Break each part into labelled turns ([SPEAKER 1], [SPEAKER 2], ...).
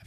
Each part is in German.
[SPEAKER 1] hab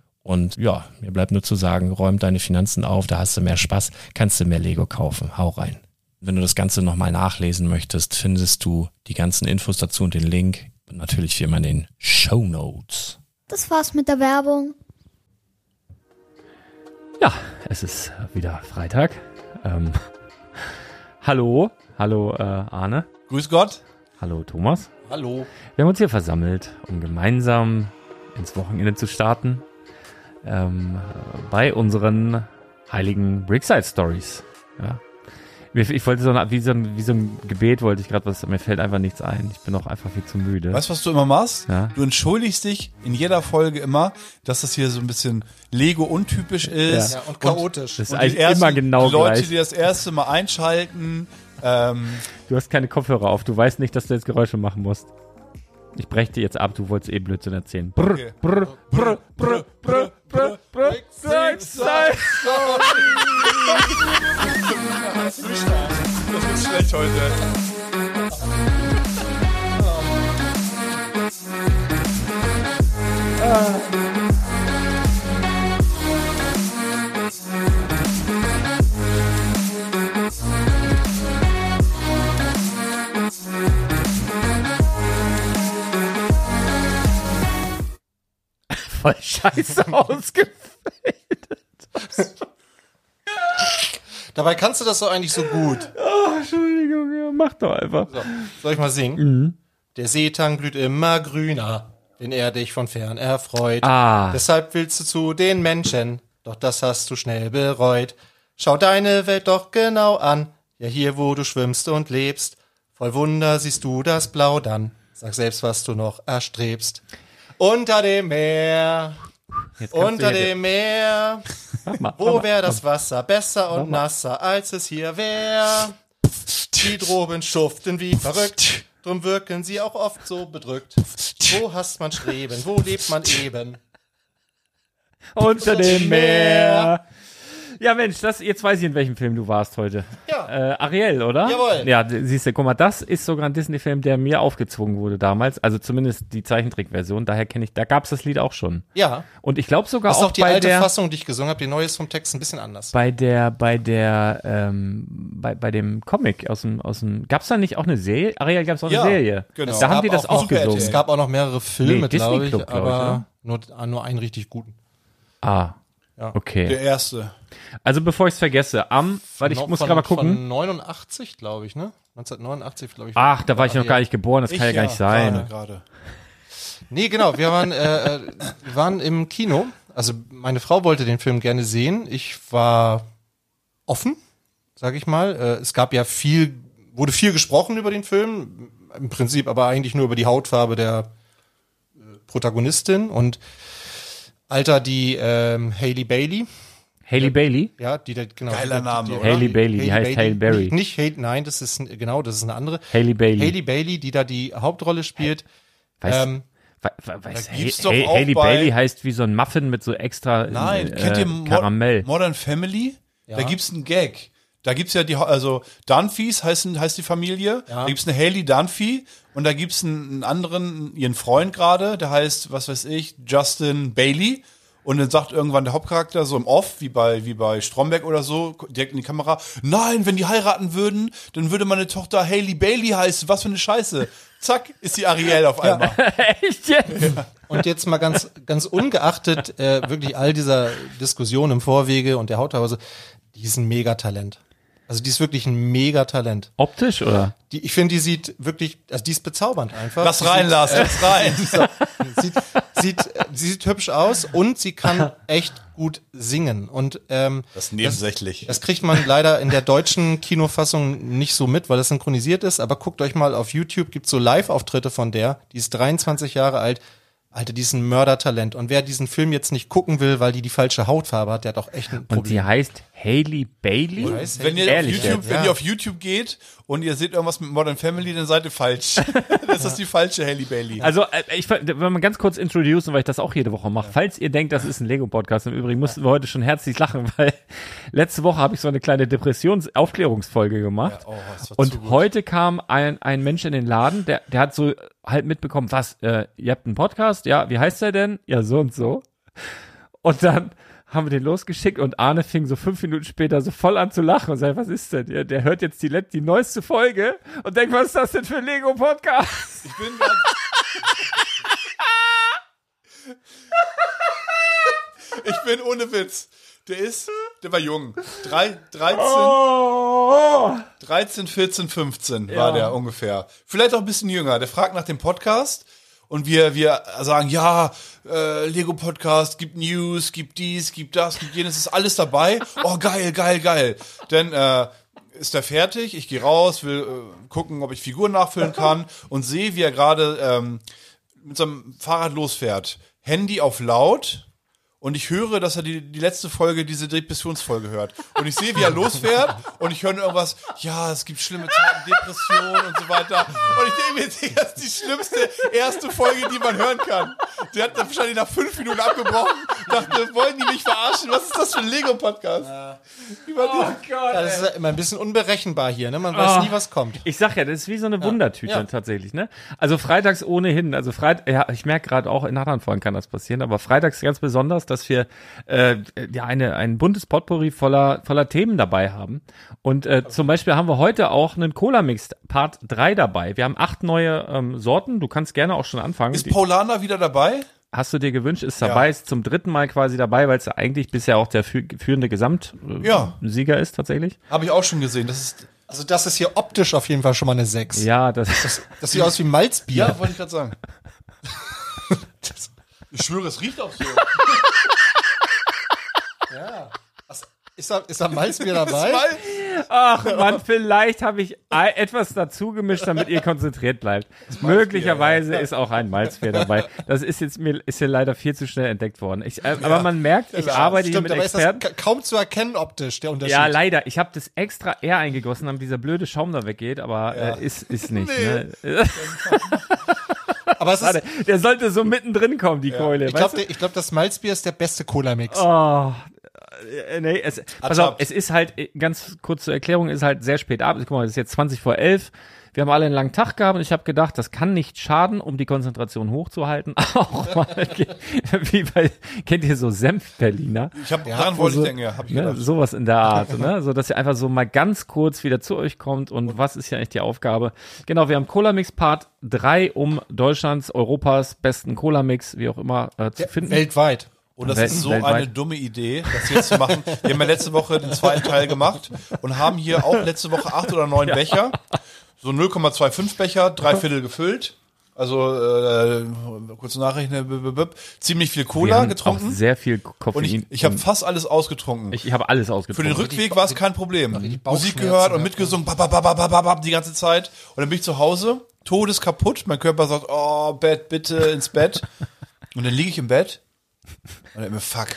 [SPEAKER 1] Und ja, mir bleibt nur zu sagen, räum deine Finanzen auf, da hast du mehr Spaß, kannst du mehr Lego kaufen. Hau rein. Wenn du das Ganze nochmal nachlesen möchtest, findest du die ganzen Infos dazu und den Link und natürlich wie immer in den Show Notes.
[SPEAKER 2] Das war's mit der Werbung.
[SPEAKER 3] Ja, es ist wieder Freitag. Ähm, hallo, hallo äh, Arne,
[SPEAKER 4] Grüß Gott.
[SPEAKER 3] hallo Thomas.
[SPEAKER 4] Hallo.
[SPEAKER 3] Wir haben uns hier versammelt, um gemeinsam ins Wochenende zu starten ähm, äh, bei unseren heiligen Brickside Stories. Ja. Mir- Ich wollte so ein, wie, so ein, wie so ein Gebet wollte ich gerade was, mir fällt einfach nichts ein. Ich bin auch einfach viel zu müde.
[SPEAKER 4] Weißt du, was du immer machst?
[SPEAKER 3] Ja.
[SPEAKER 4] Du entschuldigst dich in jeder Folge immer, dass das hier so ein bisschen Lego-untypisch ist.
[SPEAKER 3] Ja,
[SPEAKER 4] und
[SPEAKER 3] Das
[SPEAKER 4] chaotisch.
[SPEAKER 3] ist eigentlich immer genau
[SPEAKER 4] die Leute,
[SPEAKER 3] gleich.
[SPEAKER 4] die das erste Mal einschalten. Ähm,
[SPEAKER 3] Du hast keine Kopfhörer auf, du weißt nicht, dass du jetzt Geräusche machen musst. Ich breche dir jetzt ab, du wolltest eh Blödsinn erzählen. Brr,
[SPEAKER 4] Okay.
[SPEAKER 3] brr, brr, brr, brr, brr, brr, Brickside.
[SPEAKER 4] das ist schlecht heute.
[SPEAKER 3] Voll scheiße ausgefällt.
[SPEAKER 5] Dabei kannst du das doch eigentlich so gut.
[SPEAKER 3] Oh, Entschuldigung, ja, mach doch einfach.
[SPEAKER 5] Soll ich mal singen? Der Seetang blüht immer grüner, wenn er dich von fern erfreut.
[SPEAKER 3] Ah.
[SPEAKER 5] Deshalb willst du zu den Menschen, doch das hast du schnell bereut. Schau deine Welt doch genau an, ja hier, wo du schwimmst und lebst. Voll Wunder siehst du das Blau dann. Sag selbst, was du noch erstrebst. Unter dem Meer,
[SPEAKER 3] Jetzt kannst du
[SPEAKER 5] unter
[SPEAKER 3] hier-
[SPEAKER 5] dem Meer,
[SPEAKER 3] Mach mal.
[SPEAKER 5] Wo wäre das Wasser besser und nasser, als es hier wäre? Die Droben schuften wie verrückt, drum wirken sie auch oft so bedrückt. Wo hasst man Streben, wo lebt man eben?
[SPEAKER 3] Unter dem Meer. Ja, Mensch, das, jetzt weiß ich, in welchem Film du warst heute.
[SPEAKER 5] Ja.
[SPEAKER 3] Äh, Ariel, oder?
[SPEAKER 5] Jawohl.
[SPEAKER 3] Ja, d- siehst du, guck mal, das ist sogar ein Disney-Film, der mir aufgezwungen wurde damals. Also zumindest die Zeichentrickversion. Daher kenne ich, da gab's das Lied auch schon.
[SPEAKER 5] Ja,
[SPEAKER 3] Und ich glaube sogar
[SPEAKER 5] das ist
[SPEAKER 3] auch
[SPEAKER 5] doch die
[SPEAKER 3] bei
[SPEAKER 5] alte
[SPEAKER 3] der,
[SPEAKER 5] Fassung, die ich gesungen habe, die neue ist vom Text ein bisschen anders.
[SPEAKER 3] bei der, bei der, ähm, bei, bei dem Comic aus dem, aus dem, gab's da nicht auch eine Serie? Ariel gab's auch
[SPEAKER 4] Ja,
[SPEAKER 3] eine Serie.
[SPEAKER 4] genau.
[SPEAKER 3] Da haben die
[SPEAKER 4] Gab
[SPEAKER 3] das
[SPEAKER 4] auch
[SPEAKER 3] auch
[SPEAKER 4] Super RTL.
[SPEAKER 3] gesungen.
[SPEAKER 5] Es gab auch noch mehrere Filme,
[SPEAKER 3] Nee, Disney
[SPEAKER 5] glaube ich,
[SPEAKER 3] Club, glaub ich,
[SPEAKER 5] aber nur, nur einen richtig guten.
[SPEAKER 3] Ah.
[SPEAKER 5] Ja.
[SPEAKER 3] Okay.
[SPEAKER 4] Der erste.
[SPEAKER 3] Also bevor ich's vergesse, am, weil ich
[SPEAKER 5] Von-
[SPEAKER 3] muss
[SPEAKER 5] Genau von-
[SPEAKER 3] gerade mal gucken. Ah,
[SPEAKER 5] Von 89, glaube ich, ne? 1989, glaube ich.
[SPEAKER 3] Ach, da war ich noch gar nicht geboren, das kann ja
[SPEAKER 4] Ich,
[SPEAKER 3] gar nicht sein.
[SPEAKER 4] Gerade, gerade.
[SPEAKER 5] Nee, genau. Wir waren, äh, äh, wir waren im Kino. Also meine Frau wollte den Film gerne sehen. Ich war offen, sage ich mal. Äh, es gab ja viel, wurde viel gesprochen über den Film. Im Prinzip aber eigentlich nur über die Hautfarbe der äh, Protagonistin und Alter, die ähm, Haley Bailey,
[SPEAKER 3] Haley Bailey?
[SPEAKER 5] ja, die da genau.
[SPEAKER 4] Geiler
[SPEAKER 5] die- die-
[SPEAKER 4] Name,
[SPEAKER 5] die,
[SPEAKER 4] oder?
[SPEAKER 3] Hailey Bailey, die heißt Halle Berry.
[SPEAKER 5] Nicht, nicht Haley, nein, das ist genau, das ist eine andere.
[SPEAKER 3] Haley Bailey.
[SPEAKER 5] Haley Bailey, die da die Hauptrolle spielt.
[SPEAKER 3] Weiß,
[SPEAKER 5] Ähm,
[SPEAKER 3] we- we- weiß,
[SPEAKER 4] da
[SPEAKER 3] Hey-
[SPEAKER 4] gibt's doch
[SPEAKER 3] Hey-
[SPEAKER 4] auch
[SPEAKER 3] Haley
[SPEAKER 4] bei-
[SPEAKER 3] Bailey heißt wie so ein Muffin mit so extra
[SPEAKER 4] Nein,
[SPEAKER 3] äh,
[SPEAKER 4] kennt ihr Mo
[SPEAKER 3] Karamell.
[SPEAKER 4] Modern Family? Da
[SPEAKER 5] Ja.
[SPEAKER 4] gibt's einen Gag. Da gibt's ja die, also Dunphys heißen, heißt die Familie. Da gibt's eine Haley Dunphy und da gibt's einen, einen anderen, ihren Freund gerade, der heißt, was weiß ich, Justin Bailey. Und dann sagt irgendwann der Hauptcharakter so im Off, wie bei, wie bei Stromberg oder so, direkt in die Kamera, nein, wenn die heiraten würden, dann würde meine Tochter Haley Bailey heißen. Was für eine Scheiße. Zack, ist die Ariel auf einmal.
[SPEAKER 3] Echt jetzt?
[SPEAKER 5] Und jetzt mal ganz, ganz ungeachtet äh, wirklich all dieser Diskussion im Vorwege und der Hauthause, die ist ein Megatalent. Also die ist wirklich ein Megatalent.
[SPEAKER 3] Optisch oder?
[SPEAKER 5] Die, ich finde, die sieht wirklich, also die ist bezaubernd einfach.
[SPEAKER 4] Lass
[SPEAKER 5] Die
[SPEAKER 4] rein,
[SPEAKER 5] sieht,
[SPEAKER 4] Lars, lass rein.
[SPEAKER 5] sieht, sieht, äh, sie sieht hübsch aus und sie kann echt gut singen. Und ähm,
[SPEAKER 4] Das ist nebensächlich.
[SPEAKER 5] das kriegt man leider in der deutschen Kinofassung nicht so mit, weil das synchronisiert ist. Aber guckt euch mal auf YouTube, gibt so Live-Auftritte von der. Die ist 23 Jahre alt. Alter, die ist ein Mördertalent. Und wer diesen Film jetzt nicht gucken will, weil die die falsche Hautfarbe hat, der hat auch echt ein
[SPEAKER 3] Und die
[SPEAKER 5] Problem.
[SPEAKER 3] heißt Haley Bailey?
[SPEAKER 4] Wenn ihr, auf
[SPEAKER 3] Ehrlich
[SPEAKER 4] YouTube,
[SPEAKER 3] jetzt,
[SPEAKER 4] wenn
[SPEAKER 5] ja.
[SPEAKER 4] ihr auf YouTube geht und ihr seht irgendwas mit Modern Family, dann seid ihr falsch. das ist die falsche Haley Bailey.
[SPEAKER 3] Also, äh, ich, wenn man ganz kurz introducen, weil ich das auch jede Woche mache. Falls ihr denkt, das ist ein Lego-Podcast, im Übrigen mussten wir heute schon herzlich lachen, weil letzte Woche habe ich so eine kleine Depressionsaufklärungsfolge gemacht. und heute kam ein, ein Mensch in den Laden, der, der hat so halt mitbekommen, was, äh, ihr habt einen Podcast? Ja, wie heißt der denn? Ja, so und so. Und dann haben wir den losgeschickt und Arne fing so fünf Minuten später so voll an zu lachen und sagt, was ist denn? Der, der hört jetzt die, let- die neueste Folge und denkt, was ist das denn für ein Lego-Podcast?
[SPEAKER 4] ich bin grad, Ich bin ohne Witz. Der ist, der war jung. Drei, 13,
[SPEAKER 3] Oh.
[SPEAKER 4] 13, 14, 15 war der ungefähr. Vielleicht auch ein bisschen jünger. Der fragt nach dem Podcast und wir, wir sagen, ja, äh, Lego Podcast, gibt News, gibt dies, gibt das, gibt jenes, ist alles dabei. Oh, geil, geil, geil. Dann äh, ist er fertig, ich gehe raus, will äh, gucken, ob ich Figuren nachfüllen kann und sehe, wie er gerade ähm, mit seinem Fahrrad losfährt. Handy auf laut, und ich höre, dass er die, die letzte Folge, diese Depressionsfolge hört. Und ich sehe, wie er losfährt und ich höre nur irgendwas, ja, es gibt schlimme Zeiten, Depressionen und so weiter. Und ich denke mir, Digga, das ist die schlimmste erste Folge, die man hören kann. Der hat dann wahrscheinlich nach fünf Minuten abgebrochen, dachte, wollen die mich verarschen? Was ist das für ein Lego-Podcast? Über die-
[SPEAKER 5] Ja, das ist ja immer ein bisschen unberechenbar hier, ne? Man weiß
[SPEAKER 4] Ah.
[SPEAKER 5] nie, was kommt.
[SPEAKER 3] Ich sag ja, das ist wie so eine Wundertüte
[SPEAKER 5] Ja.
[SPEAKER 3] tatsächlich, ne? Also freitags ohnehin, also Freit ja, ich merke gerade auch in anderen Folgen kann das passieren, aber freitags ganz besonders, dass wir äh, ja eine ein buntes Potpourri voller voller Themen dabei haben. Und äh, zum Beispiel haben wir heute auch einen Cola Mix Part 3 dabei. Wir haben acht neue ähm, Sorten, du kannst gerne auch schon anfangen.
[SPEAKER 4] Ist
[SPEAKER 3] Die
[SPEAKER 4] Paulana wieder dabei?
[SPEAKER 3] hast du dir gewünscht, ist dabei, ist zum dritten Mal quasi dabei, weil es ja eigentlich bisher auch der fü führende Gesamtsieger
[SPEAKER 4] Ja.
[SPEAKER 3] Sieger ist tatsächlich.
[SPEAKER 4] Habe ich auch schon gesehen. Das ist,
[SPEAKER 5] Also das ist hier optisch auf jeden Fall schon mal eine 6.
[SPEAKER 3] Ja, das
[SPEAKER 5] Das sieht aus wie Malzbier.
[SPEAKER 4] ja, wollte ich gerade sagen. Ich schwöre, es riecht auch so.
[SPEAKER 5] Ist, da, ist da Malzbier
[SPEAKER 4] Das
[SPEAKER 5] dabei?
[SPEAKER 4] war-
[SPEAKER 3] Ach
[SPEAKER 5] Genau.
[SPEAKER 3] Mann, vielleicht habe ich ei- etwas dazugemischt, damit ihr konzentriert bleibt. Möglicherweise ist auch ein Malzbier dabei. Das ist jetzt mir ist hier leider viel zu schnell entdeckt worden. Ich, äh, aber man merkt, ich arbeite hier
[SPEAKER 5] Stimmt,
[SPEAKER 3] mit
[SPEAKER 5] aber ist das
[SPEAKER 3] Experten.
[SPEAKER 5] ka- kaum zu erkennen optisch, der Unterschied.
[SPEAKER 3] Ja, leider. Ich habe das extra eher eingegossen, damit dieser blöde Schaum da weggeht, aber äh, ist, ist nicht. Ne?
[SPEAKER 5] aber es ist,
[SPEAKER 3] Der sollte so mittendrin kommen, die Keule.
[SPEAKER 5] ich
[SPEAKER 3] weißt
[SPEAKER 5] glaube, glaub, das Malzbier ist der beste Cola-Mix.
[SPEAKER 4] Ah,
[SPEAKER 3] Oh, äh, nee, es, pass auf,
[SPEAKER 5] Ertappt.
[SPEAKER 3] es ist halt, äh, ganz kurz zur Erklärung, ist halt sehr spät abends. Guck mal, es ist jetzt 20 vor 11. Wir haben alle einen langen Tag gehabt und ich habe gedacht, das kann nicht schaden, um die Konzentration hochzuhalten. Auch mal, ge- wie bei, kennt ihr so Senf-Berliner?
[SPEAKER 4] Ich hab, daran wollte ich denken, ja, hab ich
[SPEAKER 3] Ne,
[SPEAKER 4] gedacht.
[SPEAKER 3] sowas in der Art, ne? so dass ihr einfach so mal ganz kurz wieder zu euch kommt und was ist ja eigentlich die Aufgabe. Genau, wir haben Cola Mix Part 3, um Deutschlands, Europas besten Cola Mix, wie auch immer, äh, zu finden.
[SPEAKER 5] Weltweit.
[SPEAKER 4] Und Oh, das
[SPEAKER 3] Wel-
[SPEAKER 4] ist so
[SPEAKER 3] weltweit.
[SPEAKER 4] eine dumme Idee, das jetzt zu machen. Wir haben ja letzte Woche den zweiten Teil gemacht und haben hier auch letzte Woche acht oder neun Becher, so 0,25 Becher, drei Viertel gefüllt. Also äh, kurze Nachricht, ne, b- b- b- ziemlich viel
[SPEAKER 3] Wir
[SPEAKER 4] Cola
[SPEAKER 3] haben Auch
[SPEAKER 4] getrunken
[SPEAKER 3] sehr viel
[SPEAKER 4] und
[SPEAKER 3] Koffein.
[SPEAKER 4] ich, ich habe fast alles ausgetrunken.
[SPEAKER 3] Ich habe alles
[SPEAKER 4] Für den
[SPEAKER 3] ausgetrunken.
[SPEAKER 4] Rückweg war es kein Problem. Musik
[SPEAKER 5] Bauchschmerzen
[SPEAKER 4] gehört und
[SPEAKER 5] gehabt,
[SPEAKER 4] mitgesungen, bap, bap, bap, bap, bap, bap, die ganze Zeit. Und dann bin ich zu Hause, todeskaputt. Mein Körper sagt, oh, Bett, bitte ins Bett. Und dann liege ich im Bett und dann mir, fuck,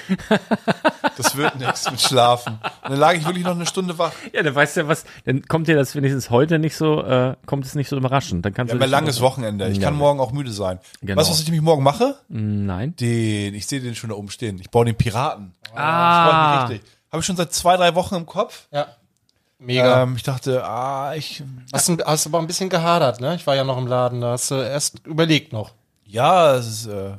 [SPEAKER 4] das wird nichts mit Schlafen. Und dann lag ich wirklich noch eine Stunde wach.
[SPEAKER 3] ja, dann weißt du ja was, dann kommt dir das wenigstens heute nicht so, äh, kommt es nicht so überraschend. Dann kannst
[SPEAKER 4] Wir
[SPEAKER 3] du
[SPEAKER 4] haben ein
[SPEAKER 3] dich-
[SPEAKER 4] langes Wochenende. Ich kann morgen auch müde sein.
[SPEAKER 3] Genau.
[SPEAKER 4] Weißt du, was ich nämlich morgen mache?
[SPEAKER 3] Nein.
[SPEAKER 4] Den, ich sehe den schon da oben stehen. Ich baue den Piraten.
[SPEAKER 3] Ah.
[SPEAKER 4] Freut mich richtig. Habe ich schon seit zwei, drei Wochen im Kopf.
[SPEAKER 5] Ja. Mega.
[SPEAKER 4] Ähm, ich dachte, ah, ich
[SPEAKER 5] Hast, ein- hast aber ein bisschen gehadert, ne? Ich war ja noch im Laden, da hast du erst überlegt noch.
[SPEAKER 4] Ja, es ist, äh,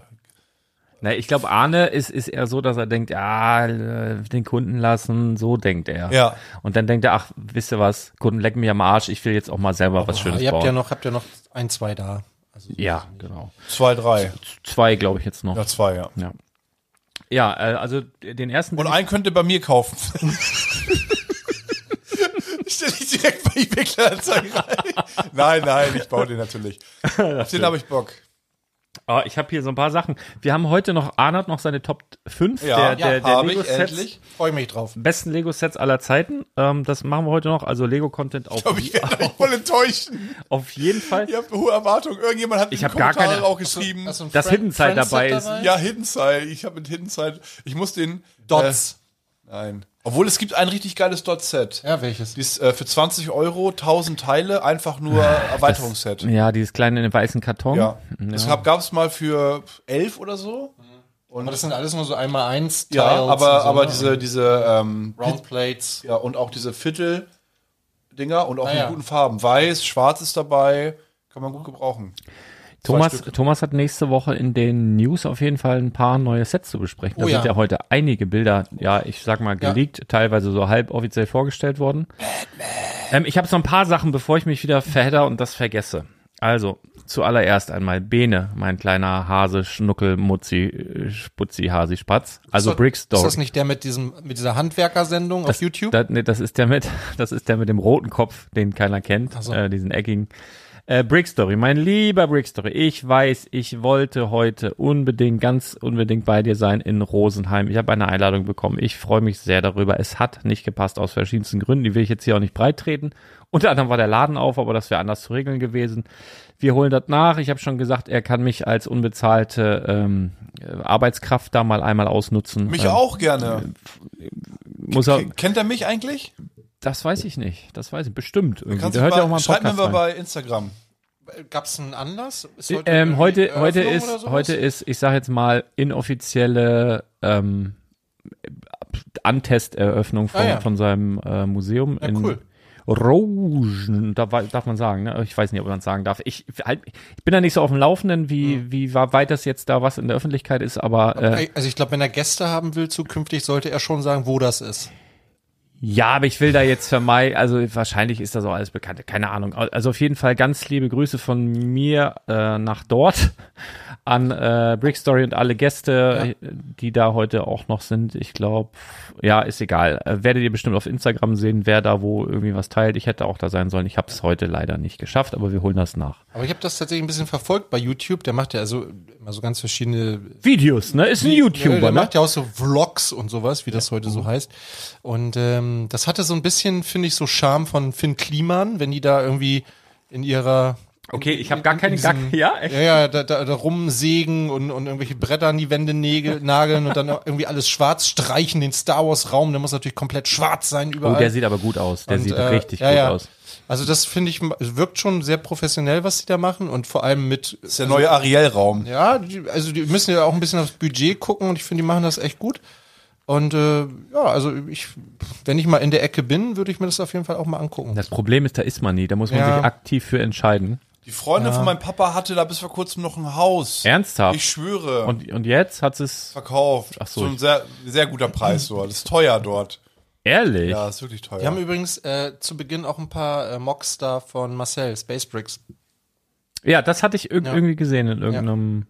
[SPEAKER 3] Na, ich glaube, Arne ist, ist eher so, dass er denkt, ah, äh, den Kunden lassen, so denkt er.
[SPEAKER 4] Ja. Und
[SPEAKER 3] Und dann denkt er, ach, wisst ihr was, Kunden lecken mich am Arsch, ich will jetzt auch mal selber was
[SPEAKER 5] Ah,
[SPEAKER 3] Schönes
[SPEAKER 5] ihr habt
[SPEAKER 3] bauen.
[SPEAKER 5] ja noch, habt ja noch ein, zwei da. Also,
[SPEAKER 3] ja, genau.
[SPEAKER 4] zwei, drei.
[SPEAKER 3] Zwei, glaube ich, jetzt noch.
[SPEAKER 4] Ja, zwei, ja.
[SPEAKER 3] Ja, ja äh, also den ersten.
[SPEAKER 4] Und
[SPEAKER 3] den
[SPEAKER 4] einen könnt ihr bei mir kaufen. Stell ich direkt bei eBay Kleinanzeigen rein. Nein, nein, ich baue den natürlich. Auf den habe ich Bock.
[SPEAKER 3] Oh, ich habe hier so ein paar Sachen. Wir haben heute noch, Arne hat noch seine Top 5 der,
[SPEAKER 4] Ja,
[SPEAKER 3] der, der
[SPEAKER 4] habe ich
[SPEAKER 3] Lego-Sets.
[SPEAKER 4] endlich.
[SPEAKER 5] freue mich drauf.
[SPEAKER 3] Besten Lego-Sets aller Zeiten. Ähm, das machen wir heute noch. Also Lego-Content auf,
[SPEAKER 4] Aber ich werde euch voll enttäuschen.
[SPEAKER 3] auf jeden Fall.
[SPEAKER 4] Ihr habt hohe Erwartungen. Irgendjemand hat
[SPEAKER 3] Ich
[SPEAKER 4] in
[SPEAKER 3] hab
[SPEAKER 4] die
[SPEAKER 3] gar
[SPEAKER 4] Kommentare
[SPEAKER 3] keine-
[SPEAKER 4] auch geschrieben.
[SPEAKER 5] Hast du ein
[SPEAKER 3] Das
[SPEAKER 5] Fren-
[SPEAKER 3] Hidden Side
[SPEAKER 5] Friends-Set
[SPEAKER 3] dabei ist-
[SPEAKER 4] ja, Hidden Side. Ich habe mit Hidden Side. Ich muss den.
[SPEAKER 5] Dots.
[SPEAKER 4] Äh, nein. Obwohl es gibt ein richtig geiles Dot-Set.
[SPEAKER 5] Ja, welches?
[SPEAKER 4] Die ist äh, für 20 Euro, 1000 Teile, einfach nur Erweiterungsset.
[SPEAKER 3] Ja, dieses kleine in dem weißen Karton.
[SPEAKER 4] Ja. Das gab es mal für elf oder so.
[SPEAKER 5] Mhm. Aber das sind alles nur so einmal eins
[SPEAKER 4] Ja, aber,
[SPEAKER 5] so,
[SPEAKER 4] aber
[SPEAKER 5] ne?
[SPEAKER 4] diese, diese ähm,
[SPEAKER 5] Roundplates.
[SPEAKER 4] ja, und auch diese Viertel-Dinger und auch
[SPEAKER 5] Ah,
[SPEAKER 4] in
[SPEAKER 5] ja.
[SPEAKER 4] guten Farben. Weiß, schwarz ist dabei, kann man gut gebrauchen.
[SPEAKER 3] Thomas,
[SPEAKER 4] Stück.
[SPEAKER 3] Thomas hat nächste Woche in den News auf jeden Fall ein paar neue Sets zu besprechen. Da
[SPEAKER 5] Oh ja.
[SPEAKER 3] sind ja heute einige Bilder, ja, ich sag mal, geleakt, teilweise so halb offiziell vorgestellt worden. Ähm, ich habe so ein paar Sachen, bevor ich mich wieder verhedder und das vergesse. Also, zuallererst einmal Bene, mein kleiner Hase, Schnuckel, Mutzi, äh, Sputzi, Hasi, Spatz. Also
[SPEAKER 5] Ist das-
[SPEAKER 3] Brick Story.
[SPEAKER 5] Ist das nicht der mit, diesem, mit dieser Handwerkersendung auf YouTube?
[SPEAKER 3] Da, nee, das ist der mit, das ist der mit dem roten Kopf, den keiner kennt,
[SPEAKER 5] so.
[SPEAKER 3] äh, diesen eckigen. Äh, Brick Story, mein lieber Brick Story, ich weiß, ich wollte heute unbedingt, ganz unbedingt bei dir sein in Rosenheim. Ich habe eine Einladung bekommen. Ich freue mich sehr darüber. Es hat nicht gepasst aus verschiedensten Gründen. Die will ich jetzt hier auch nicht breit treten. Unter anderem war der Laden auf, aber das wäre anders zu regeln gewesen. Wir holen das nach. Ich habe schon gesagt, er kann mich als unbezahlte ähm, äh, Arbeitskraft da mal einmal ausnutzen.
[SPEAKER 4] Mich
[SPEAKER 3] Ähm, äh,
[SPEAKER 4] auch gerne.
[SPEAKER 3] Muss er,
[SPEAKER 4] K- Kennt er mich eigentlich?
[SPEAKER 3] das weiß ich nicht. Das weiß ich bestimmt. Irgendwie.
[SPEAKER 4] Kannst
[SPEAKER 3] Der
[SPEAKER 4] du
[SPEAKER 3] hört
[SPEAKER 4] mal,
[SPEAKER 3] ja auch mal einen
[SPEAKER 4] schreib mir
[SPEAKER 3] Podcast
[SPEAKER 4] mal
[SPEAKER 3] rein.
[SPEAKER 4] bei Instagram.
[SPEAKER 5] Gab es einen Anlass? Ist
[SPEAKER 3] Ähm, heute,
[SPEAKER 5] irgendwie
[SPEAKER 3] heute
[SPEAKER 5] Eröffnung
[SPEAKER 3] ist,
[SPEAKER 5] äh, oder sowas?
[SPEAKER 3] heute ist, ich sage jetzt mal inoffizielle ähm, Antesteröffnung von,
[SPEAKER 5] Ah, ja.
[SPEAKER 3] von seinem äh, Museum in
[SPEAKER 5] cool.
[SPEAKER 3] Rosen. Da wa- darf man sagen. Ne? Ich weiß nicht, ob man sagen darf. Ich, halt, ich bin da nicht so auf dem Laufenden, wie
[SPEAKER 5] Hm.
[SPEAKER 3] wie wa- weit das jetzt da was in der Öffentlichkeit ist. Aber äh,
[SPEAKER 5] Ey, Also ich glaube, wenn er Gäste haben will zukünftig, sollte er schon sagen, wo das ist.
[SPEAKER 3] Ja, aber ich will da jetzt vermeiden, also wahrscheinlich ist das auch alles bekannt, keine Ahnung. Also auf jeden Fall ganz liebe Grüße von mir äh, nach dort an äh, Brickstory und alle Gäste, äh, die da heute auch noch sind. Ich glaube, ja, ist egal. Äh, werdet ihr bestimmt auf Instagram sehen, wer da wo irgendwie was teilt. Ich hätte auch da sein sollen. Ich habe es heute leider nicht geschafft, aber wir holen das nach.
[SPEAKER 5] Aber ich habe das tatsächlich ein bisschen verfolgt bei YouTube. Der macht ja also immer so ganz verschiedene.
[SPEAKER 3] Videos, ne? Ist ein
[SPEAKER 5] Ja,
[SPEAKER 3] YouTuber,
[SPEAKER 5] der
[SPEAKER 3] ne?
[SPEAKER 5] macht ja auch so Vlogs und sowas, wie das heute so heißt. Und ähm, das hatte so ein bisschen, finde ich, so Charme von Finn Kliman, wenn die da irgendwie in ihrer
[SPEAKER 3] Okay, ich habe gar keine,
[SPEAKER 5] in
[SPEAKER 3] gar,
[SPEAKER 5] diesem-
[SPEAKER 3] ja, echt.
[SPEAKER 5] Ja, ja, da, da, da rumsägen und, und irgendwelche Bretter an die Wände nägel, nageln und dann irgendwie alles schwarz streichen, den Star Wars Raum, der muss natürlich komplett schwarz sein
[SPEAKER 3] Oh,
[SPEAKER 5] überall.
[SPEAKER 3] der sieht aber gut aus. Der
[SPEAKER 5] Und,
[SPEAKER 3] sieht
[SPEAKER 5] äh,
[SPEAKER 3] richtig
[SPEAKER 5] ja,
[SPEAKER 3] gut
[SPEAKER 5] ja.
[SPEAKER 3] aus.
[SPEAKER 5] Also das finde ich, es wirkt schon sehr professionell, was die da machen und vor allem mit, also,
[SPEAKER 4] ist der neue Ariel-Raum.
[SPEAKER 5] ja, die, also die müssen ja auch ein bisschen aufs Budget gucken und ich finde, die machen das echt gut. Und äh, ja, also ich, wenn ich mal in der Ecke bin, würde ich mir das auf jeden Fall auch mal angucken.
[SPEAKER 3] Das Problem ist, da ist man nie. Da muss man
[SPEAKER 5] Ja.
[SPEAKER 3] sich aktiv für entscheiden.
[SPEAKER 4] Die Freundin von meinem Papa hatte da bis vor kurzem noch ein Haus.
[SPEAKER 3] Ernsthaft.
[SPEAKER 4] Ich schwöre.
[SPEAKER 3] und, und jetzt hat es
[SPEAKER 4] verkauft.
[SPEAKER 3] Ach so,
[SPEAKER 4] Zu einem
[SPEAKER 3] ich-
[SPEAKER 4] sehr, sehr guter Preis dort. Ist teuer dort.
[SPEAKER 3] ehrlich.
[SPEAKER 4] Ja, ist wirklich teuer.
[SPEAKER 5] Wir haben übrigens äh, zu Beginn auch ein paar äh, Mocks da von Marcel, Spacebricks.
[SPEAKER 3] Ja, das hatte ich irg
[SPEAKER 5] Ja.
[SPEAKER 3] irgendwie gesehen in irgendeinem.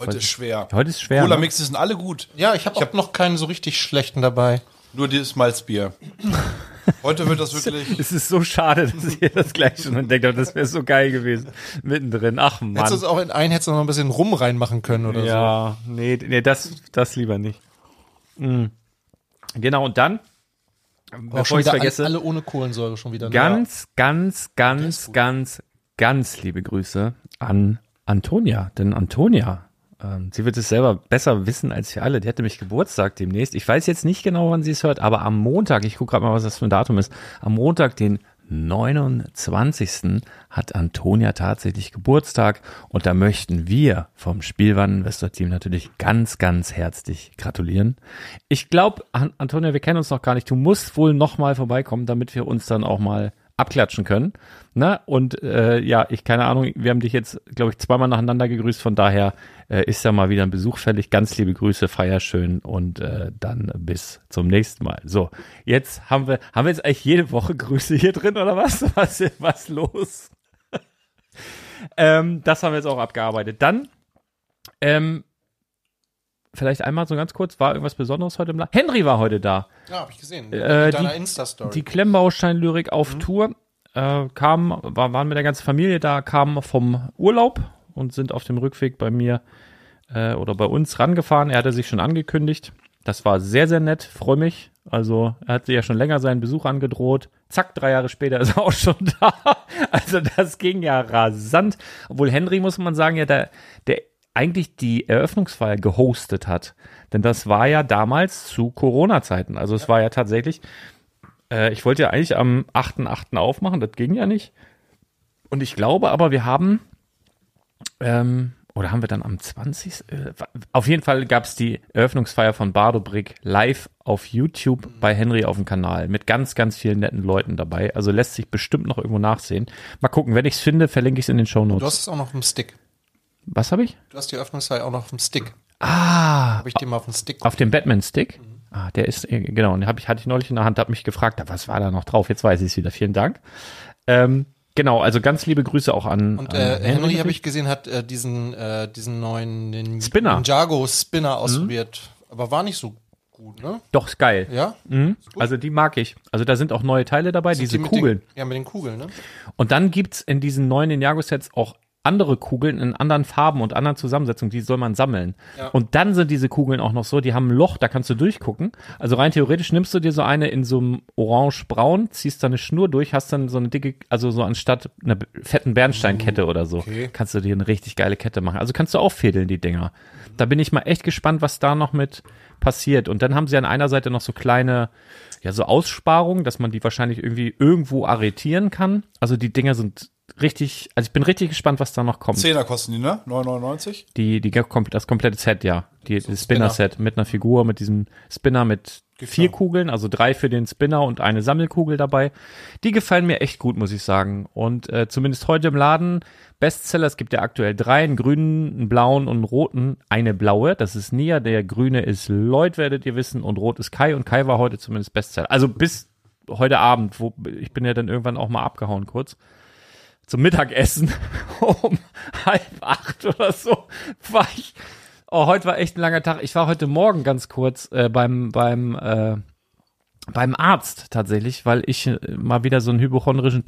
[SPEAKER 4] Heute ist schwer.
[SPEAKER 3] Heute ist schwer.
[SPEAKER 4] Cola
[SPEAKER 3] ne?
[SPEAKER 4] Mixes sind alle gut.
[SPEAKER 5] Ja, ich habe hab noch keinen so richtig schlechten dabei.
[SPEAKER 4] Nur diesmal das Bier. Heute wird das wirklich.
[SPEAKER 3] Es ist so schade, dass ihr das gleich schon entdeckt habt. Das wäre so geil gewesen. Mittendrin. Ach
[SPEAKER 5] Hättest du
[SPEAKER 3] Mann.
[SPEAKER 5] es auch in einen, hättest du noch ein bisschen rum reinmachen können oder so.
[SPEAKER 3] Ja, nee, nee das, das lieber nicht. Mm. Genau, und dann, bevor ich
[SPEAKER 5] wieder
[SPEAKER 3] vergesse,
[SPEAKER 5] Alle, alle ohne Kohlensäure schon wieder. ne?
[SPEAKER 3] ganz, ganz, ganz, ganz, ganz liebe Grüße an Antonia. Denn Antonia, ähm, sie wird es selber besser wissen als wir alle. Die hat nämlich Geburtstag demnächst. Ich weiß jetzt nicht genau, wann sie es hört, aber am Montag, ich gucke gerade mal, was das für ein Datum ist, am Montag, den 29. hat Antonia tatsächlich Geburtstag und da möchten wir vom Spielwareninvestor-Team natürlich ganz, ganz herzlich gratulieren. Ich glaube, An Antonia, wir kennen uns noch gar nicht. Du musst wohl nochmal vorbeikommen, damit wir uns dann auch mal abklatschen können. Na, und äh, ja, ich keine Ahnung, wir haben dich jetzt, glaube ich, zweimal nacheinander gegrüßt. Von daher äh, ist ja mal wieder ein Besuch fällig. Ganz liebe Grüße, feier schön und äh, dann bis zum nächsten Mal. So, jetzt haben wir, haben wir jetzt eigentlich jede Woche Grüße hier drin oder was? Was ist was los? ähm, das haben wir jetzt auch abgearbeitet. Dann, ähm, vielleicht einmal so ganz kurz, war irgendwas Besonderes heute im La Henry war heute da
[SPEAKER 5] Ja, habe ich gesehen.
[SPEAKER 3] Äh,
[SPEAKER 5] Mit deiner
[SPEAKER 3] die- die
[SPEAKER 5] Insta-Story.
[SPEAKER 3] Klemmbaustein-Lyrik auf Tour. Äh, kamen, war, waren mit der ganzen Familie da, kamen vom Urlaub und sind auf dem Rückweg bei mir äh, oder bei uns rangefahren. Er hatte sich schon angekündigt. Das war sehr, sehr nett, freue mich. Also er hatte ja schon länger seinen Besuch angedroht. Zack, drei Jahre später ist er auch schon da. Also das ging ja rasant. Obwohl Henry, muss man sagen, ja, der, der eigentlich die Eröffnungsfeier gehostet hat. Denn das war ja damals zu Corona-Zeiten. Also es war ja tatsächlich, äh, ich wollte ja eigentlich am 8.8. aufmachen, das ging ja nicht. Und ich glaube aber, wir haben, ähm, oder haben wir dann am 20. Äh, wa- auf jeden Fall gab es die Eröffnungsfeier von Bardobrick live auf YouTube bei Henry auf dem Kanal mit ganz, ganz vielen netten Leuten dabei. Also lässt sich bestimmt noch irgendwo nachsehen. Mal gucken, wenn ich es finde, verlinke ich es in den Show
[SPEAKER 5] Du hast
[SPEAKER 3] Notes.
[SPEAKER 5] es auch noch auf dem Stick.
[SPEAKER 3] Was habe ich?
[SPEAKER 5] Du hast die Öffnungsfeier auch noch auf dem Stick.
[SPEAKER 3] Ah,
[SPEAKER 5] Habe ich dir mal auf dem Stick.
[SPEAKER 3] auf dem Batman-Stick.
[SPEAKER 5] Mhm.
[SPEAKER 3] Ah, der ist, äh, genau, und den hab ich, hatte ich neulich in der Hand, habe mich gefragt, ah, was war da noch drauf? Jetzt weiß ich es wieder. Vielen Dank. Ähm, genau, also ganz liebe Grüße auch an.
[SPEAKER 5] Und
[SPEAKER 3] an
[SPEAKER 5] äh, Henry, habe
[SPEAKER 3] natürlich.
[SPEAKER 5] ich gesehen, hat äh, diesen, äh, diesen neuen den
[SPEAKER 3] Spinner. Mhm.
[SPEAKER 5] Ninjago Spinner ausprobiert. Aber war nicht so gut, ne?
[SPEAKER 3] Doch, ist geil.
[SPEAKER 5] Ja?
[SPEAKER 3] Mhm. Also die mag ich. Also da sind auch neue Teile dabei, diese
[SPEAKER 5] Die mit
[SPEAKER 3] Kugeln.
[SPEAKER 5] Den, ja, mit den Kugeln, ne?
[SPEAKER 3] Und dann gibt's in diesen neuen Ninjago-Sets auch andere Kugeln in anderen Farben und anderen Zusammensetzungen, die soll man sammeln. Und dann sind diese Kugeln auch noch so, die haben ein Loch, da kannst du durchgucken. Also rein theoretisch nimmst du dir so eine in so einem orange-braun, ziehst da eine Schnur durch, hast dann so eine dicke, also so anstatt einer fetten Bernsteinkette oder so, kannst du dir eine richtig geile Kette machen. Also kannst du auch fädeln, die Dinger. Da bin ich mal echt gespannt, was da noch mit passiert. Und dann haben sie an einer Seite noch so kleine, ja, so Aussparungen, dass man die wahrscheinlich irgendwie irgendwo arretieren kann. Also die Dinger sind richtig, also ich bin richtig gespannt, was da noch kommt.
[SPEAKER 4] Zehner kosten die, ne? 9,99?
[SPEAKER 3] Die, die, kom- das komplette Set, ja. Die, das Spinner-Set mit einer Figur, mit diesem Spinner mit vier Kugeln, also drei für den Spinner und eine Sammelkugel dabei. Die gefallen mir echt gut, muss ich sagen. Und äh, zumindest heute im Laden, Bestseller, es gibt ja aktuell drei, einen grünen, einen blauen und einen roten. Eine blaue, das ist Nia, der grüne ist Lloyd, werdet ihr wissen, und rot ist Kai. Und Kai war heute zumindest Bestseller. Also bis heute Abend, wo ich bin ja dann irgendwann auch mal abgehauen kurz. zum Mittagessen um halb acht oder so war ich. Oh, heute war echt ein langer Tag. Ich war heute Morgen ganz kurz äh, beim beim äh, beim Arzt tatsächlich, weil ich äh, mal wieder so einen hypochondrischen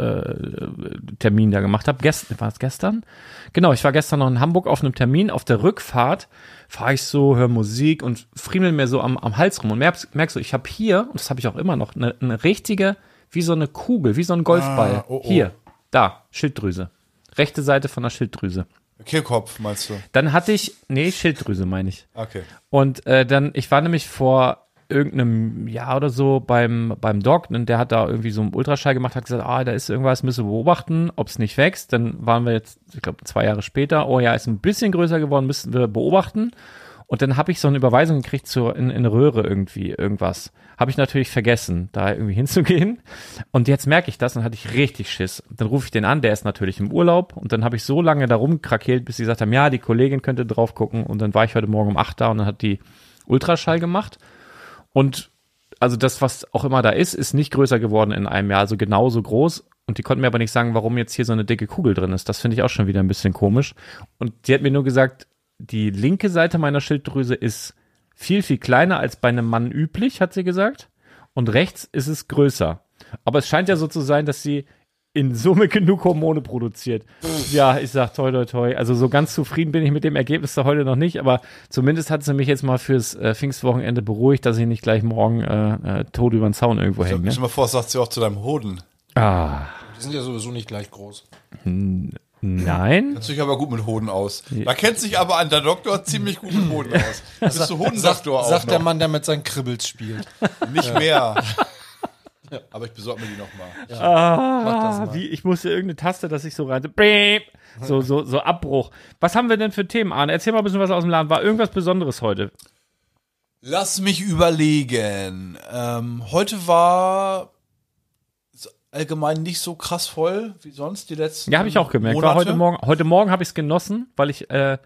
[SPEAKER 3] Todestermin äh, Termin da gemacht habe. Gestern war es gestern? Genau, ich war gestern noch in Hamburg auf einem Termin. Auf der Rückfahrt fahre ich so, höre Musik und friemel mir so am, am Hals rum und merkst, merkst du, ich habe hier, und das habe ich auch immer noch, eine, eine richtige, wie so eine Kugel, wie so ein Golfball.
[SPEAKER 4] Ah, oh, oh.
[SPEAKER 3] Hier, da, Schilddrüse. Rechte Seite von der Schilddrüse.
[SPEAKER 4] Kehlkopf, meinst du?
[SPEAKER 3] Dann hatte ich, nee, Schilddrüse meine ich.
[SPEAKER 4] Okay.
[SPEAKER 3] Und äh, dann, ich war nämlich vor irgendeinem Jahr oder so beim, beim Doc und der hat da irgendwie so einen Ultraschall gemacht, hat gesagt, ah, da ist irgendwas, müssen wir beobachten, ob es nicht wächst. Dann waren wir jetzt, ich glaube, zwei Jahre später, oh ja, ist ein bisschen größer geworden, müssen wir beobachten. Und dann habe ich so eine Überweisung gekriegt zur, in, in Röhre irgendwie, irgendwas. Habe ich natürlich vergessen, da irgendwie hinzugehen. Und jetzt merke ich das und hatte ich richtig Schiss. Dann rufe ich den an, der ist natürlich im Urlaub. Und dann habe ich so lange da rumkrakeelt, bis sie gesagt haben, ja, die Kollegin könnte drauf gucken. Und dann war ich heute Morgen um 8 da und dann hat die Ultraschall gemacht. Und also das, was auch immer da ist, ist nicht größer geworden in einem Jahr, also genauso groß. Und die konnten mir aber nicht sagen, warum jetzt hier so eine dicke Kugel drin ist. Das finde ich auch schon wieder ein bisschen komisch. Und die hat mir nur gesagt, die linke Seite meiner Schilddrüse ist viel, viel kleiner als bei einem Mann üblich, hat sie gesagt. Und rechts ist es größer. Aber es scheint ja so zu sein, dass sie in Summe genug Hormone produziert. Ja, ich sag toi toi toi. Also so ganz zufrieden bin ich mit dem Ergebnis da heute noch nicht, aber zumindest hat sie mich jetzt mal fürs äh, Pfingstwochenende beruhigt, dass ich nicht gleich morgen äh, äh, tot über den Zaun irgendwo hänge.
[SPEAKER 4] Stell
[SPEAKER 3] Ne?
[SPEAKER 4] dir mal vor, das sagt sie auch zu deinem Hoden.
[SPEAKER 3] Ah,
[SPEAKER 5] Die sind ja sowieso nicht gleich groß.
[SPEAKER 3] nein.
[SPEAKER 4] Kennst du dich aber gut mit Hoden aus. Man kennt sich aber an der Doktor ziemlich gut mit Hoden aus. Bist du
[SPEAKER 5] Sagt,
[SPEAKER 4] Hodendoktor auch
[SPEAKER 5] sagt der
[SPEAKER 4] noch?
[SPEAKER 5] Mann, der mit seinen Kribbels spielt.
[SPEAKER 3] Ah,
[SPEAKER 4] Nicht mehr. Aber ich besorge mir die nochmal.
[SPEAKER 5] das
[SPEAKER 3] Ah,
[SPEAKER 5] mal.
[SPEAKER 3] wie, ich musste irgendeine Taste, dass ich so rein, Beep. so, so, so Abbruch. Was haben wir denn für Themen, Arne? Erzähl mal ein bisschen was aus dem Laden. War irgendwas Besonderes heute?
[SPEAKER 4] Lass mich überlegen. Ähm, heute war s- allgemein nicht so krass voll wie sonst die letzten.
[SPEAKER 3] Ja, habe ich auch gemerkt. War
[SPEAKER 4] Monate.
[SPEAKER 3] heute Morgen, heute Morgen habe ich es genossen, weil ich äh,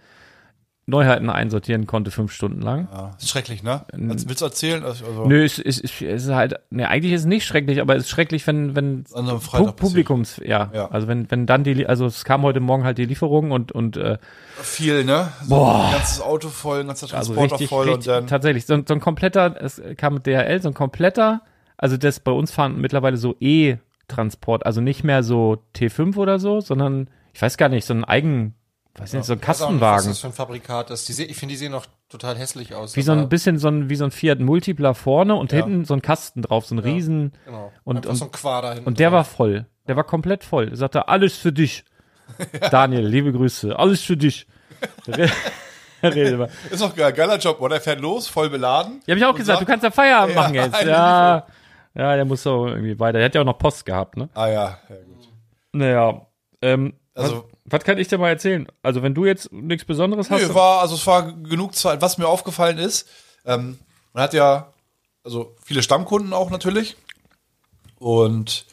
[SPEAKER 3] Neuheiten einsortieren konnte, fünf Stunden lang.
[SPEAKER 5] Ah,
[SPEAKER 4] Ja, ist schrecklich, ne? Als, willst du erzählen? Also, also-
[SPEAKER 3] Ähm, Nö, es ist, es ist halt, ne, eigentlich ist es nicht schrecklich, aber es ist schrecklich, wenn, wenn
[SPEAKER 4] An einem Freitag
[SPEAKER 3] Pu Publikums, ja,
[SPEAKER 4] Ja.
[SPEAKER 3] also wenn, wenn dann die, also es kam heute Morgen halt die Lieferung und, und äh,
[SPEAKER 4] Viel, ne? So Boah. Ein ganzes Auto voll, ein ganzer
[SPEAKER 3] also
[SPEAKER 4] Transporter
[SPEAKER 3] richtig,
[SPEAKER 4] voll
[SPEAKER 3] richtig
[SPEAKER 4] und dann.
[SPEAKER 3] tatsächlich, so, ein- so ein kompletter, es kam mit DHL, so ein kompletter, also das bei uns fahren mittlerweile so E-Transport, also nicht mehr so T5 oder so, sondern ich weiß gar nicht, so ein eigen, weiß nicht, so ein
[SPEAKER 5] Ich weiß auch nicht, Was
[SPEAKER 3] Kastenwagen.
[SPEAKER 5] das für ein Fabrikat ist. Die se- ich finde, die sehen auch total hässlich aus.
[SPEAKER 3] Wie so
[SPEAKER 5] aber-
[SPEAKER 3] ein bisschen so ein, wie so ein Fiat Multipla vorne und
[SPEAKER 5] Ja.
[SPEAKER 3] hinten so ein Kasten drauf, so ein Riesen.
[SPEAKER 5] Genau.
[SPEAKER 3] Und-
[SPEAKER 5] Einfach
[SPEAKER 3] und-
[SPEAKER 5] so ein Quader hinten
[SPEAKER 3] Und der war
[SPEAKER 5] drauf.
[SPEAKER 3] voll. Der war komplett voll. Er sagte, alles für dich. Daniel, liebe Grüße. Alles für dich. Re- Rede mal.
[SPEAKER 4] Ist doch geil. Geiler Job, oder? Er fährt los, voll beladen.
[SPEAKER 3] Ja, hab ich auch
[SPEAKER 4] Und
[SPEAKER 3] gesagt, du
[SPEAKER 4] sagt-
[SPEAKER 3] kannst ja Feierabend
[SPEAKER 4] Ja,
[SPEAKER 3] machen jetzt.
[SPEAKER 4] eigentlich
[SPEAKER 3] Ja. Ja, der muss doch irgendwie weiter. Der hat ja auch noch Post gehabt, ne?
[SPEAKER 4] Ah ja, ja gut.
[SPEAKER 3] Naja. Ähm,
[SPEAKER 4] Also-
[SPEAKER 3] was, was kann ich dir mal erzählen? Also, wenn du jetzt nichts Besonderes hast.
[SPEAKER 4] Nö, war, also es war genug Zeit. Was mir aufgefallen ist, ähm, man hat ja also viele Stammkunden auch natürlich. Und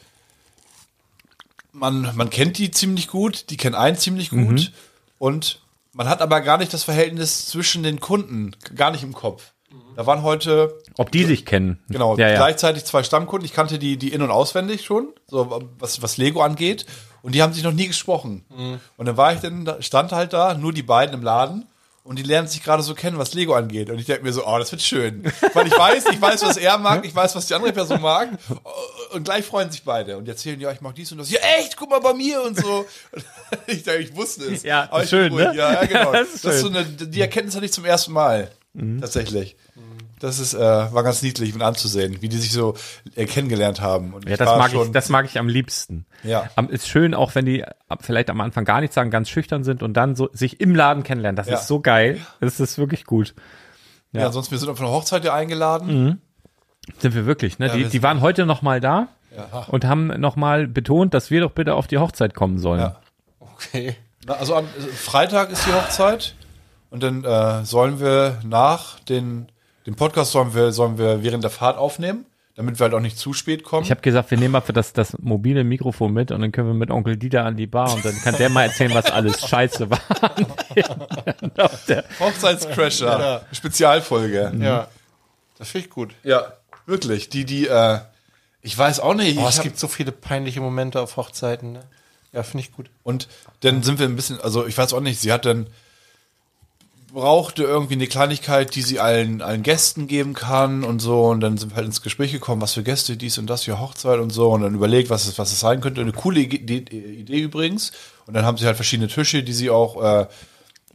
[SPEAKER 4] man, man kennt die ziemlich gut, die kennen einen ziemlich gut. Und man hat aber gar nicht das Verhältnis zwischen den Kunden, gar nicht im Kopf. Da waren heute
[SPEAKER 3] ob die sich kennen.
[SPEAKER 4] Genau,
[SPEAKER 3] ja, ja.
[SPEAKER 4] gleichzeitig zwei Stammkunden. Ich kannte die, die in- und auswendig schon, so was, was Lego angeht. Und die haben sich noch nie gesprochen.
[SPEAKER 3] Mhm.
[SPEAKER 4] Und dann war ich dann, da- stand halt da, nur die beiden im Laden. Und die lernen sich gerade so kennen, was Lego angeht. Und ich denke mir so, oh, das wird schön. Weil ich weiß, ich weiß, was er mag, ich weiß, was die andere Person mag. Und gleich freuen sich beide. Und die erzählen, ja, ich mag dies und das. Ja, echt, guck mal bei mir und so. Und ich denke, ich wusste es.
[SPEAKER 3] Ja,
[SPEAKER 4] Aber ich
[SPEAKER 3] schön,
[SPEAKER 4] bin ruhig.
[SPEAKER 3] ne?
[SPEAKER 4] Ja, ja, genau.
[SPEAKER 3] Das ist
[SPEAKER 4] das ist so
[SPEAKER 3] schön. Mhm.
[SPEAKER 4] eine, die Erkenntnis hatte ich zum ersten Mal. Tatsächlich. Das ist, äh, war ganz niedlich mit anzusehen, wie die sich so äh, kennengelernt haben. Und
[SPEAKER 3] Ja, das
[SPEAKER 4] war
[SPEAKER 3] mag, ich,
[SPEAKER 4] schon-
[SPEAKER 3] das mag ich am liebsten.
[SPEAKER 4] Ja.
[SPEAKER 3] Am, ist schön, auch wenn die ab- vielleicht am Anfang gar nichts sagen, ganz schüchtern sind und dann so sich im Laden kennenlernen. Das
[SPEAKER 4] Ja.
[SPEAKER 3] ist so geil. Das ist wirklich gut.
[SPEAKER 4] ja. sonst wir sind auf eine Hochzeit ja
[SPEAKER 3] Mhm.
[SPEAKER 4] eingeladen.
[SPEAKER 3] Sind wir wirklich, ne? die,
[SPEAKER 4] wir
[SPEAKER 3] die waren heute nochmal da und haben nochmal betont, dass wir doch bitte auf die Hochzeit kommen sollen.
[SPEAKER 4] Ja.
[SPEAKER 5] Okay.
[SPEAKER 4] Na, Also am äh, Freitag ist die Hochzeit und dann äh, sollen wir nach den, dem Podcast sollen wir, sollen wir während der Fahrt aufnehmen, damit wir halt auch nicht zu spät kommen.
[SPEAKER 3] Ich habe gesagt, wir nehmen mal für das, das mobile Mikrofon mit und dann können wir mit Onkel Dieter an die Bar und dann kann der mal erzählen, was alles scheiße war. Und auf der-
[SPEAKER 4] Hochzeitscrasher, Spezialfolge.
[SPEAKER 3] Mhm.
[SPEAKER 5] Ja. Das finde ich gut.
[SPEAKER 4] Ja, wirklich. Die, die, äh, ich weiß auch nicht.
[SPEAKER 5] Oh,
[SPEAKER 4] ich
[SPEAKER 5] es
[SPEAKER 4] hab-
[SPEAKER 5] gibt so viele peinliche Momente auf Hochzeiten. Ne? Ja, finde ich gut.
[SPEAKER 4] Und dann sind wir ein bisschen, also ich weiß auch nicht, sie hat dann brauchte irgendwie eine Kleinigkeit, die sie allen, allen Gästen geben kann und so. Und dann sind wir halt ins Gespräch gekommen, was für Gäste, dies und das, für Hochzeit und so. Und dann überlegt, was es, was es sein könnte. Eine coole Idee, Idee übrigens. Und dann haben sie halt verschiedene Tische, die sie auch äh,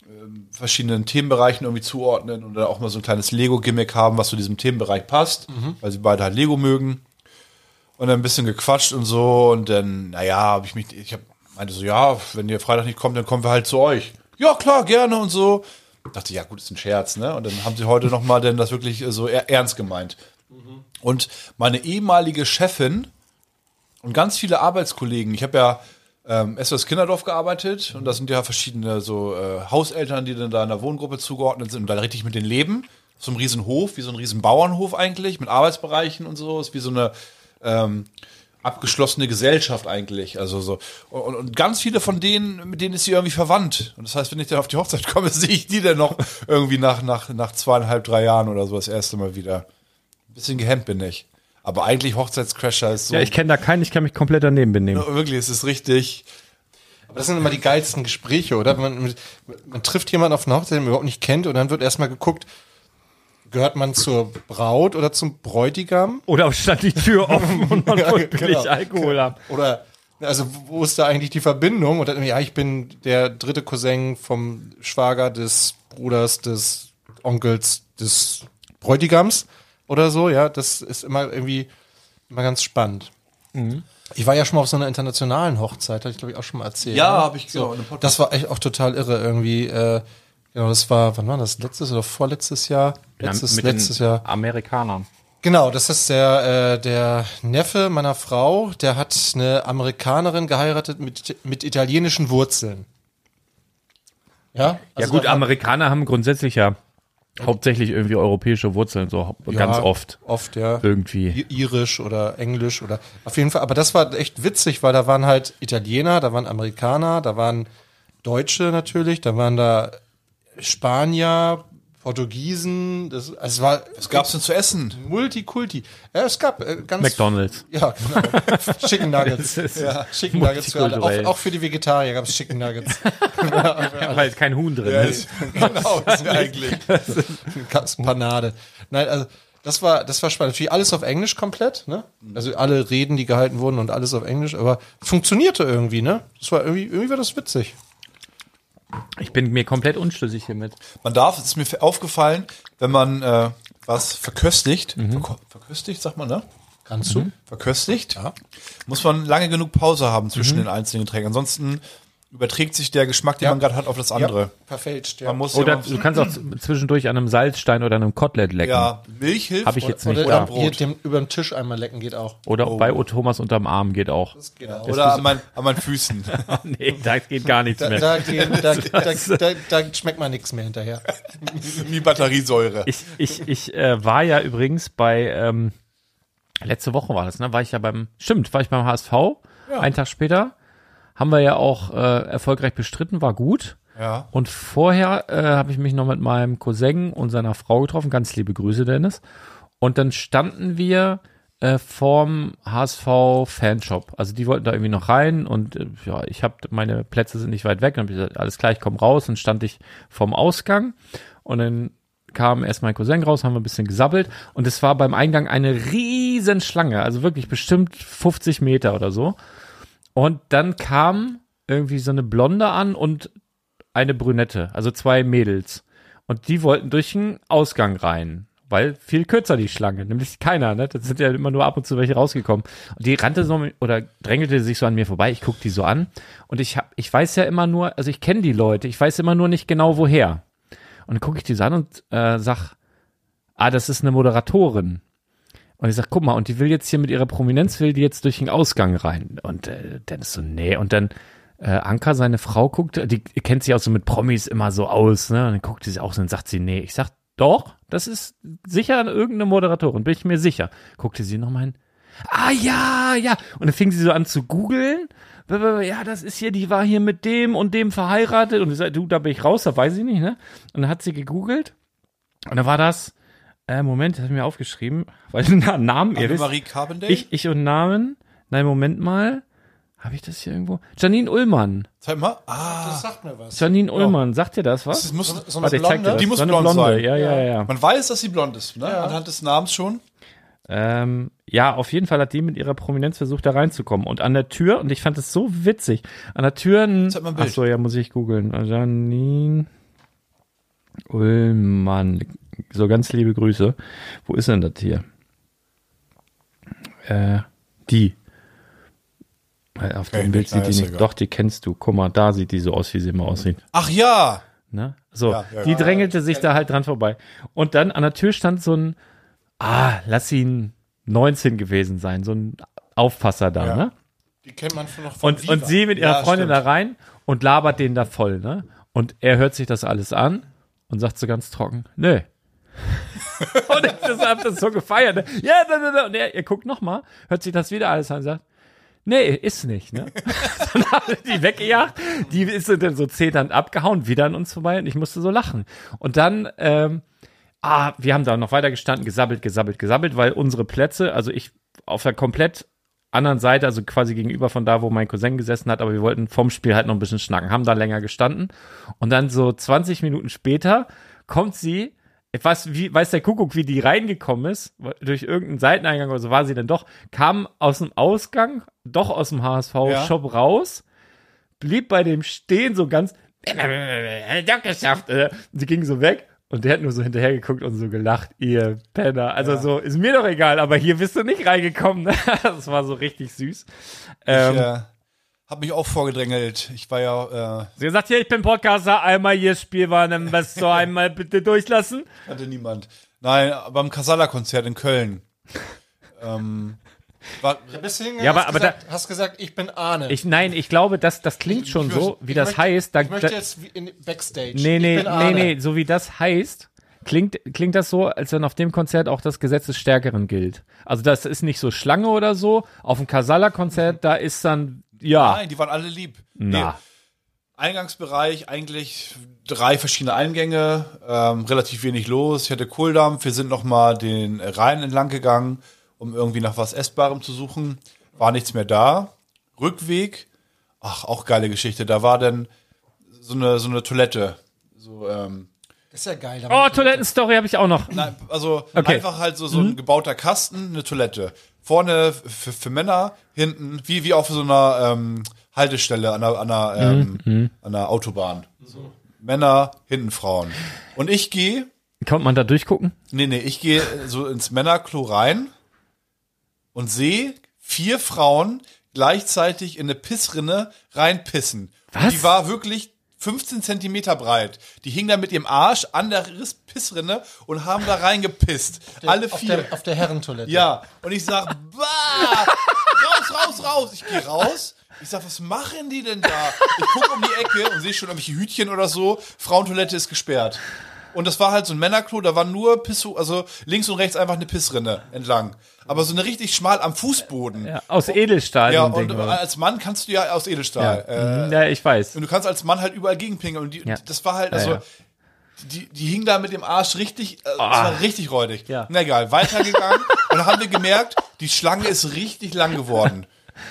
[SPEAKER 4] ähm, verschiedenen Themenbereichen irgendwie zuordnen und dann auch mal so ein kleines Lego-Gimmick haben, was zu diesem Themenbereich passt, weil sie beide halt Lego mögen und dann ein bisschen gequatscht und so und dann, naja, habe ich mich, ich hab, meinte so, ja, wenn ihr Freitag nicht kommt, dann kommen wir halt zu euch. Ja, klar, gerne und so. Dachte, ja gut, ist ein Scherz, ne? Und dann haben sie heute nochmal denn das wirklich äh, so er- ernst gemeint. Und meine ehemalige Chefin und ganz viele Arbeitskollegen, ich habe ja ähm, SOS Kinderdorf gearbeitet und das sind ja verschiedene so äh, Hauseltern, die dann da einer Wohngruppe zugeordnet sind und da richtig mit den Leben. So ein Riesenhof, wie so ein Riesenbauernhof eigentlich, mit Arbeitsbereichen und so, ist wie so eine ähm, abgeschlossene Gesellschaft eigentlich. Also so. Und, und ganz viele von denen, mit denen ist sie irgendwie verwandt. Und das heißt, wenn ich dann auf die Hochzeit komme, sehe ich die dann noch irgendwie nach, nach, nach zweieinhalb, drei Jahren oder so das erste Mal wieder. Ein bisschen gehemmt bin ich. Aber eigentlich Hochzeitscrasher ist so.
[SPEAKER 3] Ja, ich kenne da keinen, ich kann mich komplett daneben benehmen.
[SPEAKER 4] wirklich, es ist richtig.
[SPEAKER 5] Aber das sind immer die geilsten Gespräche, oder? Man, man, man trifft jemanden auf einer Hochzeit, den man überhaupt nicht kennt, und dann wird erstmal geguckt, gehört man zur Braut oder zum Bräutigam?
[SPEAKER 3] Oder stand die Tür offen und man
[SPEAKER 5] Ja,
[SPEAKER 3] wollte billig
[SPEAKER 5] genau.
[SPEAKER 3] Alkohol ab.
[SPEAKER 5] Oder, also, wo ist da eigentlich die Verbindung? Und dann, ja, ich bin der dritte Cousin vom Schwager des Bruders, des Onkels, des Bräutigams oder so, ja. Das ist immer irgendwie immer ganz spannend.
[SPEAKER 6] Mhm.
[SPEAKER 5] Ich war ja schon mal auf so einer internationalen Hochzeit, hatte ich glaube ich auch schon mal erzählt.
[SPEAKER 4] Ja,
[SPEAKER 5] ne?
[SPEAKER 4] hab ich, genau, in einem Podcast.
[SPEAKER 5] Das war echt auch total irre irgendwie. Äh, genau, das war, wann war das? Letztes oder vorletztes Jahr? Letztes,
[SPEAKER 6] mit
[SPEAKER 5] letztes
[SPEAKER 6] den
[SPEAKER 5] Jahr.
[SPEAKER 6] Amerikanern.
[SPEAKER 5] Genau, das ist der, äh, der Neffe meiner Frau, der hat eine Amerikanerin geheiratet mit, mit italienischen Wurzeln. Ja,
[SPEAKER 3] Ja
[SPEAKER 5] Also
[SPEAKER 3] gut,
[SPEAKER 5] da-
[SPEAKER 3] Amerikaner haben grundsätzlich ja hauptsächlich irgendwie europäische Wurzeln, so hau-
[SPEAKER 5] ja,
[SPEAKER 3] ganz oft
[SPEAKER 5] Oft, ja.
[SPEAKER 3] irgendwie.
[SPEAKER 5] I- Irisch oder Englisch oder auf jeden Fall, aber das war echt witzig, weil da waren halt Italiener, da waren Amerikaner, da waren Deutsche natürlich, da waren da Spanier, Portugiesen, das, also es war
[SPEAKER 4] Was gab's denn zu essen?
[SPEAKER 5] Multikulti. Ja, es gab äh, ganz
[SPEAKER 3] McDonalds.
[SPEAKER 5] Ja, genau. Chicken Nuggets.
[SPEAKER 3] Das ist
[SPEAKER 5] ja, Chicken Nuggets für alle. Auch,
[SPEAKER 3] multikulturell.
[SPEAKER 5] auch für die Vegetarier gab es Chicken Nuggets.
[SPEAKER 3] Ja, weil kein Huhn drin ist.
[SPEAKER 4] genau, das ist eigentlich.
[SPEAKER 5] gab's Panade. Nein, also das war, das war spannend. Natürlich alles auf Englisch komplett, ne? Also alle Reden, die gehalten wurden und alles auf Englisch, aber funktionierte irgendwie, ne? Das war irgendwie, irgendwie war das witzig.
[SPEAKER 3] Ich bin mir komplett unschlüssig hiermit.
[SPEAKER 4] Man darf, es ist mir aufgefallen, wenn man äh, was verköstigt,
[SPEAKER 3] Mhm.
[SPEAKER 4] verko- verköstigt, sagt man, ne?
[SPEAKER 5] Kannst du?
[SPEAKER 4] verköstigt, muss man lange genug Pause haben zwischen
[SPEAKER 3] Mhm.
[SPEAKER 4] den einzelnen Getränken. Ansonsten überträgt sich der Geschmack, den man gerade hat, auf das andere.
[SPEAKER 5] Verfälscht, ja.
[SPEAKER 4] Man muss
[SPEAKER 3] Oder
[SPEAKER 4] ja,
[SPEAKER 3] du kannst auch z- zwischendurch an einem Salzstein oder einem Kotelett lecken.
[SPEAKER 4] ja Milch hilft.
[SPEAKER 3] Hab ich jetzt nicht
[SPEAKER 5] oder
[SPEAKER 3] da.
[SPEAKER 5] oder hier dem, über dem Tisch einmal lecken geht auch.
[SPEAKER 3] Oder bei O. Thomas unterm Arm geht auch.
[SPEAKER 5] Genau.
[SPEAKER 4] Oder an, mein, an meinen Füßen.
[SPEAKER 3] Nee, da geht gar nichts
[SPEAKER 5] Da,
[SPEAKER 3] mehr.
[SPEAKER 5] da, gehen, da, da, da, da schmeckt man nichts mehr hinterher.
[SPEAKER 4] Wie Batteriesäure.
[SPEAKER 3] Ich, ich, ich äh, war ja übrigens bei, ähm, letzte Woche war das, ne? War ich ja beim, stimmt, war ich beim HSV, einen Tag später. Haben wir ja auch äh, erfolgreich bestritten, war gut.
[SPEAKER 4] Ja.
[SPEAKER 3] Und vorher äh, habe ich mich noch mit meinem Cousin und seiner Frau getroffen. Ganz liebe Grüße, Dennis. Und dann standen wir äh, vorm HSV-Fanshop. Also die wollten da irgendwie noch rein und äh, ja, ich habe meine Plätze sind nicht weit weg. Dann habe ich gesagt, alles klar, ich komme raus. Und stand ich vorm Ausgang und dann kam erst mein Cousin raus, haben wir ein bisschen gesabbelt und es war beim Eingang eine riesen Schlange, also wirklich bestimmt 50 Meter oder so. Und dann kam irgendwie so eine Blonde an und eine Brünette, also zwei Mädels. Und die wollten durch den Ausgang rein, weil viel kürzer die Schlange, nämlich keiner, ne? Das sind ja immer nur ab und zu welche rausgekommen. Und die rannte so mit- oder drängelte sich so an mir vorbei, ich guck die so an und ich hab, ich weiß ja immer nur, also ich kenne die Leute, ich weiß immer nur nicht genau woher. Und dann gucke ich die so an und äh, sag, ah, das ist eine Moderatorin. Und ich sag, guck mal, und die will jetzt hier mit ihrer Prominenz, will die jetzt durch den Ausgang rein. Und äh, Dennis so, nee. Und dann äh, Anka, seine Frau, guckt, die kennt sich auch so mit Promis immer so aus, ne? Und dann guckt sie sich auch so und sagt sie, nee. Ich sag, doch, das ist sicher irgendeine Moderatorin, bin ich mir sicher. Guckte sie nochmal hin. Ah ja, ja. Und dann fing sie so an zu googeln. Ja, das ist hier, die war hier mit dem und dem verheiratet. Und ich sag, du, da bin ich raus, da weiß ich nicht, ne? Und dann hat sie gegoogelt. Und dann war das, äh, Moment, das habe ich mir aufgeschrieben, weil den Namen ihr wisst.
[SPEAKER 4] Marie Carbendale?
[SPEAKER 3] Ich, ich und Namen. Nein, Moment mal. Habe ich das hier irgendwo? Janine Ullmann.
[SPEAKER 4] Zeig mal. Ah,
[SPEAKER 5] Das sagt mir was.
[SPEAKER 3] Janine Ullmann, sagt dir das was?
[SPEAKER 4] das muss,
[SPEAKER 5] so
[SPEAKER 3] Warte,
[SPEAKER 5] eine
[SPEAKER 3] Also ich zeig dir
[SPEAKER 5] Blonde?
[SPEAKER 3] das.
[SPEAKER 4] Die muss
[SPEAKER 3] So eine
[SPEAKER 4] blond
[SPEAKER 3] Blonde.
[SPEAKER 4] sein.
[SPEAKER 3] Ja, ja, ja.
[SPEAKER 4] man weiß, dass sie blond ist, ne? Anhand des Namens schon.
[SPEAKER 3] Ähm, ja, auf jeden Fall hat die mit ihrer Prominenz versucht, da reinzukommen. Und an der Tür, und ich fand das so witzig, an der Tür ein.
[SPEAKER 4] Zeig mal ein Bild.
[SPEAKER 3] Achso, ja, muss ich googeln. Janine Ullmann. So ganz liebe Grüße. Wo ist denn das hier? Äh, die. Weil Auf
[SPEAKER 4] Kenn
[SPEAKER 3] dem Bild
[SPEAKER 4] ich nicht,
[SPEAKER 3] sieht
[SPEAKER 4] na, ist
[SPEAKER 3] die nicht.
[SPEAKER 4] egal.
[SPEAKER 3] Doch, die kennst du. Guck mal, da sieht die so aus, wie sie immer aussieht.
[SPEAKER 4] Ach ja.
[SPEAKER 3] Ne? So,
[SPEAKER 4] Ja, ja,
[SPEAKER 3] die
[SPEAKER 4] ja.
[SPEAKER 3] drängelte sich da halt dran vorbei. Und dann an der Tür stand so ein, ah, lass ihn 19 gewesen sein, so ein Aufpasser da,
[SPEAKER 4] Ja.
[SPEAKER 3] ne?
[SPEAKER 5] Die kennt man von noch von
[SPEAKER 3] Und, und sie mit ihrer
[SPEAKER 4] Ja,
[SPEAKER 3] Freundin
[SPEAKER 4] stimmt.
[SPEAKER 3] da rein und labert den da voll, ne? Und er hört sich das alles an und sagt so ganz trocken, nö. und ich das, hab das so gefeiert, ne? Ja, da, da, da. Und er, er guckt nochmal, hört sich das wieder alles an und sagt, Nee, ist nicht, ne? Dann haben wir die weggejagt. Die ist dann so zeternd abgehauen, wieder an uns vorbei und ich musste so lachen. Und dann, ähm, ah, wir haben da noch weiter gestanden, gesabbelt, gesabbelt, gesabbelt, weil unsere Plätze, also ich auf der komplett anderen Seite, also quasi gegenüber von da, wo mein Cousin gesessen hat, aber wir wollten vom Spiel halt noch ein bisschen schnacken, haben da länger gestanden. Und dann so 20 Minuten später kommt sie, ich weiß, wie, weiß der Kuckuck, wie die reingekommen ist, weil- durch irgendeinen Seiteneingang oder so war sie dann doch, kam aus dem Ausgang, doch aus dem HSV-Shop raus, blieb bei dem stehen so ganz, doch geschafft. äh, Sie ging so weg. Und der hat nur so hinterher geguckt und so gelacht, ihr Penner. Also so, ist mir doch egal, aber hier bist du nicht reingekommen. ne? Das war so richtig süß. Ähm,
[SPEAKER 4] Ich äh, habe mich auch vorgedrängelt. Ich war ja, äh,
[SPEAKER 3] Sie hat gesagt, hier, ich bin Podcaster, einmal hier Spiel war ein Investor, einmal bitte durchlassen.
[SPEAKER 4] kannte niemand. Nein, beim Casala-Konzert in Köln. ähm, war,
[SPEAKER 3] Ja, aber- aber
[SPEAKER 5] gesagt, hast gesagt, ich bin Arne.
[SPEAKER 3] Ich, nein, ich glaube, das, das klingt schon
[SPEAKER 5] Ich
[SPEAKER 3] so,
[SPEAKER 5] möchte-
[SPEAKER 3] wie
[SPEAKER 5] ich
[SPEAKER 3] das
[SPEAKER 5] möchte-
[SPEAKER 3] heißt. Da,
[SPEAKER 5] ich möchte
[SPEAKER 3] da-
[SPEAKER 5] jetzt wie in Backstage.
[SPEAKER 3] Nee,
[SPEAKER 5] ich
[SPEAKER 3] nee,
[SPEAKER 5] bin Arne.
[SPEAKER 3] nee, nee, so wie das heißt, klingt, klingt das so, als wenn auf dem Konzert auch das Gesetz des Stärkeren gilt. Also das ist nicht so Schlange oder so. Auf dem
[SPEAKER 5] Mhm.
[SPEAKER 3] Casala-Konzert, da ist dann, ja,
[SPEAKER 4] nein, die waren alle lieb. Nee,
[SPEAKER 3] na,
[SPEAKER 4] Eingangsbereich eigentlich drei verschiedene Eingänge, ähm, relativ wenig los. Ich hatte Kohldampf, wir sind nochmal den Rhein entlang gegangen, um irgendwie nach was Essbarem zu suchen. War nichts mehr da. Rückweg, ach, auch geile Geschichte. Da war dann so eine, so eine Toilette. So, ähm,
[SPEAKER 5] Ist ja geil. da
[SPEAKER 3] Oh,
[SPEAKER 5] muss ich-
[SPEAKER 3] Toilettenstory habe ich auch noch.
[SPEAKER 4] Nein, also
[SPEAKER 3] Okay.
[SPEAKER 4] einfach halt so, so ein gebauter Kasten, eine Toilette. Vorne für, für Männer, hinten, wie, wie auf so einer ähm, Haltestelle an einer, an einer, ähm, an einer Autobahn. So. Männer, hinten Frauen. Und ich gehe,
[SPEAKER 3] Kommt man da durchgucken?
[SPEAKER 4] nee, nee, ich gehe so ins Männerklo rein und sehe vier Frauen gleichzeitig in eine Pissrinne reinpissen.
[SPEAKER 3] Was?
[SPEAKER 4] Und die war wirklich 15 Zentimeter breit. Die hing da mit ihrem Arsch an der Riss Pissrinne und haben da reingepisst. Alle
[SPEAKER 5] auf
[SPEAKER 4] vier.
[SPEAKER 5] Der, auf der Herrentoilette.
[SPEAKER 4] Ja, und ich sag, bah, raus, raus, raus. Ich gehe raus. Ich sag, was machen die denn da? Ich gucke um die Ecke und sehe schon irgendwelche Hütchen oder so. Frauentoilette ist gesperrt. Und das war halt so ein Männerklo, da war nur Pisso, also links und rechts einfach eine Pissrinne entlang. Aber so eine richtig schmal am Fußboden. Ja,
[SPEAKER 3] Ja, aus Edelstahl. so ein
[SPEAKER 4] und
[SPEAKER 3] Ding, oder?
[SPEAKER 4] als Mann kannst du ja aus Edelstahl. Äh,
[SPEAKER 3] ja, ich weiß.
[SPEAKER 4] und du kannst als Mann halt überall gegenpingeln. Und die,
[SPEAKER 3] Ja.
[SPEAKER 4] das war halt,
[SPEAKER 3] Ja,
[SPEAKER 4] also,
[SPEAKER 3] ja. Ah.
[SPEAKER 4] Die, die hing da mit dem Arsch richtig, äh, das war richtig räudig.
[SPEAKER 3] Ja.
[SPEAKER 4] Na egal, weitergegangen. und dann haben wir gemerkt, die Schlange ist richtig lang geworden.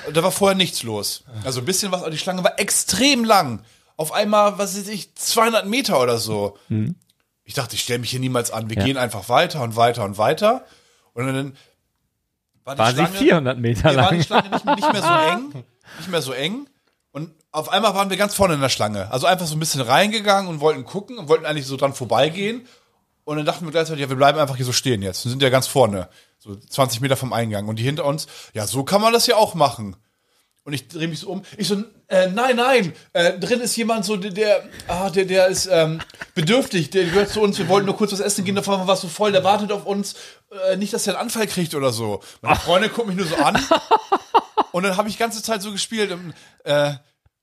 [SPEAKER 4] Und Da war vorher nichts los. Also ein bisschen was, aber die Schlange war extrem lang. Auf einmal, was weiß ich, 200 Meter oder so.
[SPEAKER 3] Mhm.
[SPEAKER 4] Ich dachte, ich stelle mich hier niemals an. Wir gehen einfach weiter und weiter und weiter. Und dann war die
[SPEAKER 3] War sie 400 Meter
[SPEAKER 4] Nee, war die
[SPEAKER 3] lang?
[SPEAKER 4] Schlange nicht, nicht mehr so eng. Nicht mehr so eng. Und auf einmal waren wir ganz vorne in der Schlange. Also einfach so ein bisschen reingegangen und wollten gucken und wollten eigentlich so dran vorbeigehen. Und dann dachten wir gleichzeitig, ja, wir bleiben einfach hier so stehen jetzt. Wir sind ja ganz vorne. So 20 Meter vom Eingang. Und die hinter uns, ja, so kann man das ja auch machen. Und ich drehe mich so um. Ich so, äh, nein, nein, äh, drin ist jemand so, der, der, ah, der, der ist ähm, bedürftig, der gehört zu uns, wir wollten nur kurz was essen gehen, da war was so voll, der wartet auf uns, äh, nicht, dass er einen Anfall kriegt oder so. Meine Freundin guckt mich nur so an. Und dann habe ich die ganze Zeit so gespielt. Und, äh,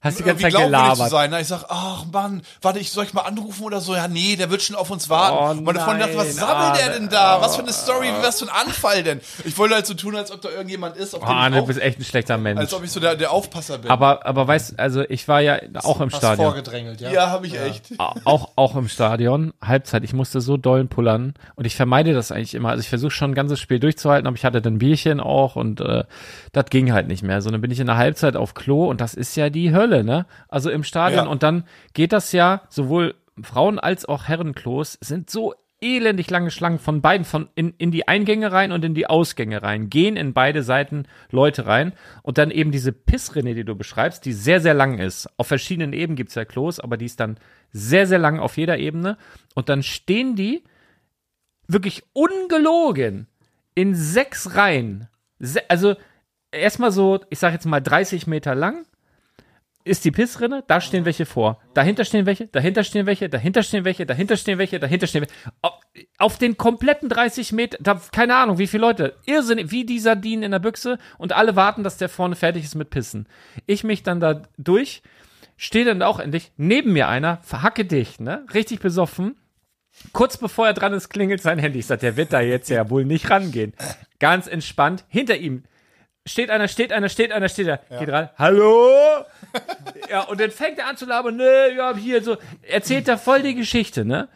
[SPEAKER 3] Hast die ganze
[SPEAKER 4] um, irgendwie
[SPEAKER 3] Zeit
[SPEAKER 4] glaubwürdig zu
[SPEAKER 3] gelabert.
[SPEAKER 4] sein. Na, ich sag, ach Mann, warte, ich soll ich mal anrufen oder so? Ja, nee, der wird schon auf uns warten.
[SPEAKER 3] Oh,
[SPEAKER 4] Meine Freundin dachte, was
[SPEAKER 3] nein,
[SPEAKER 4] sammelt
[SPEAKER 3] Arne. Oh.
[SPEAKER 4] er denn da? Was für eine Story, was für ein Anfall denn? Ich wollte halt so tun, als ob da irgendjemand ist, auf
[SPEAKER 3] Oh,
[SPEAKER 4] den ich
[SPEAKER 3] Arne, du
[SPEAKER 4] auch-
[SPEAKER 3] bist echt ein schlechter Mensch.
[SPEAKER 4] als ob ich so der, der Aufpasser bin.
[SPEAKER 3] Aber, aber weißt, also ich war ja auch im
[SPEAKER 5] Fast
[SPEAKER 3] Stadion.
[SPEAKER 5] vorgedrängelt, ja.
[SPEAKER 4] ja, habe ich echt.
[SPEAKER 3] Au- auch, auch im Stadion, Halbzeit. Ich musste so dollen pullern und ich vermeide das eigentlich immer. Also ich versuche schon ein ganzes Spiel durchzuhalten, aber ich hatte dann Bierchen auch und äh, das ging halt nicht mehr. So, dann bin ich in der Halbzeit auf Klo und das ist ja die Hölle, ne? Also im Stadion
[SPEAKER 4] Ja.
[SPEAKER 3] und dann geht das ja sowohl Frauen als auch Herrenklos sind so elendig lange Schlangen von beiden, von in, in die Eingänge rein und in die Ausgänge rein, gehen in beide Seiten Leute rein und dann eben diese Pissrinne, die du beschreibst, die sehr, sehr lang ist. Auf verschiedenen Ebenen gibt's ja Klos, aber die ist dann sehr, sehr lang auf jeder Ebene und dann stehen die wirklich ungelogen in sechs Reihen. Se also erstmal so, ich sag jetzt mal 30 Meter lang, ist die Pissrinne, da stehen welche vor. Dahinter stehen welche, dahinter stehen welche, dahinter stehen welche, dahinter stehen welche, dahinter stehen welche. Auf, auf den kompletten 30 Meter, da, keine Ahnung, wie viele Leute. Irrsinnig, wie die Sardinen in der Büchse und alle warten, dass der vorne fertig ist mit Pissen. Ich mich dann da durch, stehe dann auch endlich neben mir einer, verhacke dich, ne? Richtig besoffen. Kurz bevor er dran ist, klingelt sein Handy. Ich sag, der wird da jetzt ja wohl nicht rangehen. Ganz entspannt, hinter ihm. Steht einer, steht einer, steht einer, steht einer. Geht ran. Hallo? Ja, und dann fängt er an zu labern, ne, ja, hier, so, erzählt da voll die Geschichte, ne?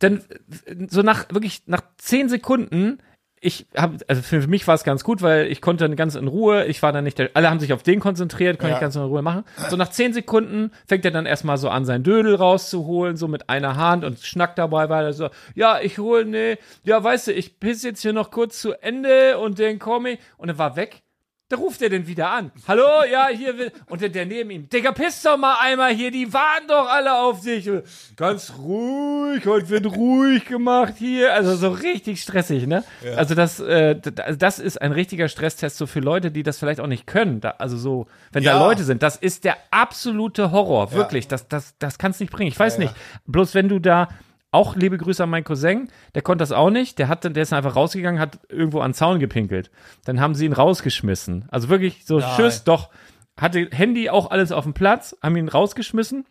[SPEAKER 3] Dann, äh, so nach, wirklich, nach zehn Sekunden, ich habe, also für mich war es ganz gut, weil ich konnte dann ganz in Ruhe, ich war dann nicht, der, alle haben sich auf den konzentriert, konnte ich ganz in Ruhe machen. So nach zehn Sekunden fängt er dann erstmal so an, sein Dödel rauszuholen, so mit einer Hand und schnackt dabei weiter so, ja, ich hole, ne, ja, weißt du, ich piss jetzt hier noch kurz zu Ende und dann komme ich, und dann war weg. Da ruft er denn wieder an. Hallo, ja, hier will. Und der, der neben ihm. Digga, piss doch mal einmal hier, die warten doch alle auf dich. Und Ganz ruhig, heute wird ruhig gemacht hier. Also so richtig stressig, ne? Also das, äh, d- also das ist ein richtiger Stresstest so für Leute, die das vielleicht auch nicht können. Da, also so, wenn da
[SPEAKER 4] Ja.
[SPEAKER 3] Leute sind, das ist der absolute Horror. Wirklich, das, das, das kannst nicht bringen. Ich weiß nicht. Bloß wenn du da. Auch liebe Grüße an meinen Cousin, der konnte das auch nicht. Der, hat, dann- der ist einfach rausgegangen, hat irgendwo an den Zaun gepinkelt. Dann haben sie ihn rausgeschmissen. Also wirklich so, tschüss, doch. Hatte Handy auch alles auf dem Platz, haben ihn rausgeschmissen.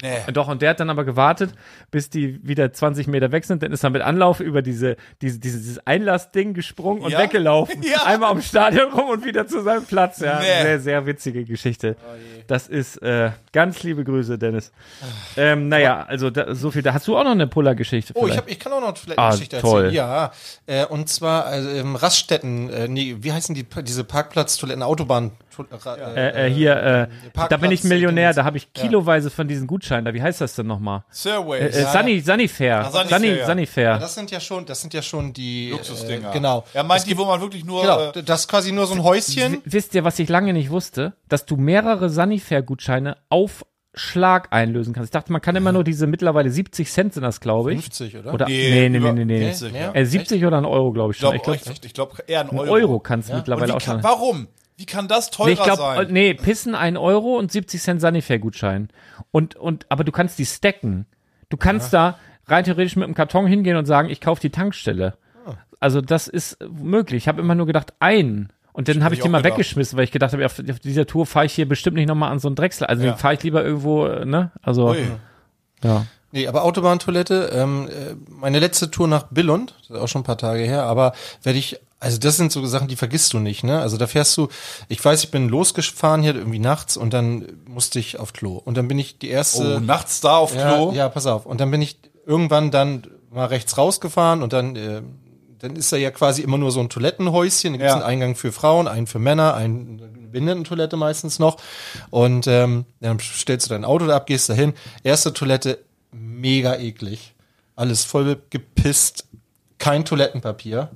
[SPEAKER 4] Nee.
[SPEAKER 3] Doch, und der hat dann aber gewartet, bis die wieder 20 Meter weg sind. Dann ist er mit Anlauf über diese, diese, diese, dieses Einlassding gesprungen und
[SPEAKER 4] Ja?
[SPEAKER 3] weggelaufen.
[SPEAKER 4] Ja.
[SPEAKER 3] Einmal am Stadion rum und wieder zu seinem Platz. Ja,
[SPEAKER 4] Nee.
[SPEAKER 3] sehr, sehr witzige Geschichte.
[SPEAKER 4] Oh
[SPEAKER 3] das ist äh, ganz liebe Grüße, Dennis. Ähm, naja, also da, so viel. Da hast du auch noch eine Puller-Geschichte.
[SPEAKER 5] Oh, ich,
[SPEAKER 3] vielleicht.
[SPEAKER 5] hab, ich kann auch noch vielleicht
[SPEAKER 3] Ah,
[SPEAKER 5] eine Geschichte
[SPEAKER 3] toll.
[SPEAKER 5] erzählen. Ja, äh, und zwar also, ähm, Raststätten, äh, nee, wie heißen die, diese Parkplatztoiletten, Autobahn?
[SPEAKER 3] äh, äh, hier, äh, da
[SPEAKER 5] Parkplatz-
[SPEAKER 3] bin ich Millionär, da habe ich
[SPEAKER 5] Ja.
[SPEAKER 3] kiloweise von diesen Gutscheinen. Da, wie heißt das denn nochmal? Äh,
[SPEAKER 4] Surveys.
[SPEAKER 3] äh, Sunny, Sunnyfair.
[SPEAKER 4] Sunnyfair,
[SPEAKER 3] Sunny,
[SPEAKER 4] ja.
[SPEAKER 3] Sunnyfair.
[SPEAKER 5] Das sind ja schon, das sind ja schon die
[SPEAKER 4] Luxusdinger.
[SPEAKER 5] Äh, genau.
[SPEAKER 4] Er meint die, wo man wirklich nur.
[SPEAKER 5] Genau,
[SPEAKER 4] Äh,
[SPEAKER 5] das ist quasi nur so ein Häuschen.
[SPEAKER 3] Wisst ihr, was ich lange nicht wusste? Dass du mehrere Sunnyfair-Gutscheine auf Schlag einlösen kannst. Ich dachte, man kann immer nur diese mittlerweile 70 Cent sind das, glaube ich.
[SPEAKER 5] 50, oder?
[SPEAKER 3] Oder,
[SPEAKER 4] Nee,
[SPEAKER 3] nee, nee, nee,
[SPEAKER 4] über-
[SPEAKER 3] nee, nee.
[SPEAKER 4] nee, sicher.
[SPEAKER 3] Äh, 70 oder ein Euro, glaube ich schon.
[SPEAKER 4] ich
[SPEAKER 3] Ich glaube,
[SPEAKER 4] glaube, ich glaub, eher ein
[SPEAKER 3] ein
[SPEAKER 4] Euro.
[SPEAKER 3] Euro kannst du
[SPEAKER 4] Und
[SPEAKER 3] mittlerweile
[SPEAKER 4] wie
[SPEAKER 3] auch
[SPEAKER 4] kann,
[SPEAKER 3] schon.
[SPEAKER 4] warum? Wie kann das teurer
[SPEAKER 3] Nee, ich glaube,
[SPEAKER 4] sein?
[SPEAKER 3] nee, Pissen 1 Euro und 70 Cent Sanifair-Gutschein. Und, und, aber du kannst die stacken. Du kannst da rein theoretisch mit einem Karton hingehen und sagen, ich kaufe die Tankstelle.
[SPEAKER 4] Ah.
[SPEAKER 3] Also das ist möglich. Ich habe immer nur gedacht, einen. Und dann habe ich
[SPEAKER 4] ich
[SPEAKER 3] die
[SPEAKER 4] auch
[SPEAKER 3] mal
[SPEAKER 4] gedacht.
[SPEAKER 3] weggeschmissen, weil ich gedacht habe, auf, auf dieser Tour fahre ich hier bestimmt nicht nochmal an so einen Drechsel. Also
[SPEAKER 4] Ja.
[SPEAKER 3] den fahre ich lieber irgendwo, äh, ne? Also,
[SPEAKER 4] Ui.
[SPEAKER 3] ja.
[SPEAKER 5] Nee, aber Autobahntoilette, ähm, äh, meine letzte Tour nach Billund, das ist auch schon ein paar Tage her, aber werde ich, also das sind so Sachen, die vergisst du nicht, ne? Also da fährst du, ich weiß, ich bin losgefahren hier irgendwie nachts und dann musste ich auf Klo. Und dann bin ich die erste.
[SPEAKER 4] Oh, nachts da auf
[SPEAKER 5] ja,
[SPEAKER 4] Klo.
[SPEAKER 5] ja, pass auf. Und dann bin ich irgendwann dann mal rechts rausgefahren und dann, äh, dann ist da ja quasi immer nur so ein Toilettenhäuschen. Da gibt's
[SPEAKER 4] Ja.
[SPEAKER 5] einen Eingang für Frauen, einen für Männer, einen eine Behindertentoilette meistens noch. Und ähm, dann stellst du dein Auto da ab, gehst da hin. Erste Toilette, mega eklig. Alles voll gepisst. Kein Toilettenpapier.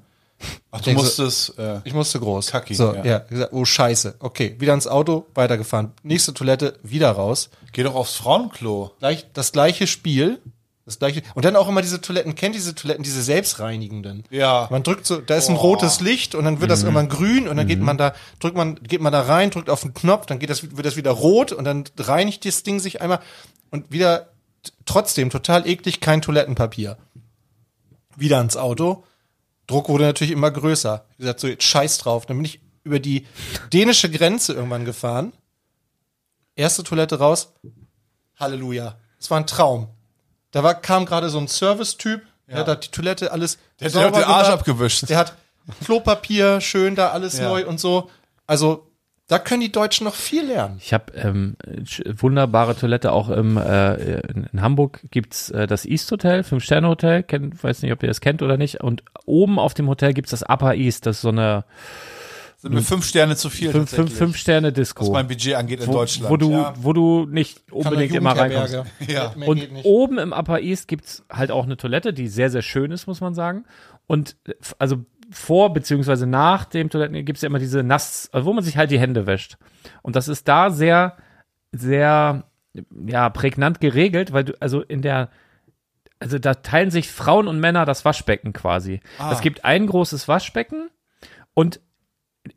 [SPEAKER 4] Ach, du
[SPEAKER 5] Denkst du-
[SPEAKER 4] musstest. Äh,
[SPEAKER 5] Ich musste groß.
[SPEAKER 4] Kacki,
[SPEAKER 5] So,
[SPEAKER 4] ja.
[SPEAKER 5] ja. gesagt, oh Scheiße. Okay, wieder ins Auto, weitergefahren. Nächste Toilette, wieder raus
[SPEAKER 4] geh doch aufs Frauenklo.
[SPEAKER 5] gleich, das gleiche Spiel. Das gleiche. Und dann auch immer diese Toiletten, kennt diese Toiletten, diese selbstreinigenden.
[SPEAKER 4] Ja.
[SPEAKER 5] Man drückt so, da ist ein rotes Licht und dann wird das irgendwann grün und dann geht man da, drückt man, geht man da rein, drückt auf den Knopf, dann geht das, wird das wieder rot und dann reinigt das Ding sich einmal und wieder t- trotzdem total eklig, kein Toilettenpapier. Wieder ans Auto. Druck wurde natürlich immer größer. Wie gesagt, so jetzt scheiß drauf. Dann bin ich über die dänische Grenze irgendwann gefahren erste Toilette raus. Halleluja. Es war ein Traum. Da war, kam gerade so ein Service-Typ, der hat da die Toilette alles.
[SPEAKER 4] Der hat dir doch den Arsch abgewischt.
[SPEAKER 5] Der hat Klopapier, schön da alles
[SPEAKER 4] Ja.
[SPEAKER 5] neu und so. Also, da können die Deutschen noch viel lernen.
[SPEAKER 3] Ich habe ähm, sch- wunderbare Toilette auch im, äh, in, in Hamburg gibt's äh, das East Hotel, Fünf-Sterne-Hotel, kennt, weiß nicht, ob ihr das kennt oder nicht. Und oben auf dem Hotel gibt's das Upper East, das ist so eine
[SPEAKER 4] Sind mir fünf Sterne zu viel.
[SPEAKER 3] fünf, fünf,
[SPEAKER 4] tatsächlich,
[SPEAKER 3] fünf Sterne
[SPEAKER 4] Was
[SPEAKER 3] Disco.
[SPEAKER 4] mein Budget angeht in
[SPEAKER 3] wo,
[SPEAKER 4] Deutschland.
[SPEAKER 3] wo du
[SPEAKER 4] ja.
[SPEAKER 3] wo du nicht unbedingt immer reinkommst.
[SPEAKER 4] Ja.
[SPEAKER 5] Mehr
[SPEAKER 3] Und
[SPEAKER 5] geht nicht.
[SPEAKER 3] oben im Upper East gibt's halt auch eine Toilette, die sehr, sehr schön ist, muss man sagen. Und äh, f- also vor beziehungsweise nach dem Toiletten gibt's ja immer diese Nass, also wo man sich halt die Hände wäscht. Und das ist da sehr, sehr ja, prägnant geregelt, weil du, also in der, also da teilen sich Frauen und Männer das Waschbecken quasi.
[SPEAKER 4] Ah.
[SPEAKER 3] Es gibt ein großes Waschbecken und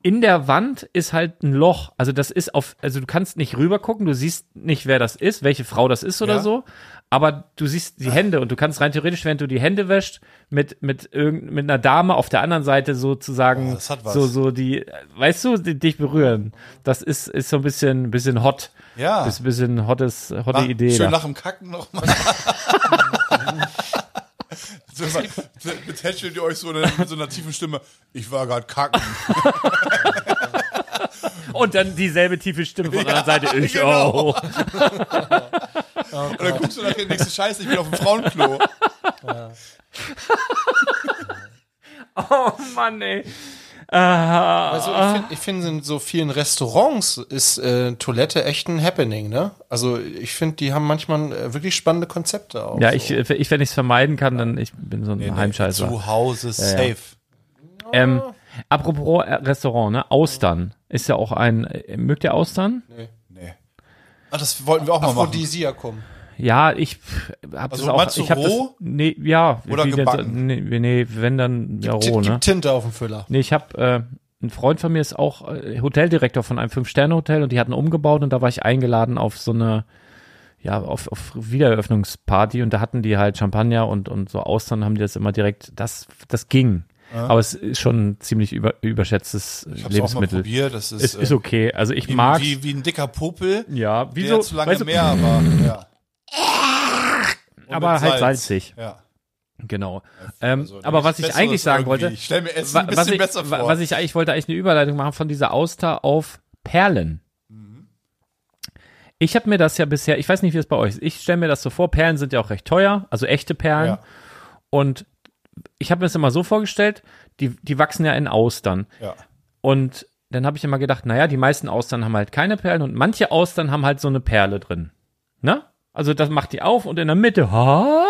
[SPEAKER 3] in der Wand ist halt ein Loch. Also das ist auf, also du kannst nicht rüber gucken, du siehst nicht, wer das ist, welche Frau das ist oder
[SPEAKER 4] Ja. Ah.
[SPEAKER 3] so. Aber du siehst die Hände und du kannst rein theoretisch, während du die Hände wäschst, mit, mit, irgend, mit einer Dame auf der anderen Seite sozusagen
[SPEAKER 4] Oh, das hat was.
[SPEAKER 3] so, so die, weißt du, die, dich berühren. Das ist, ist so ein bisschen, bisschen hot.
[SPEAKER 4] Ja.
[SPEAKER 3] Ist ein bisschen hottes, hotte
[SPEAKER 4] Ah,
[SPEAKER 3] Idee.
[SPEAKER 4] Schön
[SPEAKER 3] da.
[SPEAKER 4] nach dem Kacken nochmal. so, betätschelt ihr euch so in- mit so einer tiefen Stimme. Ich war gerade kacken.
[SPEAKER 3] Und dann dieselbe tiefe Stimme von der anderen Seite. Ich
[SPEAKER 4] genau.
[SPEAKER 3] auch.
[SPEAKER 4] Und dann guckst du nachher nächste Scheiße, ich bin auf dem Frauenklo.
[SPEAKER 3] Oh Mann, ey. Ah,
[SPEAKER 5] Also ich finde, ich find, in so vielen Restaurants ist äh, Toilette echt ein Happening, ne? Also ich finde, die haben manchmal äh, wirklich spannende Konzepte auch.
[SPEAKER 3] ja,
[SPEAKER 5] so.
[SPEAKER 3] ich, äh, ich, wenn ich es vermeiden kann, dann ich bin so ein Heimscheißer.
[SPEAKER 4] Zu Hause safe.
[SPEAKER 3] Ähm, apropos äh, Restaurant, ne? Austern ist ja auch ein. äh, Mögt ihr Austern?
[SPEAKER 4] Nee. Ah, das wollten wir auch mal machen.
[SPEAKER 5] Aphrodisiakum.
[SPEAKER 3] Ja, ich pf, hab
[SPEAKER 4] Also
[SPEAKER 3] das auch.
[SPEAKER 4] meinst du
[SPEAKER 3] Ich hab das,
[SPEAKER 4] roh?
[SPEAKER 3] nee, ja.
[SPEAKER 4] Oder
[SPEAKER 3] wie denn so-
[SPEAKER 4] gebacken?
[SPEAKER 3] nee, nee, wenn dann ja
[SPEAKER 5] Tint-
[SPEAKER 3] roh, ne?
[SPEAKER 5] Gibt Tinte auf dem Füller.
[SPEAKER 3] Nee, ich habe äh, ein Freund von mir ist auch äh, Hoteldirektor von einem Fünf-Sterne-Hotel und die hatten umgebaut und da war ich eingeladen auf so eine ja, auf, auf Wiedereröffnungsparty und da hatten die halt Champagner und, und so Austern haben die das immer direkt, das, das ging. Aber es ist schon ein ziemlich über, überschätztes
[SPEAKER 4] Ah. Ich hab's auch mal
[SPEAKER 3] Lebensmittel.
[SPEAKER 4] probiert. Das ist,
[SPEAKER 3] Es ist
[SPEAKER 4] äh,
[SPEAKER 3] okay. Also ich
[SPEAKER 4] wie,
[SPEAKER 3] mag
[SPEAKER 4] wie, wie ein dicker Popel,
[SPEAKER 3] ja,
[SPEAKER 4] der
[SPEAKER 3] wieso
[SPEAKER 4] zu lange
[SPEAKER 3] weißt du,
[SPEAKER 4] mehr war. Ja. Und
[SPEAKER 3] aber
[SPEAKER 4] mit
[SPEAKER 3] halt
[SPEAKER 4] Salz.
[SPEAKER 3] salzig.
[SPEAKER 4] Ja.
[SPEAKER 3] Genau. Ähm,
[SPEAKER 4] Also,
[SPEAKER 3] aber was ich
[SPEAKER 4] nichts
[SPEAKER 3] eigentlich
[SPEAKER 4] Besseres
[SPEAKER 3] sagen
[SPEAKER 4] irgendwie.
[SPEAKER 3] wollte,
[SPEAKER 4] Ich stell mir Essen
[SPEAKER 3] wa-
[SPEAKER 4] ein bisschen
[SPEAKER 3] was ich,
[SPEAKER 4] besser
[SPEAKER 3] wa-
[SPEAKER 4] vor.
[SPEAKER 3] was ich eigentlich wollte, eigentlich eine Überleitung machen von dieser Auster auf Perlen.
[SPEAKER 4] Mhm.
[SPEAKER 3] Ich habe mir das ja bisher, ich weiß nicht, wie es bei euch ist. Ich stelle mir das so vor, Perlen sind ja auch recht teuer, also echte Perlen.
[SPEAKER 4] Ja.
[SPEAKER 3] Und ich habe mir das immer so vorgestellt, die, die wachsen ja in Austern.
[SPEAKER 4] ja.
[SPEAKER 3] Und dann habe ich immer gedacht, naja, die meisten Austern haben halt keine Perlen und manche Austern haben halt so eine Perle drin. Ne? Also das macht die auf und in der Mitte ha,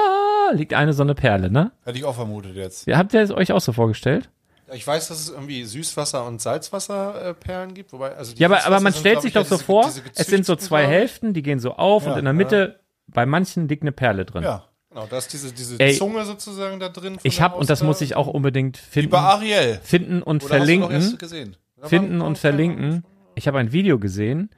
[SPEAKER 3] liegt eine so eine Perle, ne?
[SPEAKER 4] Hätte ich auch vermutet jetzt.
[SPEAKER 3] Habt ihr es euch auch so vorgestellt?
[SPEAKER 5] Ich weiß, dass es irgendwie Süßwasser- und Salzwasserperlen gibt, wobei, also die
[SPEAKER 3] Ja, aber,
[SPEAKER 5] Süßwasser
[SPEAKER 3] aber man
[SPEAKER 5] sind,
[SPEAKER 3] stellt
[SPEAKER 5] glaub
[SPEAKER 3] sich
[SPEAKER 5] ich, ja
[SPEAKER 3] doch so
[SPEAKER 5] diese-
[SPEAKER 3] vor,
[SPEAKER 5] diese
[SPEAKER 3] es sind so
[SPEAKER 5] gezüchteten,
[SPEAKER 3] zwei
[SPEAKER 5] glaub ich.
[SPEAKER 3] Hälften, die gehen so auf
[SPEAKER 4] Ja,
[SPEAKER 3] und in der Mitte, bei manchen liegt eine Perle drin.
[SPEAKER 4] Ja.
[SPEAKER 5] Genau, da ist diese, diese
[SPEAKER 3] Ey,
[SPEAKER 5] Zunge sozusagen da drin. von
[SPEAKER 3] Ich
[SPEAKER 5] der
[SPEAKER 3] habe, und das
[SPEAKER 5] Auster.
[SPEAKER 3] muss ich auch unbedingt
[SPEAKER 4] Wie bei
[SPEAKER 3] finden,
[SPEAKER 4] Ariel.
[SPEAKER 3] finden und
[SPEAKER 4] Oder
[SPEAKER 3] verlinken.
[SPEAKER 4] Hast du doch erst gesehen?
[SPEAKER 3] finden und verlinken. Ich habe ein Video gesehen,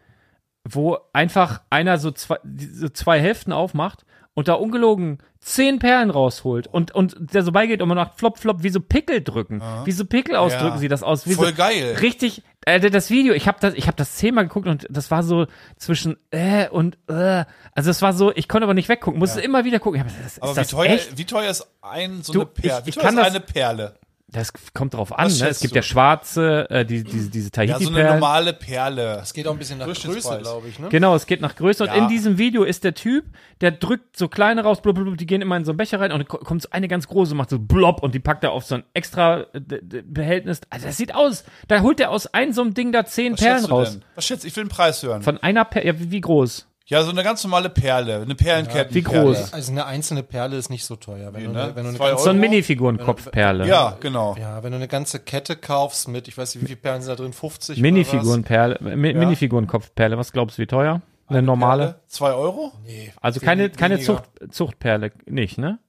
[SPEAKER 3] wo einfach einer so zwei, die- so zwei Hälften aufmacht und da ungelogen zehn Perlen rausholt und, und der so beigeht und man macht flop, flop, wie so Pickel drücken. Wie so Pickel ausdrücken
[SPEAKER 4] Ja.
[SPEAKER 3] sie das aus. Wie
[SPEAKER 4] Voll
[SPEAKER 3] so,
[SPEAKER 4] geil.
[SPEAKER 3] Richtig, äh, das Video, ich habe das, ich hab das zehnmal geguckt und das war so zwischen äh und äh. Also es war so, ich konnte aber nicht weggucken, musste immer wieder gucken. Ich hab gesagt, das,
[SPEAKER 4] Aber
[SPEAKER 3] ist
[SPEAKER 4] wie
[SPEAKER 3] das
[SPEAKER 4] teuer,
[SPEAKER 3] echt?
[SPEAKER 4] wie teuer ist ein so
[SPEAKER 3] Du,
[SPEAKER 4] eine Perle?
[SPEAKER 3] ich-
[SPEAKER 4] Wie
[SPEAKER 3] ich
[SPEAKER 4] teuer
[SPEAKER 3] kann
[SPEAKER 4] ist
[SPEAKER 3] das-
[SPEAKER 4] eine Perle?
[SPEAKER 3] Das kommt drauf an, ne? Es
[SPEAKER 4] schätzt
[SPEAKER 3] gibt
[SPEAKER 4] du?
[SPEAKER 3] ja schwarze, äh, die, diese, diese
[SPEAKER 4] Ja, so
[SPEAKER 3] Tahiti-Perlen.
[SPEAKER 4] eine normale Perle.
[SPEAKER 5] Es geht auch ein bisschen nach
[SPEAKER 4] Durchschnittspreis.
[SPEAKER 5] Größe, glaube ich, ne?
[SPEAKER 3] Genau, es geht nach Größe. Und
[SPEAKER 4] Ja.
[SPEAKER 3] in diesem Video ist der Typ, der drückt so kleine raus, blub, blub, blub, die gehen immer in so einen Becher rein und dann ko- kommt so eine ganz große, macht so blob und die packt er auf so ein extra äh, d- d- Behältnis. Also das sieht aus. Da holt er aus einem so einem Ding da zehn
[SPEAKER 4] Was
[SPEAKER 3] Perlen
[SPEAKER 4] schätzt du
[SPEAKER 3] raus.
[SPEAKER 4] denn? Was schätzt? Ich will den Preis hören.
[SPEAKER 3] Von einer Perle, ja, wie, wie groß?
[SPEAKER 4] ja, so eine ganz normale Perle. Eine Perlenkette.
[SPEAKER 3] wie groß?
[SPEAKER 5] Also eine einzelne Perle ist nicht so teuer. Wenn, du,
[SPEAKER 4] ne?
[SPEAKER 5] eine- wenn du eine
[SPEAKER 4] Zwei
[SPEAKER 5] ganze,
[SPEAKER 3] So ein
[SPEAKER 4] Euro?
[SPEAKER 3] Minifigurenkopfperle.
[SPEAKER 4] Ja, genau.
[SPEAKER 5] ja, wenn du eine ganze Kette kaufst mit, ich weiß nicht, wie viele Perlen sind da drin, 50 oder
[SPEAKER 3] Minifigurenperle, Mi Minifigurenkopfperle. Was glaubst du, wie teuer? Eine, normale?
[SPEAKER 4] Perle? Zwei Euro?
[SPEAKER 5] was? Nee,
[SPEAKER 3] Also
[SPEAKER 5] viel
[SPEAKER 3] keine, keine
[SPEAKER 5] weniger.
[SPEAKER 3] Zucht, Zuchtperle, nicht, ne?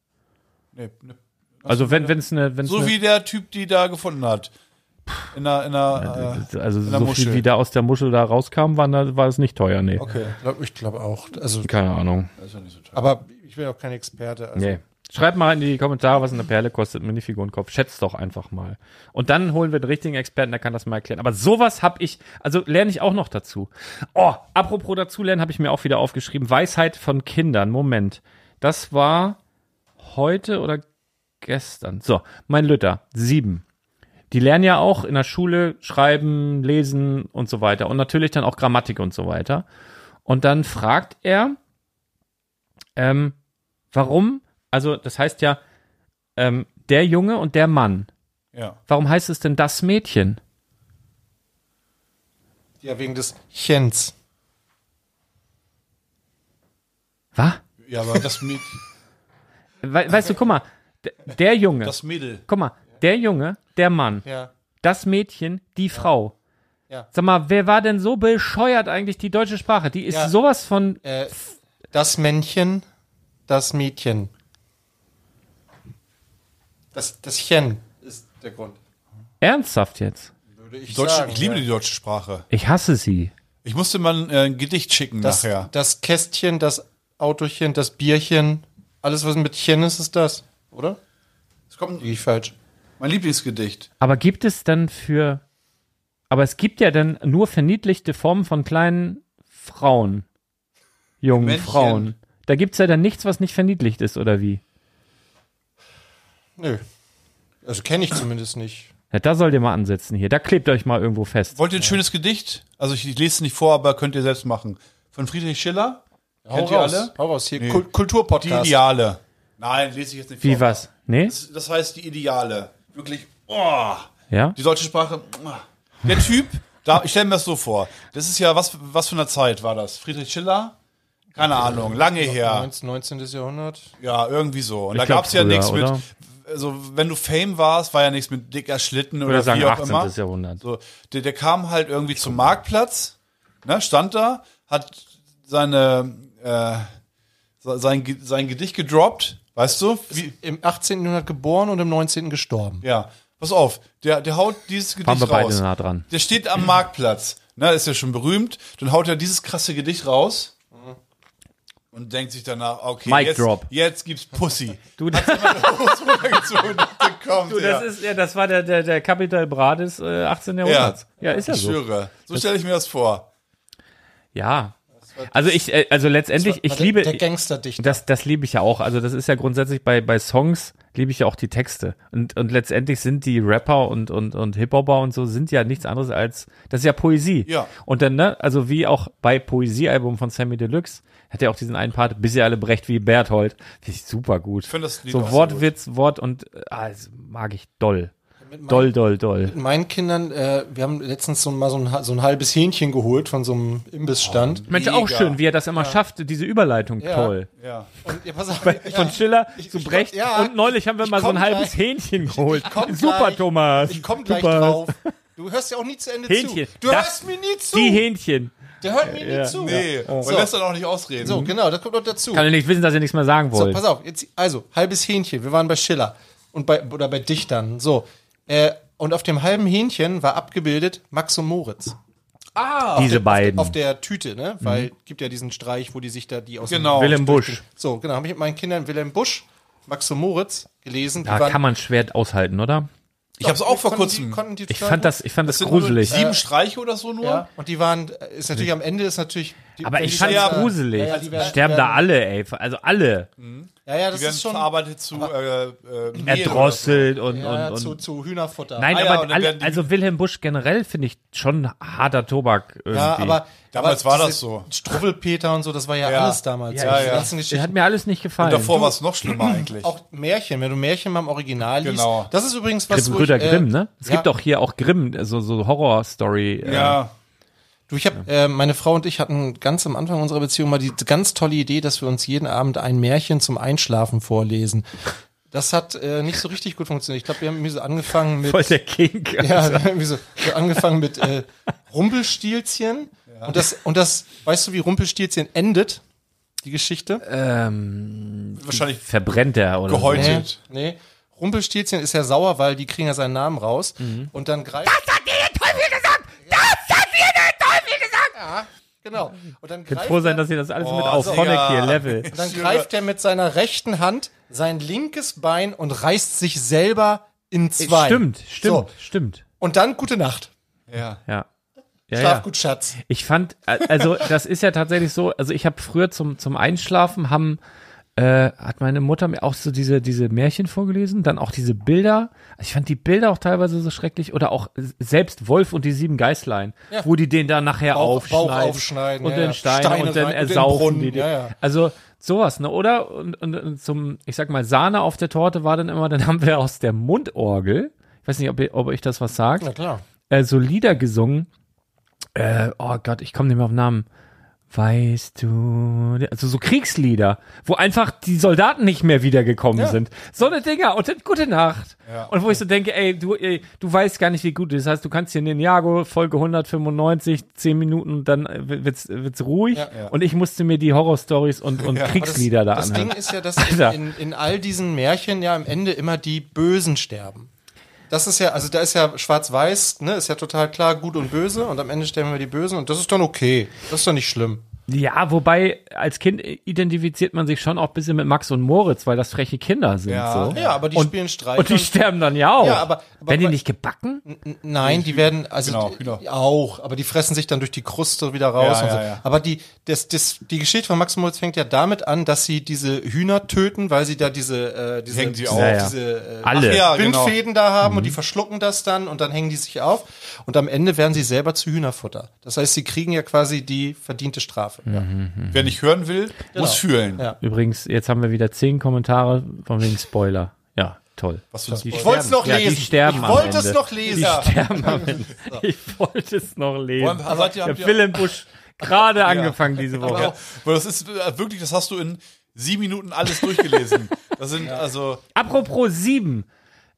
[SPEAKER 4] Nee, ne.
[SPEAKER 3] Also wenn wenn es eine, wenn's
[SPEAKER 4] So
[SPEAKER 3] eine
[SPEAKER 4] wie der Typ, die da gefunden hat. In einer, in einer äh,
[SPEAKER 3] also
[SPEAKER 4] in der
[SPEAKER 3] so viel
[SPEAKER 4] Muschel.
[SPEAKER 3] wie da aus der Muschel da rauskam, war, da- war es nicht teuer, nee.
[SPEAKER 5] Ich glaube glaub auch. Also,
[SPEAKER 3] Keine Ahnung.
[SPEAKER 5] aber ich bin auch kein Experte. Also.
[SPEAKER 3] Nee. Schreibt mal in die Kommentare, was eine Perle kostet, Minifigurenkopf. Schätzt doch einfach mal. Und dann holen wir den richtigen Experten, der kann das mal erklären. Aber sowas habe ich, also lerne ich auch noch dazu. Oh, apropos dazulernen, habe ich mir auch wieder aufgeschrieben. Weisheit von Kindern. Moment. Das war heute oder gestern. So, mein Lütter, sieben. Die lernen ja auch in der Schule schreiben, lesen und so weiter. Und natürlich dann auch Grammatik und so weiter. Und dann fragt er, ähm, warum, also das heißt ja, ähm, der Junge und der Mann.
[SPEAKER 4] äh, Ja.
[SPEAKER 3] Warum heißt es denn das Mädchen?
[SPEAKER 5] Ja, wegen des Chens.
[SPEAKER 3] Was?
[SPEAKER 4] Ja, aber das, Mäd
[SPEAKER 3] We weißt du, guck mal, d- der Junge,
[SPEAKER 4] das Mädel.
[SPEAKER 3] guck mal, der Junge, der Mann,
[SPEAKER 5] Ja.
[SPEAKER 3] das Mädchen, die Frau.
[SPEAKER 5] Ja.
[SPEAKER 3] Sag mal, wer war denn so bescheuert eigentlich die deutsche Sprache? Die ist
[SPEAKER 5] Ja.
[SPEAKER 3] sowas von
[SPEAKER 5] Äh, das Männchen, das Mädchen. Das, das Chen ist der Grund.
[SPEAKER 3] ernsthaft jetzt.
[SPEAKER 5] Würde ich
[SPEAKER 4] Deutsche,
[SPEAKER 5] sagen,
[SPEAKER 4] ich liebe
[SPEAKER 5] ja.
[SPEAKER 4] die deutsche Sprache.
[SPEAKER 3] Ich hasse sie.
[SPEAKER 4] Ich musste mal äh, ein Gedicht schicken
[SPEAKER 5] das,
[SPEAKER 4] nachher.
[SPEAKER 5] das Kästchen, das Autochen, das Bierchen. Alles, was mit Chen ist, ist das, oder?
[SPEAKER 4] Es kommt
[SPEAKER 5] Liege ich falsch.
[SPEAKER 4] mein Lieblingsgedicht.
[SPEAKER 3] Aber gibt es dann für. Aber es gibt ja dann nur verniedlichte Formen von kleinen Frauen. Jungen
[SPEAKER 4] Männchen.
[SPEAKER 3] Frauen. Da gibt es ja dann nichts, was nicht verniedlicht ist, oder wie?
[SPEAKER 5] Nö. Also kenne ich zumindest nicht.
[SPEAKER 3] Ja, da sollt ihr mal ansetzen hier. Da klebt euch mal irgendwo fest.
[SPEAKER 4] Wollt ihr ein schönes Gedicht? Also ich, ich lese es nicht vor, aber könnt ihr selbst machen. Von Friedrich Schiller. Kennt ihr
[SPEAKER 5] raus.
[SPEAKER 4] alle?
[SPEAKER 5] Hau raus hier.
[SPEAKER 4] Nee.
[SPEAKER 5] Kul
[SPEAKER 4] Die
[SPEAKER 5] Kulturpodcast.
[SPEAKER 4] Ideale. Nein, lese ich jetzt nicht
[SPEAKER 3] Wie
[SPEAKER 4] vor.
[SPEAKER 3] was? Nee?
[SPEAKER 4] Das, das heißt die Ideale. Wirklich, oh,
[SPEAKER 3] Ja?
[SPEAKER 4] die deutsche Sprache. ah. Der Typ, da, ich stelle mir das so vor. Das ist ja, was, was für eine Zeit war das? Friedrich Schiller? Keine Ahnung, lange her.
[SPEAKER 5] 19. 19. Jahrhundert.
[SPEAKER 4] Ja, irgendwie so. Und da
[SPEAKER 3] glaub,
[SPEAKER 4] gab es ja
[SPEAKER 3] früher,
[SPEAKER 4] nichts mit.
[SPEAKER 3] oder?
[SPEAKER 4] Also, wenn du Fame warst, war ja nichts mit dicker Schlitten oder,
[SPEAKER 3] Oder sagen
[SPEAKER 4] wie auch
[SPEAKER 3] 18.
[SPEAKER 4] immer.
[SPEAKER 3] Jahrhundert.
[SPEAKER 4] So, der, der kam halt irgendwie zum Marktplatz, ne, stand da, hat seine, äh, se- sein, Ge- sein Gedicht gedroppt, weißt du? Wie,
[SPEAKER 5] Im 18. Jahrhundert geboren und im 19. gestorben.
[SPEAKER 4] ja, pass auf, der, der haut dieses Gedicht
[SPEAKER 3] Waren wir beide
[SPEAKER 4] raus.
[SPEAKER 3] nah dran.
[SPEAKER 4] Der steht am Marktplatz, ne, ist ja schon berühmt, dann haut er dieses krasse Gedicht raus. Und denkt sich danach, ah, okay,
[SPEAKER 3] Mic
[SPEAKER 4] jetzt,
[SPEAKER 3] drop.
[SPEAKER 4] jetzt gibt's Pussy.
[SPEAKER 3] Du,
[SPEAKER 4] Hose runtergezogen und dann kommt er.
[SPEAKER 3] das, ist, ja, das war der, der, der Capital Bra des äh, 18. Jahrhunderts. Ja, ist ja
[SPEAKER 4] ich
[SPEAKER 3] so.
[SPEAKER 4] schwöre. So stelle ich mir das vor.
[SPEAKER 3] Ja. Also ich, äh, also letztendlich, ich
[SPEAKER 5] War der,
[SPEAKER 3] liebe.
[SPEAKER 5] Der Gangsterdichter.
[SPEAKER 3] Das, das liebe ich ja auch. Also das ist ja grundsätzlich bei, bei Songs liebe ich ja auch die Texte. Und, und letztendlich sind die Rapper und, und, und Hip-Hopper und so sind ja nichts anderes als, das ist ja Poesie.
[SPEAKER 4] Ja.
[SPEAKER 3] Und dann, ne, also wie auch bei Poesiealbum von Sammy Deluxe, hat er auch diesen einen Part, bis ihr alle brecht wie Berthold. Finde ich super gut. Ich
[SPEAKER 4] finde das Lied auch
[SPEAKER 3] so
[SPEAKER 4] sehr
[SPEAKER 3] Wortwitz, Wort und, äh, ah, das mag ich doll. Doll, doll, doll.
[SPEAKER 5] Mit meinen Kindern, äh, wir haben letztens so mal so ein, ha- so ein halbes Hähnchen geholt von so einem Imbissstand.
[SPEAKER 3] Mensch, auch
[SPEAKER 4] Mega.
[SPEAKER 3] schön, wie er das immer schafft, diese Überleitung,
[SPEAKER 5] Ja.
[SPEAKER 3] toll.
[SPEAKER 4] Ja.
[SPEAKER 5] Und, ja, pass auf,
[SPEAKER 3] Von Schiller zu
[SPEAKER 5] ich-
[SPEAKER 3] Brecht.
[SPEAKER 5] ja,
[SPEAKER 3] und neulich haben wir
[SPEAKER 5] ich
[SPEAKER 3] mal so ein
[SPEAKER 5] komm
[SPEAKER 3] halbes
[SPEAKER 5] gleich.
[SPEAKER 3] Hähnchen geholt.
[SPEAKER 5] komm
[SPEAKER 3] Super,
[SPEAKER 5] gleich.
[SPEAKER 3] Thomas.
[SPEAKER 5] Ich komme
[SPEAKER 3] Super.
[SPEAKER 5] gleich drauf. Du hörst ja auch nie zu Ende
[SPEAKER 3] Hähnchen.
[SPEAKER 5] zu. Du
[SPEAKER 3] Das-
[SPEAKER 5] hörst mir nie zu.
[SPEAKER 3] Die Hähnchen.
[SPEAKER 5] Der hört mir nie
[SPEAKER 3] Ja.
[SPEAKER 5] zu.
[SPEAKER 4] Nee, man
[SPEAKER 5] So.
[SPEAKER 4] lässt dann auch nicht ausreden.
[SPEAKER 5] So, genau, das kommt noch dazu.
[SPEAKER 3] Kann ja nicht wissen, dass ihr nichts mehr sagen
[SPEAKER 5] So,
[SPEAKER 3] wollt.
[SPEAKER 5] pass auf, jetzt, also, halbes Hähnchen. Wir waren bei Schiller und bei, oder bei Dichtern. So. Äh, und auf dem halben Hähnchen war abgebildet Max und Moritz.
[SPEAKER 3] Diese beiden. Mhm.
[SPEAKER 5] Auf der Tüte, ne? Weil gibt ja diesen Streich, wo die sich da die aus dem-
[SPEAKER 4] Genau.
[SPEAKER 3] Willem Busch.
[SPEAKER 5] So, genau, habe ich mit meinen Kindern Wilhelm Busch, Max und Moritz gelesen. Die
[SPEAKER 3] Da Ah, kann man schwer aushalten, oder?
[SPEAKER 4] Ich habe es auch vor
[SPEAKER 5] konnten
[SPEAKER 4] kurzem.
[SPEAKER 5] Die, konnten die
[SPEAKER 3] Ich fand das, ich fand das,
[SPEAKER 4] sind nur
[SPEAKER 3] gruselig.
[SPEAKER 4] Sieben Streiche oder so nur?
[SPEAKER 5] Ja, und die waren, äh, ist natürlich am Ende ist natürlich. Die,
[SPEAKER 3] Aber ich
[SPEAKER 5] die
[SPEAKER 3] fand es
[SPEAKER 5] werden-
[SPEAKER 3] gruselig.
[SPEAKER 5] Ja, ja, die werden-
[SPEAKER 3] Sterben
[SPEAKER 5] die
[SPEAKER 3] da
[SPEAKER 5] werden-
[SPEAKER 3] alle, ey. Also alle.
[SPEAKER 5] Ja, ja, das
[SPEAKER 4] Die werden
[SPEAKER 5] ist schon
[SPEAKER 4] verarbeitet zu äh, äh, Mehl
[SPEAKER 3] Erdrosselt und,
[SPEAKER 5] ja,
[SPEAKER 3] und,
[SPEAKER 5] zu,
[SPEAKER 3] und.
[SPEAKER 5] zu Hühnerfutter.
[SPEAKER 3] Nein,
[SPEAKER 4] Ah ja, und
[SPEAKER 3] aber
[SPEAKER 4] dann
[SPEAKER 3] alle,
[SPEAKER 4] werden die-
[SPEAKER 3] also Wilhelm Busch generell finde ich schon harter Tobak irgendwie.
[SPEAKER 5] ja, aber
[SPEAKER 4] Damals
[SPEAKER 5] aber
[SPEAKER 4] war
[SPEAKER 5] diese
[SPEAKER 4] das so.
[SPEAKER 5] Struffelpeter und so, das war ja,
[SPEAKER 4] Ja.
[SPEAKER 5] alles damals. Also
[SPEAKER 3] Ja,
[SPEAKER 5] die
[SPEAKER 4] ja.
[SPEAKER 5] ganzen
[SPEAKER 3] Der hat
[SPEAKER 5] Geschichten.
[SPEAKER 3] mir alles nicht
[SPEAKER 4] oder
[SPEAKER 3] gefallen.
[SPEAKER 4] so. Davor war es noch schlimmer eigentlich.
[SPEAKER 5] Auch Märchen, wenn du Märchen mal im Original liest.
[SPEAKER 4] Genau.
[SPEAKER 5] Das ist übrigens was. wo ich,
[SPEAKER 3] Brüder
[SPEAKER 5] äh,
[SPEAKER 3] Grimm, ne? Es
[SPEAKER 5] ja.
[SPEAKER 3] gibt auch hier auch Grimm, so, so Horror-Story. äh,
[SPEAKER 4] ja,
[SPEAKER 5] Du, ich habe, äh, meine Frau und ich hatten ganz am Anfang unserer Beziehung mal die ganz tolle Idee, dass wir uns jeden Abend ein Märchen zum Einschlafen vorlesen. Das hat äh, nicht so richtig gut funktioniert. Ich glaube, wir haben irgendwie so angefangen mit,
[SPEAKER 3] Voll der Kink.
[SPEAKER 5] ja, wir haben irgendwie so, so angefangen mit äh, Rumpelstilzchen und das und das, weißt du, wie Rumpelstilzchen endet? Die Geschichte?
[SPEAKER 4] wahrscheinlich
[SPEAKER 3] Ähm, Verbrennt er oder so.
[SPEAKER 5] nee,
[SPEAKER 4] gehäutet.
[SPEAKER 5] nee. Rumpelstilzchen ist ja sauer, weil die kriegen ja seinen Namen
[SPEAKER 3] Mhm.
[SPEAKER 5] raus und dann greift
[SPEAKER 6] Das hat dir der Teufel gesagt! Das hat dir der Teufel gesagt!
[SPEAKER 5] Genau. Und dann
[SPEAKER 3] Könnt
[SPEAKER 5] greift
[SPEAKER 3] froh sein,
[SPEAKER 5] er-
[SPEAKER 3] dass ihr das alles mit
[SPEAKER 4] Oh,
[SPEAKER 3] auf
[SPEAKER 4] Digga.
[SPEAKER 3] Phonic hier Level.
[SPEAKER 5] Und dann greift er mit seiner rechten Hand sein linkes Bein und reißt sich selber in zwei.
[SPEAKER 3] Äh, Stimmt, stimmt,
[SPEAKER 5] So.
[SPEAKER 3] stimmt.
[SPEAKER 5] Und dann gute Nacht.
[SPEAKER 4] Ja.
[SPEAKER 3] Ja. Ja,
[SPEAKER 5] Schlaf
[SPEAKER 3] ja.
[SPEAKER 5] gut, Schatz.
[SPEAKER 3] Ich fand, a- also das ist ja tatsächlich so, also ich habe früher zum, zum Einschlafen haben, äh, hat meine Mutter mir auch so diese, diese Märchen vorgelesen, dann auch diese Bilder. Also ich fand die Bilder auch teilweise so schrecklich oder auch s- selbst Wolf und die sieben Geißlein, wo die den dann nachher
[SPEAKER 5] Bauch-
[SPEAKER 3] aufschneiden,
[SPEAKER 5] Bauch aufschneiden,
[SPEAKER 3] und
[SPEAKER 5] ja,
[SPEAKER 3] den
[SPEAKER 5] ja.
[SPEAKER 3] Stein
[SPEAKER 5] Steine
[SPEAKER 3] und dann
[SPEAKER 5] rein- und den
[SPEAKER 3] ersaufen
[SPEAKER 5] Brunnen,
[SPEAKER 3] die. die.
[SPEAKER 5] ja, ja.
[SPEAKER 3] Also sowas, ne, oder? Und, und, und zum, ich sag mal, Sahne auf der Torte war dann immer, dann haben wir aus der Mundorgel, ich weiß nicht, ob, ihr, ob euch das was sagt
[SPEAKER 5] klar.
[SPEAKER 3] äh, so Lieder gesungen. Äh, oh Gott, ich komme nicht mehr auf den Namen. Weißt du, also so Kriegslieder, wo einfach die Soldaten nicht mehr wiedergekommen sind. So eine Dinger und dann gute Nacht. Und wo ich so denke, ey du, ey, du weißt gar nicht, wie gut du bist. Das heißt, du kannst hier in den Jago Folge 195, 10 Minuten, dann äh, wird's, wird's ruhig. Und ich musste mir die Horrorstories und, und Kriegslieder da
[SPEAKER 5] das
[SPEAKER 3] anhören.
[SPEAKER 5] Ding ist ja, dass
[SPEAKER 3] Alter.
[SPEAKER 5] in, in all diesen Märchen ja am Ende immer die Bösen sterben. Das ist ja, also da ist ja schwarz-weiß, ne, ist ja total klar, gut und böse und am Ende sterben immer die Bösen und das ist dann okay. Das ist doch nicht schlimm.
[SPEAKER 3] Ja, wobei als Kind identifiziert man sich schon auch ein bisschen mit Max und Moritz, weil das freche Kinder sind.
[SPEAKER 4] Ja.
[SPEAKER 3] so.
[SPEAKER 5] Ja, aber die
[SPEAKER 3] Oh. und,
[SPEAKER 5] spielen Streich
[SPEAKER 3] Und die
[SPEAKER 5] und-
[SPEAKER 3] sterben dann ja auch.
[SPEAKER 5] Ja, aber- aber-
[SPEAKER 3] Werden die nicht gebacken?
[SPEAKER 5] N- Nein, die werden, also
[SPEAKER 4] Genau,
[SPEAKER 5] die-
[SPEAKER 4] genau.
[SPEAKER 5] auch, aber die fressen sich dann durch die Kruste wieder raus
[SPEAKER 4] Ja,
[SPEAKER 5] und so.
[SPEAKER 4] ja, ja.
[SPEAKER 5] Aber die, das, das, die Geschichte von Max und Moritz fängt ja damit an, dass sie diese Hühner töten, weil sie da diese, äh, diese,
[SPEAKER 4] Hängen die
[SPEAKER 5] diese,
[SPEAKER 4] auf.
[SPEAKER 3] Ja, ja.
[SPEAKER 5] diese äh,
[SPEAKER 3] Alle. Mhm.
[SPEAKER 5] Ach,
[SPEAKER 4] Ja, genau.
[SPEAKER 5] Bindfäden da haben und die verschlucken das dann und dann hängen die sich auf und am Ende werden sie selber zu Hühnerfutter. Das heißt, sie kriegen ja quasi die verdiente Strafe.
[SPEAKER 3] Mhm.
[SPEAKER 4] Wer nicht hören will, muss fühlen.
[SPEAKER 5] Ja.
[SPEAKER 3] Übrigens, jetzt haben wir wieder zehn Kommentare von wegen Spoiler. Ja, toll.
[SPEAKER 4] Was für ein
[SPEAKER 5] Ich
[SPEAKER 4] Spoiler.
[SPEAKER 5] wollte es noch
[SPEAKER 3] Ja, die
[SPEAKER 5] lesen.
[SPEAKER 3] sterben
[SPEAKER 5] ich
[SPEAKER 3] am
[SPEAKER 5] wollte es
[SPEAKER 3] Ende.
[SPEAKER 5] noch lesen.
[SPEAKER 3] Die sterben am Ende. Ich wollte es noch lesen.
[SPEAKER 4] Wollen- seid ihr-
[SPEAKER 3] Der
[SPEAKER 4] habt ihr-
[SPEAKER 3] Willem Busch gerade angefangen diese Woche.
[SPEAKER 4] Ja. genau. Weil das ist äh, wirklich, das hast du in sieben Minuten alles durchgelesen. Das sind also
[SPEAKER 3] Apropos sieben.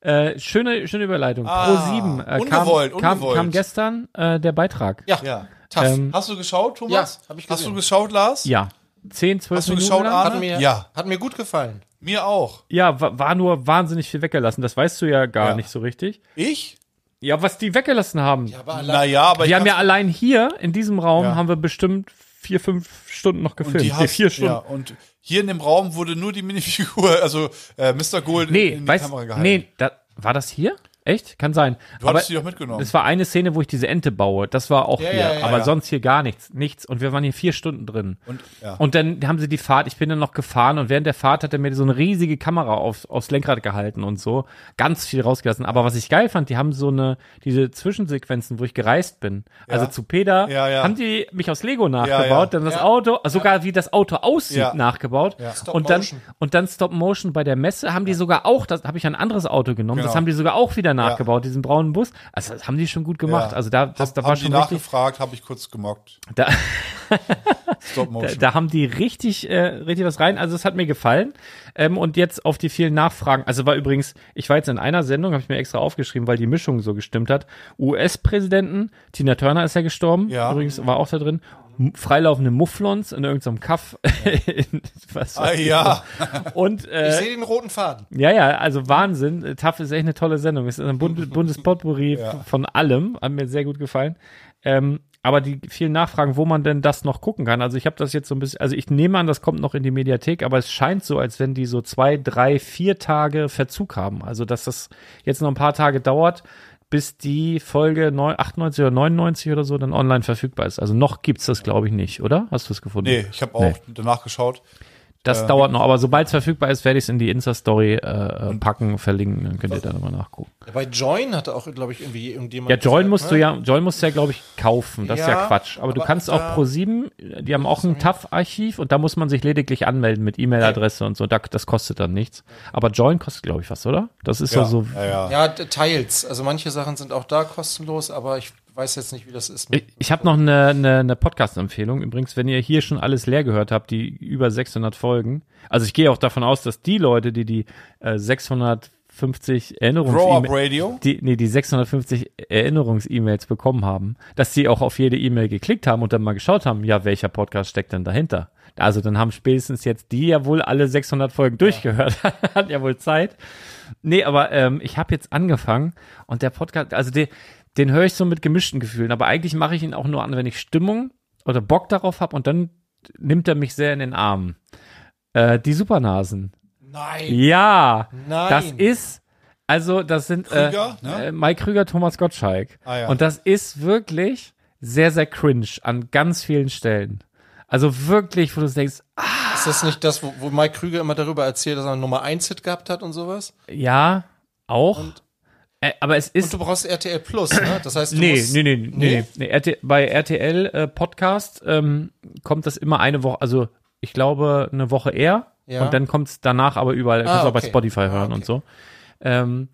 [SPEAKER 3] Äh, schöne, schöne Überleitung.
[SPEAKER 4] Ah,
[SPEAKER 3] Pro sieben äh,
[SPEAKER 4] ungewollt,
[SPEAKER 3] kam, kam,
[SPEAKER 4] ungewollt.
[SPEAKER 3] kam gestern äh, der Beitrag.
[SPEAKER 5] Ja,
[SPEAKER 4] Ja.
[SPEAKER 5] tough.
[SPEAKER 3] Ähm,
[SPEAKER 4] Hast du geschaut, Thomas?
[SPEAKER 5] Ja, hab ich
[SPEAKER 4] Hast
[SPEAKER 5] gesehen.
[SPEAKER 4] du geschaut, Lars?
[SPEAKER 3] Ja. 10, 12
[SPEAKER 4] Hast du
[SPEAKER 3] Minuten
[SPEAKER 4] geschaut,
[SPEAKER 3] lang.
[SPEAKER 4] Arne?
[SPEAKER 5] hat, mir,
[SPEAKER 4] Ja.
[SPEAKER 5] hat mir gut gefallen.
[SPEAKER 4] Mir auch.
[SPEAKER 3] Ja, wa- war nur wahnsinnig viel weggelassen. Das weißt du ja gar
[SPEAKER 4] Ja.
[SPEAKER 3] nicht so richtig.
[SPEAKER 4] Ich?
[SPEAKER 3] Ja, was die weggelassen haben.
[SPEAKER 5] Aber
[SPEAKER 4] Naja, aber
[SPEAKER 3] wir
[SPEAKER 4] ich
[SPEAKER 3] haben ja
[SPEAKER 4] hab's-
[SPEAKER 3] allein hier in diesem Raum
[SPEAKER 4] Ja.
[SPEAKER 3] haben wir bestimmt vier, fünf Stunden noch
[SPEAKER 4] und
[SPEAKER 3] gefilmt.
[SPEAKER 4] die
[SPEAKER 3] nee,
[SPEAKER 4] hast-
[SPEAKER 3] vier Stunden.
[SPEAKER 4] Ja, und hier in dem Raum wurde nur die Minifigur, also äh, Mr. Gold in,
[SPEAKER 3] Nee,
[SPEAKER 4] in die
[SPEAKER 3] weißt
[SPEAKER 4] Kamera gehalten.
[SPEAKER 3] nee, da, war das hier? Echt? Kann sein.
[SPEAKER 4] Du hattest die doch mitgenommen.
[SPEAKER 3] Es war eine Szene, wo ich diese Ente baue. Das war auch
[SPEAKER 5] Ja,
[SPEAKER 3] hier.
[SPEAKER 5] ja, ja,
[SPEAKER 3] aber
[SPEAKER 4] ja.
[SPEAKER 3] sonst hier gar nichts. Nichts. Und wir waren hier vier Stunden drin.
[SPEAKER 4] Und, ja.
[SPEAKER 3] Und dann haben sie die Fahrt, ich bin dann noch gefahren und während der Fahrt hat er mir so eine riesige Kamera aufs, aufs Lenkrad gehalten und so. Ganz viel rausgelassen. Aber was ich geil fand, die haben so eine, diese Zwischensequenzen, wo ich gereist bin. Also zu Peter
[SPEAKER 4] Ja, ja.
[SPEAKER 3] haben die mich aus Lego nachgebaut,
[SPEAKER 4] ja.
[SPEAKER 3] dann das Auto, sogar wie das Auto aussieht,
[SPEAKER 4] Ja.
[SPEAKER 3] nachgebaut.
[SPEAKER 5] Stop
[SPEAKER 3] Und dann,
[SPEAKER 5] Motion.
[SPEAKER 3] und dann Stop Motion bei der Messe haben die sogar auch, das habe ich ein anderes Auto genommen, das
[SPEAKER 4] Genau.
[SPEAKER 3] haben die sogar auch wieder nachgebaut, diesen braunen Bus. Also das haben die schon gut gemacht.
[SPEAKER 4] Ja.
[SPEAKER 3] Also da, das,
[SPEAKER 4] hab,
[SPEAKER 3] da
[SPEAKER 4] haben
[SPEAKER 3] war
[SPEAKER 4] die
[SPEAKER 3] schon richtig,
[SPEAKER 4] nachgefragt, habe ich kurz gemockt.
[SPEAKER 3] Da-
[SPEAKER 4] Stop
[SPEAKER 3] da,
[SPEAKER 4] Motion.
[SPEAKER 3] da haben die richtig, äh, richtig was rein. Also es hat mir gefallen. Ähm, und jetzt auf die vielen Nachfragen. Also war übrigens, ich war jetzt in einer Sendung, habe ich mir extra aufgeschrieben, weil die Mischung so gestimmt hat. US-Präsidenten, Tina Turner ist ja gestorben.
[SPEAKER 4] Ja.
[SPEAKER 3] Übrigens war auch da drin. M- Freilaufende Mufflons in irgendeinem Kaff. in, was
[SPEAKER 4] ah,
[SPEAKER 3] weiß ich.
[SPEAKER 4] ja.
[SPEAKER 3] Und äh,
[SPEAKER 5] ich sehe den roten Faden.
[SPEAKER 3] Ja, ja, also Wahnsinn. Äh, TAF ist echt eine tolle Sendung. Es ist ein buntes, buntes Potpourri f- von allem. Hat mir sehr gut gefallen. Ähm, aber die vielen Nachfragen, wo man denn das noch gucken kann. Also ich habe das jetzt so ein bisschen, also ich nehme an, das kommt noch in die Mediathek, aber es scheint so, als wenn die so zwei, drei, vier Tage Verzug haben. Also dass das jetzt noch ein paar Tage dauert, bis die Folge neun- 98 oder 99 oder so dann online verfügbar ist. Also noch gibt's das, glaube ich, nicht, oder? Hast du es gefunden?
[SPEAKER 4] Nee, ich habe auch danach geschaut.
[SPEAKER 3] Das dauert noch, aber sobald es verfügbar ist, werde ich es in die Insta-Story äh, äh, packen, verlinken, dann könnt ihr da nochmal nachgucken.
[SPEAKER 5] Bei Join hatte auch, glaube ich, irgendwie irgendjemand.
[SPEAKER 3] Ja, Join
[SPEAKER 5] gesagt,
[SPEAKER 3] musst
[SPEAKER 5] ne?
[SPEAKER 3] du ja, Join musst du ja, glaube ich, kaufen. Das ist halt, ja
[SPEAKER 5] Ja,
[SPEAKER 3] Quatsch. Aber, du
[SPEAKER 5] aber
[SPEAKER 3] kannst auch
[SPEAKER 5] da-
[SPEAKER 3] Pro7, die haben auch ein TAF-Archiv und da muss man sich lediglich anmelden mit E-Mail-Adresse und so. Da, das kostet dann nichts. Aber Join kostet, glaube ich, was, oder? Das ist ja, so.
[SPEAKER 4] ja, ja.
[SPEAKER 5] Ja, d- teils. Also manche Sachen sind auch da kostenlos, aber ich weiß jetzt nicht, wie das ist.
[SPEAKER 3] Ich, ich habe noch eine, eine, eine Podcast-Empfehlung. Übrigens, wenn ihr hier schon alles leer gehört habt, die über 600 Folgen. Also ich gehe auch davon aus, dass die Leute, die die äh, 650 Erinnerungs
[SPEAKER 4] Grow Up Radio.
[SPEAKER 3] die, nee, die 650 Erinnerungs-E-Mails bekommen haben, dass sie auch auf jede E-Mail geklickt haben und dann mal geschaut haben, ja, welcher Podcast steckt denn dahinter? Also dann haben spätestens jetzt die ja wohl alle 600 Folgen durchgehört, hat ja wohl Zeit. Nee, aber ähm, ich habe jetzt angefangen und der Podcast, also den, den höre ich so mit gemischten Gefühlen, aber eigentlich mache ich ihn auch nur an, wenn ich Stimmung oder Bock darauf habe und dann nimmt er mich sehr in den Arm. Äh, die Supernasen.
[SPEAKER 5] Nein.
[SPEAKER 3] Ja,
[SPEAKER 5] Nein.
[SPEAKER 3] das ist, also das sind
[SPEAKER 4] Krüger,
[SPEAKER 3] äh,
[SPEAKER 4] ne?
[SPEAKER 3] äh, Mike Krüger, Thomas Gottschalk.
[SPEAKER 4] Ah, ja.
[SPEAKER 3] Und das ist wirklich sehr, sehr cringe an ganz vielen Stellen. Also wirklich, wo du denkst,
[SPEAKER 5] Ist das nicht das, wo, wo Mike Krüger immer darüber erzählt, dass er einen Nummer 1 Hit gehabt hat und sowas?
[SPEAKER 3] ja, auch. äh, aber es
[SPEAKER 5] Und
[SPEAKER 3] ist
[SPEAKER 5] du brauchst RTL Plus, ne? Das heißt, du
[SPEAKER 3] Nee,
[SPEAKER 5] musst,
[SPEAKER 3] nee, nee, nee, nee. nee. RT, bei RTL äh, Podcast ähm, kommt das immer eine Woche, also ich glaube eine Woche eher
[SPEAKER 5] Ja. Ah,
[SPEAKER 3] und dann kommt's danach aber überall, kannst du auch bei
[SPEAKER 5] okay.
[SPEAKER 3] Spotify hören und so. Ähm,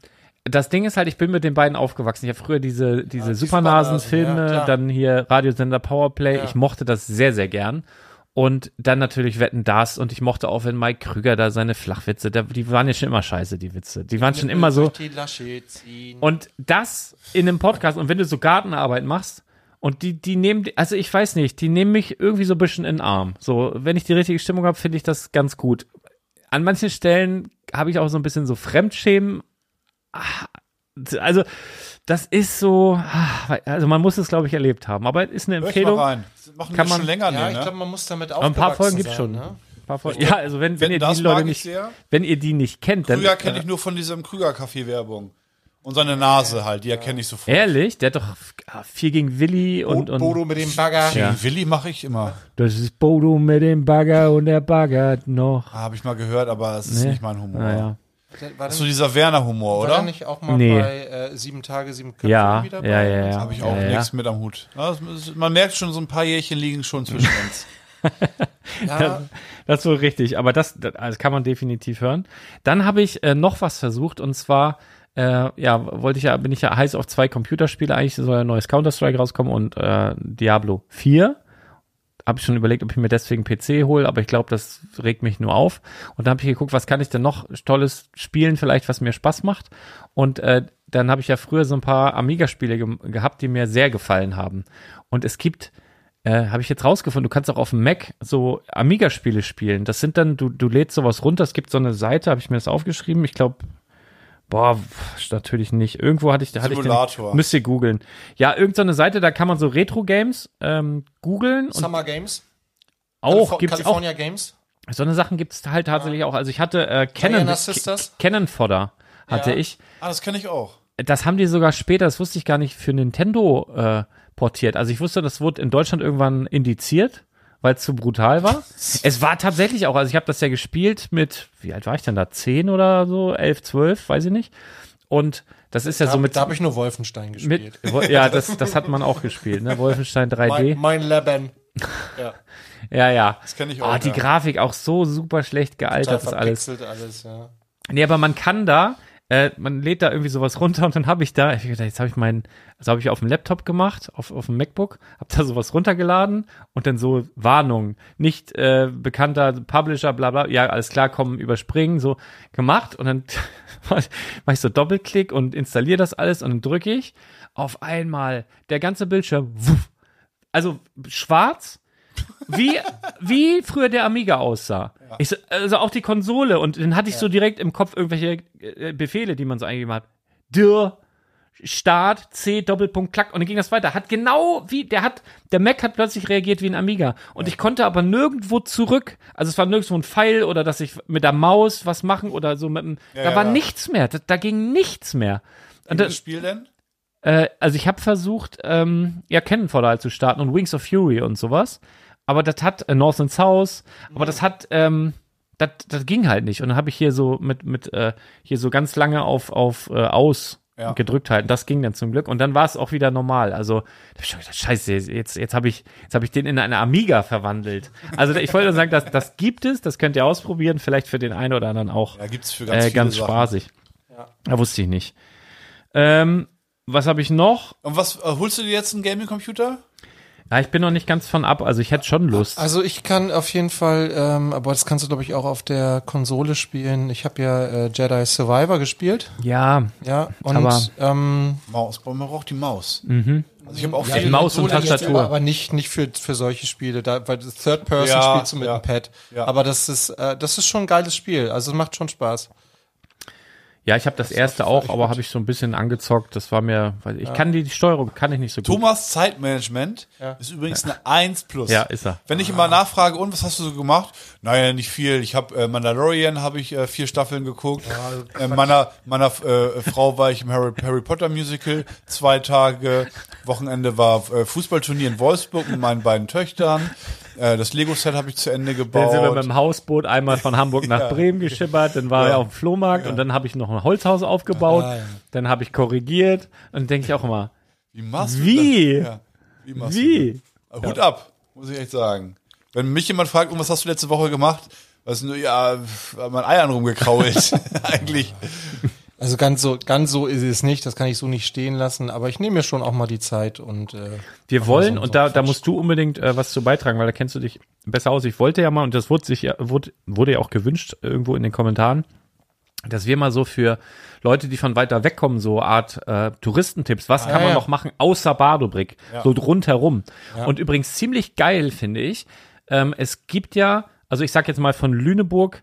[SPEAKER 3] das Ding ist halt, ich bin mit den beiden aufgewachsen. Ich habe früher diese, diese
[SPEAKER 5] Ah, Supernasen, ja,
[SPEAKER 3] Supernasen-Filme,
[SPEAKER 5] klar.
[SPEAKER 3] dann hier Radiosender Powerplay. Ich mochte das sehr, sehr gern. Und dann natürlich Wetten das und ich mochte auch, wenn Mike Krüger da seine Flachwitze, der, die waren ja schon immer scheiße, die Witze. Die waren schon immer so,
[SPEAKER 5] Durch Die Lasche ziehen.
[SPEAKER 3] und das in einem Podcast. Und wenn du so Gartenarbeit machst und die, die nehmen, also ich weiß nicht, die nehmen mich irgendwie so ein bisschen in den Arm. So, wenn ich die richtige Stimmung habe, finde ich das ganz gut. An manchen Stellen habe ich auch so ein bisschen so Fremdschämen. Ah, Also, das ist so, ah, also man muss es, glaube ich, erlebt haben. Aber es ist eine
[SPEAKER 4] Hör ich mal
[SPEAKER 3] Empfehlung.
[SPEAKER 4] rein. Das machen
[SPEAKER 3] Kann
[SPEAKER 4] wir
[SPEAKER 3] man-
[SPEAKER 4] schon länger,
[SPEAKER 5] ja,
[SPEAKER 4] nee,
[SPEAKER 5] ich
[SPEAKER 4] ne?
[SPEAKER 5] glaube, man muss damit auch
[SPEAKER 3] Aber ein paar Folgen gibt's schon.
[SPEAKER 5] Ne?
[SPEAKER 3] Ein paar Folgen- Ja, also wenn, wenn,
[SPEAKER 4] Wenn
[SPEAKER 3] ihr
[SPEAKER 4] das
[SPEAKER 3] die Leute
[SPEAKER 4] mag ich
[SPEAKER 3] nicht,
[SPEAKER 4] sehr.
[SPEAKER 3] wenn ihr die nicht kennt, dann.
[SPEAKER 4] Krüger kenne ich nur von diesem Krüger-Kaffee-Werbung. Und seine Nase halt, die erkenne ich sofort.
[SPEAKER 3] Ehrlich, der hat doch ah, viel gegen Willi und, und
[SPEAKER 5] Bodo mit dem Bagger.
[SPEAKER 4] Die Willi mache ich immer.
[SPEAKER 3] Das ist Bodo mit dem Bagger und der baggert noch. ne? Ah,
[SPEAKER 4] Ah, Habe ich mal gehört, aber es ist
[SPEAKER 3] Nee.
[SPEAKER 4] nicht mein Humor.
[SPEAKER 3] Naja.
[SPEAKER 5] War
[SPEAKER 4] So
[SPEAKER 5] denn,
[SPEAKER 4] dieser Werner-Humor,
[SPEAKER 5] war der
[SPEAKER 4] oder?
[SPEAKER 5] nicht auch mal
[SPEAKER 3] Nee.
[SPEAKER 5] bei äh, Sieben Tage, Sieben Köpfe
[SPEAKER 3] Ja,
[SPEAKER 5] wieder
[SPEAKER 3] ja,
[SPEAKER 5] bei?
[SPEAKER 3] ja, ja.
[SPEAKER 4] Habe ich auch
[SPEAKER 3] ja, ja.
[SPEAKER 4] nichts mit am Hut. Ja, das ist- man merkt schon, so ein paar Jährchen liegen schon zwischen uns.
[SPEAKER 5] ja.
[SPEAKER 3] Das ist wohl richtig, aber das, das also kann man definitiv hören. Dann habe ich äh, noch was versucht und zwar, äh, ja, wollte ich ja, bin ich ja heiß auf zwei Computerspiele. Eigentlich soll ja ein neues Counter-Strike rauskommen und äh, Diablo 4. Habe ich schon überlegt, ob ich mir deswegen PC hole, aber ich glaube, das regt mich nur auf. Und dann habe ich geguckt, was kann ich denn noch Tolles spielen, vielleicht, was mir Spaß macht. Und äh, dann habe ich ja früher so ein paar Amiga-Spiele gem- gehabt, die mir sehr gefallen haben. Und es gibt äh, habe ich jetzt rausgefunden, du kannst auch auf dem Mac so Amiga-Spiele spielen. Das sind dann, du, du lädst sowas runter, es gibt so eine Seite, habe ich mir das aufgeschrieben. Ich glaube, boah, pf, natürlich nicht. Irgendwo hatte ich, hatte ich
[SPEAKER 4] Simulator.
[SPEAKER 3] den, müsst ihr googeln. Ja, irgend so eine Seite, da kann man so Retro-Games ähm, googeln und
[SPEAKER 5] Summer Games.
[SPEAKER 3] auch
[SPEAKER 5] Calif-
[SPEAKER 3] gibt's auch
[SPEAKER 5] California Games.
[SPEAKER 3] so eine Sachen gibt's halt tatsächlich auch. Also ich hatte äh, Canon,
[SPEAKER 5] Diana Sisters?
[SPEAKER 3] Canon Fodder hatte
[SPEAKER 5] Ja.
[SPEAKER 3] ich.
[SPEAKER 4] Ah, das kenne ich auch.
[SPEAKER 3] Das haben die sogar später, das wusste ich gar nicht, für Nintendo äh, portiert. Also ich wusste, das wurde in Deutschland irgendwann indiziert, weil es zu brutal war. es war tatsächlich auch, also ich habe das ja gespielt mit, wie alt war ich denn da? Zehn oder so, elf, zwölf, weiß ich nicht. Und das ist ja
[SPEAKER 5] Da,
[SPEAKER 3] so Also mit.
[SPEAKER 5] da habe ich nur Wolfenstein
[SPEAKER 3] mit
[SPEAKER 5] gespielt.
[SPEAKER 3] ja, das, das hat man auch gespielt, ne? Wolfenstein 3D.
[SPEAKER 5] Mein, mein Leben.
[SPEAKER 3] ja, ja. Das
[SPEAKER 4] kenn ich
[SPEAKER 3] Ah,
[SPEAKER 4] auch,
[SPEAKER 3] die
[SPEAKER 4] ja.
[SPEAKER 3] Grafik auch so super schlecht
[SPEAKER 5] Da
[SPEAKER 3] gealtert ist alles.
[SPEAKER 5] verpixelt alles, ja.
[SPEAKER 3] Nee, aber man kann da, äh, man lädt da irgendwie sowas runter und dann habe ich da, ich hab gedacht, jetzt habe ich meinen, also habe ich auf dem Laptop gemacht, auf, auf dem MacBook, habe da sowas runtergeladen und dann so Warnung, nicht äh, bekannter Publisher, bla bla, ja, alles klar, kommen, überspringen, so gemacht und dann mache ich so Doppelklick und installiere das alles und dann drücke ich auf einmal der ganze Bildschirm, wuff, also schwarz, wie, wie früher der Amiga aussah. Ich so, also auch die Konsole. Und dann hatte ich so direkt im Kopf irgendwelche äh, Befehle, die man so eingegeben hat. Dürr, Start, C, Doppelpunkt, Klack. Und dann ging das weiter. Hat genau wie, der hat, der Mac hat plötzlich reagiert wie ein Amiga. Und ich konnte aber nirgendwo zurück. Also es war nirgendwo ein Pfeil oder dass ich mit der Maus was machen oder so mit dem, da
[SPEAKER 4] ja,
[SPEAKER 3] war
[SPEAKER 4] ja.
[SPEAKER 3] nichts mehr. Da, da ging nichts mehr. Und
[SPEAKER 4] Wie
[SPEAKER 3] das,
[SPEAKER 4] das Spiel denn?
[SPEAKER 3] äh, also ich habe versucht, ähm, ja, Cannonfodder halt zu starten und Wings of Fury und sowas. Aber das hat äh, North and South, aber das hat, ähm, das, das ging halt nicht. Und dann habe ich hier so mit, mit, äh, hier so ganz lange auf, auf äh, aus
[SPEAKER 4] Ja.
[SPEAKER 3] gedrückt halt. Und das ging dann zum Glück. Und dann war es auch wieder normal. Also, da hab ich schon gedacht, scheiße, jetzt, jetzt habe ich, jetzt habe ich den in eine Amiga verwandelt. Also ich wollte nur sagen, das, das gibt es, das könnt ihr ausprobieren, vielleicht für den einen oder anderen auch
[SPEAKER 4] Ja, gibt's für ganz
[SPEAKER 3] äh,
[SPEAKER 4] viele
[SPEAKER 3] ganz
[SPEAKER 4] Sachen.
[SPEAKER 3] spaßig. Da wusste ich nicht. Ähm, was habe ich noch?
[SPEAKER 4] Und was, äh, holst du dir jetzt einen Gaming-Computer?
[SPEAKER 3] Ja, ich bin noch nicht ganz von ab, also ich hätte schon Lust.
[SPEAKER 5] Also ich kann auf jeden Fall, ähm, aber das kannst du glaube ich auch auf der Konsole spielen. Ich habe ja äh, Jedi Survivor gespielt,
[SPEAKER 3] ja,
[SPEAKER 5] ja, und
[SPEAKER 3] Aber-
[SPEAKER 5] ähm,
[SPEAKER 4] Maus, braucht man braucht die Maus. Also ich habe auch
[SPEAKER 3] Mhm. die
[SPEAKER 4] viele
[SPEAKER 3] Maus und
[SPEAKER 4] Konsole-
[SPEAKER 3] Tastatur.
[SPEAKER 5] aber, aber nicht nicht für für solche Spiele, da, weil das Third Person
[SPEAKER 4] Ja,
[SPEAKER 5] spielst du mit
[SPEAKER 4] ja,
[SPEAKER 5] dem Pad.
[SPEAKER 4] ja.
[SPEAKER 5] Aber das ist äh, das ist schon ein geiles Spiel, also es macht schon Spaß.
[SPEAKER 3] Ja, ich habe das, erste auch, aber habe ich so ein bisschen angezockt. Das war mir, weil ich kann die, die Steuerung kann ich nicht so gut.
[SPEAKER 4] Thomas Zeitmanagement ist übrigens eine 1 plus.
[SPEAKER 3] Ja, ist er.
[SPEAKER 4] Wenn ich immer nachfrage, und was hast du so gemacht? Naja, nicht viel. Ich habe äh, Mandalorian habe ich äh, vier Staffeln geguckt. äh, meiner meiner äh, Frau war ich im Harry, Harry Potter Musical zwei Tage. Wochenende war äh, Fußballturnier in Wolfsburg mit meinen beiden Töchtern. Äh, das Lego Set habe ich zu Ende
[SPEAKER 3] Dann sind wir mit
[SPEAKER 4] gebaut.
[SPEAKER 3] dem Hausboot einmal von Hamburg nach Bremen geschippert, dann war er auf dem Flohmarkt und dann habe ich noch ein Holzhaus aufgebaut, dann habe ich korrigiert und denke ich auch immer,
[SPEAKER 4] Wie machst du
[SPEAKER 3] Wie?
[SPEAKER 4] das? Ja. Wie? Machst Du
[SPEAKER 3] wie?
[SPEAKER 4] das? Äh, Hut ab, muss ich echt sagen. Wenn mich jemand fragt, und was hast du letzte Woche gemacht? Was nur, ja, pf, an meinen Eiern rumgekrault. Eigentlich.
[SPEAKER 5] Also ganz so, ganz so ist es nicht, das kann ich so nicht stehen lassen, aber ich nehme mir schon auch mal die Zeit und äh,
[SPEAKER 3] Wir wollen,
[SPEAKER 5] so-
[SPEAKER 3] und
[SPEAKER 5] so
[SPEAKER 3] da,
[SPEAKER 5] ein
[SPEAKER 3] da musst du unbedingt äh, was zu beitragen, weil da kennst du dich besser aus. Ich wollte ja mal, und das wurde sich ja, wurde, wurde ja auch gewünscht, irgendwo in den Kommentaren, dass wir mal so für Leute, die von weiter weg kommen, so Art äh, Touristentipps, was kann man
[SPEAKER 5] ja.
[SPEAKER 3] noch machen außer Badobrick, so rundherum. Und übrigens ziemlich geil, finde ich, ähm, es gibt ja, also ich sag jetzt mal von Lüneburg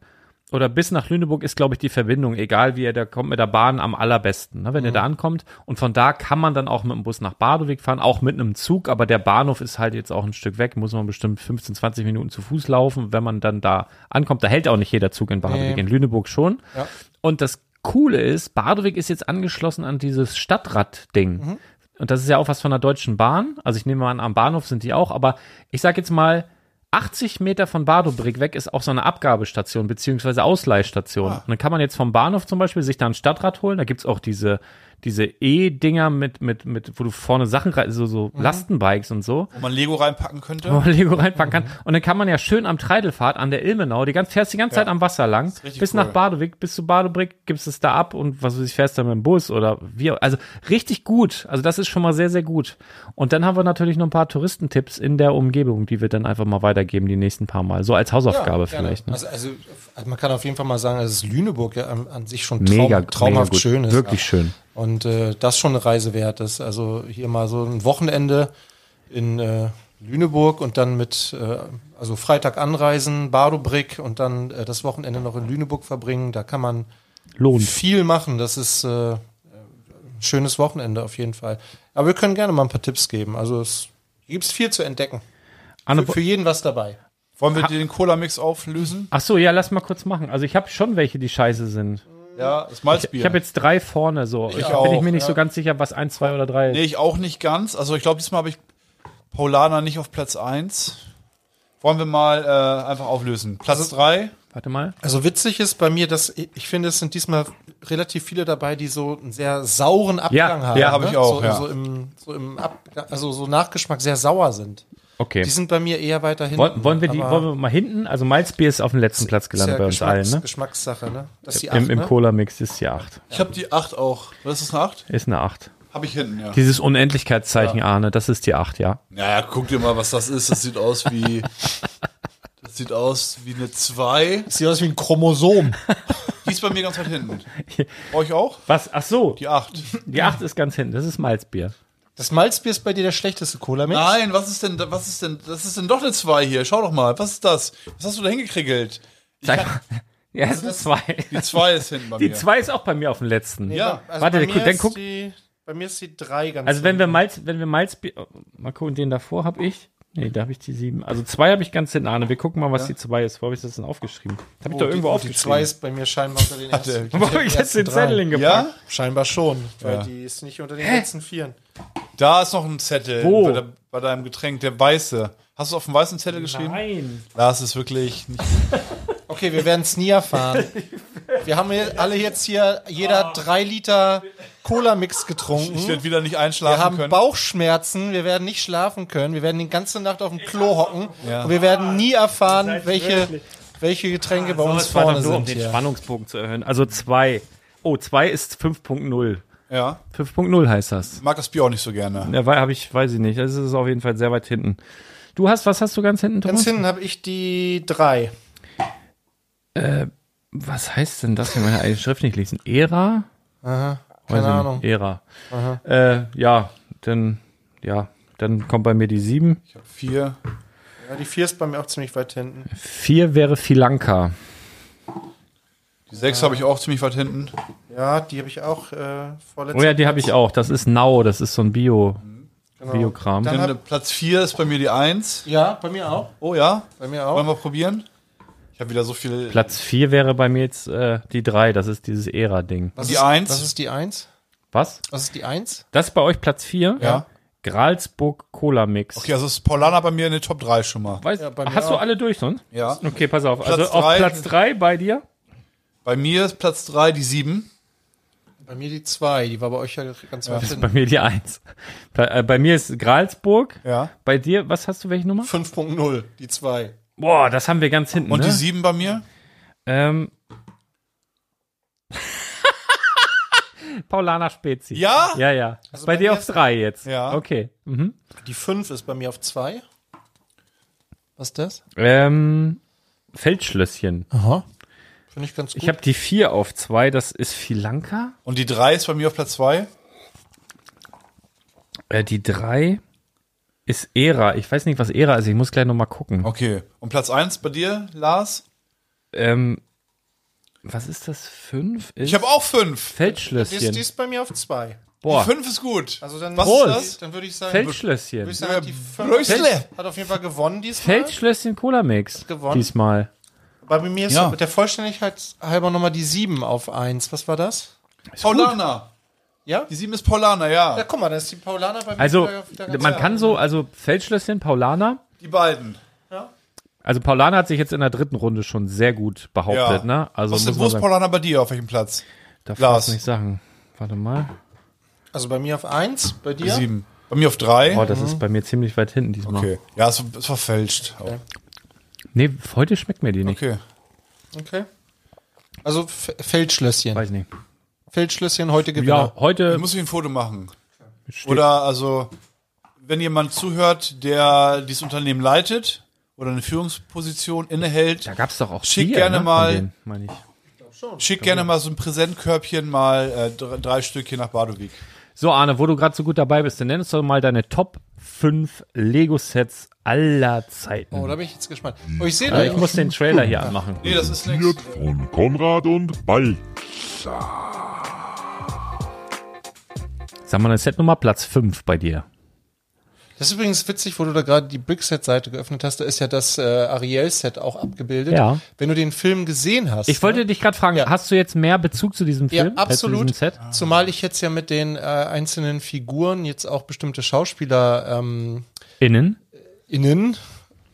[SPEAKER 3] oder bis nach Lüneburg ist, glaube ich, die Verbindung, egal wie ihr da kommt, mit der Bahn am allerbesten, ne, wenn ihr da ankommt. Und von da kann man dann auch mit dem Bus nach Badewig fahren, auch mit einem Zug, aber der Bahnhof ist halt jetzt auch ein Stück weg, muss man bestimmt 15, 20 Minuten zu Fuß laufen, wenn man dann da ankommt. Da hält auch nicht jeder Zug in Badewig, in Lüneburg schon. Und das Coole ist, Badewig ist jetzt angeschlossen an dieses Stadtrad-Ding. Und das ist ja auch was von der Deutschen Bahn. Also ich nehme mal an, am Bahnhof sind die auch, aber ich sag jetzt mal, 80 Meter von Badobrick weg ist auch so eine Abgabestation beziehungsweise Ausleihstation. Und dann kann man jetzt vom Bahnhof zum Beispiel sich da ein Stadtrad holen. Da gibt's auch diese, diese E-Dinger mit, mit, mit, wo du vorne Sachen, rei- so, so Lastenbikes und so
[SPEAKER 4] Wo man Lego reinpacken könnte.
[SPEAKER 3] wo man Lego reinpacken kann. Und dann kann man ja schön am Treidelfahrt an der Ilmenau, die ganz, fährst die ganze Zeit am Wasser lang,
[SPEAKER 4] richtig
[SPEAKER 3] bis
[SPEAKER 4] cool.
[SPEAKER 3] nach Badewig, bis zu Badebrick, gibst es da ab und was weiß ich, fährst dann mit dem Bus oder wie. auch- Also richtig gut. Also das ist schon mal sehr, sehr gut. Und dann haben wir natürlich noch ein paar Touristentipps in der Umgebung, die wir dann einfach mal weitergeben die nächsten paar Mal. So als Hausaufgabe
[SPEAKER 5] gerne.
[SPEAKER 3] vielleicht. Ne?
[SPEAKER 5] Also, also, also man kann auf jeden Fall mal sagen, dass Lüneburg ja an, an sich schon traum,
[SPEAKER 3] Mega, mega
[SPEAKER 5] traumhaft
[SPEAKER 3] gut.
[SPEAKER 5] schön ist.
[SPEAKER 3] Wirklich
[SPEAKER 5] ja.
[SPEAKER 3] schön.
[SPEAKER 5] Und äh, das schon eine Reise wert ist. Also hier mal so ein Wochenende in äh, Lüneburg und dann mit, äh, also Freitag anreisen, Badobrick und dann äh, das Wochenende noch in Lüneburg verbringen. Da kann man
[SPEAKER 3] Lohnt.
[SPEAKER 5] viel machen. Das ist äh, ein schönes Wochenende auf jeden Fall. Aber wir können gerne mal ein paar Tipps geben. Also es gibt viel zu entdecken.
[SPEAKER 3] Anne,
[SPEAKER 5] Für, für jeden was dabei.
[SPEAKER 4] Wollen wir den Cola-Mix auflösen?
[SPEAKER 3] ach so, ja, lass mal kurz machen. Also ich habe schon welche, die scheiße sind.
[SPEAKER 4] Ja, das Malzbier.
[SPEAKER 3] Ich habe jetzt drei vorne so. Ich, bin ich
[SPEAKER 4] auch,
[SPEAKER 3] mir nicht
[SPEAKER 4] ja.
[SPEAKER 3] so ganz sicher, was eins, zwei oder drei
[SPEAKER 4] Nee,
[SPEAKER 3] ist.
[SPEAKER 4] ich auch nicht ganz. Also ich glaube, diesmal habe ich Paulana nicht auf Platz 1. Wollen wir mal äh, einfach auflösen.
[SPEAKER 3] Also,
[SPEAKER 4] Platz 3.
[SPEAKER 3] Warte mal.
[SPEAKER 5] Also witzig ist bei mir, dass ich ich finde, es sind diesmal relativ viele dabei, die so einen sehr sauren Abgang haben.
[SPEAKER 3] ja,
[SPEAKER 4] hab
[SPEAKER 5] ne?
[SPEAKER 4] ich auch,
[SPEAKER 5] So,
[SPEAKER 4] ja.
[SPEAKER 5] so im, so im Ab also so Nachgeschmack sehr sauer sind.
[SPEAKER 3] Okay.
[SPEAKER 5] Die sind bei mir eher weiter hinten.
[SPEAKER 3] Wollen, wollen wir die,
[SPEAKER 5] aber
[SPEAKER 3] wollen wir mal hinten? Also Malzbier ist auf dem letzten Platz
[SPEAKER 5] ist ja
[SPEAKER 3] gelandet bei uns allen,
[SPEAKER 5] Geschmacks-
[SPEAKER 3] ne?
[SPEAKER 5] Geschmackssache, ne? Das ist die
[SPEAKER 3] Im,
[SPEAKER 5] acht,
[SPEAKER 3] im
[SPEAKER 5] ne?
[SPEAKER 3] Cola-Mix ist die 8.
[SPEAKER 4] Ich habe die 8 auch. Was ist das, eine 8?
[SPEAKER 3] Ist eine 8.
[SPEAKER 4] Habe ich hinten, ja.
[SPEAKER 3] Dieses Unendlichkeitszeichen, Arne, das ist die 8, ja.
[SPEAKER 4] Naja, guck dir mal, was das ist. Das sieht aus wie. Das sieht aus wie eine 2.
[SPEAKER 5] Sieht aus wie ein Chromosom.
[SPEAKER 4] Die ist bei mir ganz weit hinten. Euch auch?
[SPEAKER 3] Was? Ach so,
[SPEAKER 4] Die 8.
[SPEAKER 3] die 8 ist ganz hinten, das ist Malzbier.
[SPEAKER 5] Das Malzbier ist bei dir der schlechteste Cola-Mix.
[SPEAKER 4] Nein, was ist denn, was ist denn, das ist denn doch eine 2 hier. Schau doch mal, was ist das? Was hast du da hingekriegelt?
[SPEAKER 3] Sag mal. Ja, es
[SPEAKER 5] Also
[SPEAKER 3] sind zwei.
[SPEAKER 4] Die 2 ist hinten bei
[SPEAKER 3] Die
[SPEAKER 4] mir.
[SPEAKER 3] 2 ist auch bei mir auf dem letzten.
[SPEAKER 4] Ja.
[SPEAKER 5] Also
[SPEAKER 3] Warte,
[SPEAKER 5] bei
[SPEAKER 3] der-
[SPEAKER 5] mir
[SPEAKER 3] dann
[SPEAKER 5] ist
[SPEAKER 3] guck-
[SPEAKER 5] Die, bei mir ist die drei ganz.
[SPEAKER 3] Also wenn wir Malz, wenn wir Malzbier, oh, mal gucken, den davor habe ich. Nee, da habe ich die 7. Also 2 habe ich ganz hinten, Arne. Wir gucken mal, was die 2 ist. Wo habe ich das denn aufgeschrieben? Das habe ich doch irgendwo
[SPEAKER 5] Oh, die, die
[SPEAKER 3] aufgeschrieben.
[SPEAKER 5] zwei ist bei mir scheinbar unter den ersten.
[SPEAKER 3] Wo habe ich jetzt den Zettel hingepackt?
[SPEAKER 4] Ja?
[SPEAKER 5] Scheinbar schon, weil die ist nicht unter den letzten Vieren.
[SPEAKER 4] Da ist noch ein Zettel
[SPEAKER 3] Wo?
[SPEAKER 4] Bei, de- bei deinem Getränk, der weiße. Hast du auf dem weißen Zettel geschrieben?
[SPEAKER 3] Nein.
[SPEAKER 4] Das ist wirklich nicht.
[SPEAKER 5] Okay, wir werden es nie erfahren. Wir haben hier alle jetzt hier jeder drei Liter Cola-Mix
[SPEAKER 4] Ah. Ich
[SPEAKER 5] getrunken.
[SPEAKER 4] werde wieder nicht einschlafen
[SPEAKER 5] Wir haben
[SPEAKER 4] können.
[SPEAKER 5] Bauchschmerzen, wir werden nicht schlafen können, wir werden die ganze Nacht auf dem Klo hocken
[SPEAKER 4] Ja.
[SPEAKER 5] und wir werden nie erfahren, welche, welche
[SPEAKER 4] Ah,
[SPEAKER 5] Getränke bei uns
[SPEAKER 3] Das war
[SPEAKER 5] vorne
[SPEAKER 3] doch nur, um
[SPEAKER 5] sind.
[SPEAKER 3] den
[SPEAKER 5] Hier.
[SPEAKER 3] Spannungsbogen zu erhöhen. Also 2. Oh, 2 ist 5.0.
[SPEAKER 4] ja.
[SPEAKER 3] 5.0 heißt das.
[SPEAKER 4] Ich mag das Bier auch nicht so gerne.
[SPEAKER 3] Ja, weil habe ich, weiß ich nicht. Das ist auf jeden Fall sehr weit hinten. Du hast, was hast du ganz hinten,
[SPEAKER 5] Ganz
[SPEAKER 3] Thomas?
[SPEAKER 5] hinten habe ich die drei.
[SPEAKER 3] Was heißt denn das? Ich meine eigene Schrift nicht lesen. Ära?
[SPEAKER 5] Keine
[SPEAKER 3] Weiß ich nicht.
[SPEAKER 5] Ahnung.
[SPEAKER 3] Ära. Äh, ja, dann, ja, dann kommt bei mir die 7.
[SPEAKER 4] Ich habe vier.
[SPEAKER 5] Ja, die vier ist bei mir auch ziemlich weit hinten.
[SPEAKER 3] 4 wäre Filanka.
[SPEAKER 4] Die sechs habe ich auch ziemlich weit hinten.
[SPEAKER 5] Ja, die habe ich auch äh, vorletzte.
[SPEAKER 3] Oh ja, die habe ich auch. Das ist Now, das ist so ein Bio, Biokram.
[SPEAKER 5] Genau. Dann-
[SPEAKER 4] Dann, äh, Platz vier ist bei mir die eins.
[SPEAKER 5] Ja, bei mir auch.
[SPEAKER 4] Oh ja,
[SPEAKER 5] Bei mir
[SPEAKER 4] wollen
[SPEAKER 5] auch.
[SPEAKER 4] wir probieren? Ich habe wieder so viel.
[SPEAKER 3] Platz 4 wäre bei mir jetzt äh, die 3, das ist dieses Ära-Ding.
[SPEAKER 5] Was
[SPEAKER 4] Die
[SPEAKER 5] ist,
[SPEAKER 4] Eins?
[SPEAKER 5] Was ist die Eins?
[SPEAKER 3] Was?
[SPEAKER 5] Was ist die Eins?
[SPEAKER 3] Das ist bei euch Platz 4?
[SPEAKER 4] Ja.
[SPEAKER 3] Gralsburg Cola Mix.
[SPEAKER 4] Okay, also ist Paulana bei mir in der Top 3 schon mal.
[SPEAKER 3] Weißt,
[SPEAKER 5] Ja, bei mir
[SPEAKER 3] hast du
[SPEAKER 5] auch.
[SPEAKER 3] alle durch sonst?
[SPEAKER 4] Ja.
[SPEAKER 3] Okay, pass auf.
[SPEAKER 4] Platz
[SPEAKER 3] also auf
[SPEAKER 4] drei.
[SPEAKER 3] Platz 3 bei dir?
[SPEAKER 4] Bei mir ist Platz 3 die 7.
[SPEAKER 5] Bei mir die Zwei. Die war bei euch ja ganz weit
[SPEAKER 3] Das ist
[SPEAKER 5] hinten.
[SPEAKER 3] bei mir die 1. Bei, äh, bei mir ist Gralsburg.
[SPEAKER 4] Ja.
[SPEAKER 3] Bei dir, was hast du, welche Nummer?
[SPEAKER 5] 5.0, die Zwei.
[SPEAKER 3] Boah, das haben wir ganz hinten.
[SPEAKER 4] Und
[SPEAKER 3] ne?
[SPEAKER 4] die 7 bei mir?
[SPEAKER 3] Ähm. Paulana Spezi.
[SPEAKER 4] Ja?
[SPEAKER 3] Ja, ja.
[SPEAKER 5] Also
[SPEAKER 3] bei,
[SPEAKER 5] bei
[SPEAKER 3] dir
[SPEAKER 5] mir
[SPEAKER 3] auf
[SPEAKER 5] ist-
[SPEAKER 3] drei jetzt.
[SPEAKER 4] Ja.
[SPEAKER 3] Okay. Mhm.
[SPEAKER 5] Die Fünf ist bei mir auf Zwei. Was ist das?
[SPEAKER 3] Ähm, Feldschlösschen.
[SPEAKER 5] Aha. Finde ich ganz gut.
[SPEAKER 3] Ich habe die vier auf zwei. Das ist Filanka.
[SPEAKER 4] Und die 3 ist bei mir auf Platz 2?
[SPEAKER 3] Äh, die drei ist Ära. Ich weiß nicht, was Ära ist. Ich muss gleich noch mal gucken.
[SPEAKER 4] Okay. Und Platz 1 bei dir, Lars?
[SPEAKER 3] Ähm, was ist das? Fünf? Ist
[SPEAKER 4] Ich habe auch 5.
[SPEAKER 5] die,
[SPEAKER 3] Feldschlösschen.
[SPEAKER 5] ist, die ist bei mir auf Zwei.
[SPEAKER 3] Boah.
[SPEAKER 4] 5 ist gut.
[SPEAKER 5] Also dann,
[SPEAKER 4] Was
[SPEAKER 3] Prost.
[SPEAKER 4] ist das?
[SPEAKER 5] dann würde ich sagen, würde
[SPEAKER 3] Feldschlösschen.
[SPEAKER 5] ich sagen hat die Fünf
[SPEAKER 4] Rösle.
[SPEAKER 5] hat auf jeden Fall gewonnen diesmal.
[SPEAKER 3] Feldschlösschen Cola Mix.
[SPEAKER 5] Gewonnen.
[SPEAKER 3] Diesmal.
[SPEAKER 5] Bei mir ist
[SPEAKER 4] Ja.
[SPEAKER 5] mit der Vollständigkeit halber nochmal die 7 auf 1. Was war das?
[SPEAKER 4] Paulana.
[SPEAKER 5] Ja?
[SPEAKER 4] Die 7 ist Paulana, ja.
[SPEAKER 5] Ja, guck mal, da ist die Paulaner bei mir
[SPEAKER 3] Also,
[SPEAKER 5] wieder, wieder ganz
[SPEAKER 3] man
[SPEAKER 5] nah.
[SPEAKER 3] kann so, also Feldschlösschen, Paulana.
[SPEAKER 4] Die beiden.
[SPEAKER 3] Also Paulana hat sich jetzt in der dritten Runde schon sehr gut behauptet,
[SPEAKER 4] Ja.
[SPEAKER 3] ne? Also
[SPEAKER 4] Was,
[SPEAKER 3] muss
[SPEAKER 4] wo
[SPEAKER 3] man
[SPEAKER 4] ist
[SPEAKER 3] sagen,
[SPEAKER 4] Paulana bei dir? Auf welchem Platz?
[SPEAKER 3] darf
[SPEAKER 4] Lars?
[SPEAKER 3] ich das nicht sagen. Warte mal.
[SPEAKER 5] Also bei mir auf 1, bei
[SPEAKER 4] Die
[SPEAKER 5] dir?
[SPEAKER 4] 7. Bei mir auf 3?
[SPEAKER 3] Boah, Oh, das ist bei mir ziemlich weit hinten diesmal.
[SPEAKER 4] Mhm. Okay. Ja, es ist verfälscht. Okay.
[SPEAKER 3] Nee, heute schmeckt mir die nicht.
[SPEAKER 4] okay.
[SPEAKER 5] Okay. Also F Feldschlösschen.
[SPEAKER 3] Weiß nicht.
[SPEAKER 5] Feldschlösschen heute
[SPEAKER 3] Ja,
[SPEAKER 5] Gewinner.
[SPEAKER 3] heute
[SPEAKER 4] Genau. Ich muss ein Foto machen.
[SPEAKER 3] steht
[SPEAKER 4] Oder also, wenn jemand zuhört, der dieses Unternehmen leitet oder eine Führungsposition innehält,
[SPEAKER 3] da gab's doch auch
[SPEAKER 4] Schick
[SPEAKER 3] Bier,
[SPEAKER 4] gerne
[SPEAKER 3] ne,
[SPEAKER 4] mal-
[SPEAKER 3] von denen, meine ich.
[SPEAKER 4] schickt gerne mal so ein Präsentkörbchen mal äh, drei, drei Stück hier nach Badowik.
[SPEAKER 3] So, Arne, wo du gerade so gut dabei bist, dann nenn uns doch mal deine Top 5 Lego Sets aller Zeiten.
[SPEAKER 5] Oh, da bin ich jetzt gespannt. Oh, ich sehe da
[SPEAKER 3] Ja, ich
[SPEAKER 5] ja
[SPEAKER 3] muss
[SPEAKER 5] auch
[SPEAKER 3] den Trailer hier anmachen.
[SPEAKER 4] Nee, das ist nichts.
[SPEAKER 6] von Konrad und Ball.
[SPEAKER 3] Sag mal eine Setnummer Platz 5 bei dir.
[SPEAKER 5] schon- Das ist übrigens witzig, wo du da gerade die Brickset-Seite geöffnet hast. Da ist ja das äh, Ariel-Set auch abgebildet.
[SPEAKER 3] Ja.
[SPEAKER 5] Wenn du den Film gesehen hast.
[SPEAKER 3] Ich wollte dich gerade fragen,
[SPEAKER 5] Ja.
[SPEAKER 3] hast du jetzt mehr Bezug zu diesem
[SPEAKER 5] Ja,
[SPEAKER 3] Film
[SPEAKER 5] absolut.
[SPEAKER 3] als zu diesem Set?
[SPEAKER 5] Zumal ich jetzt ja mit den äh, einzelnen Figuren jetzt auch bestimmte Schauspieler ähm,
[SPEAKER 3] Innen?
[SPEAKER 5] innen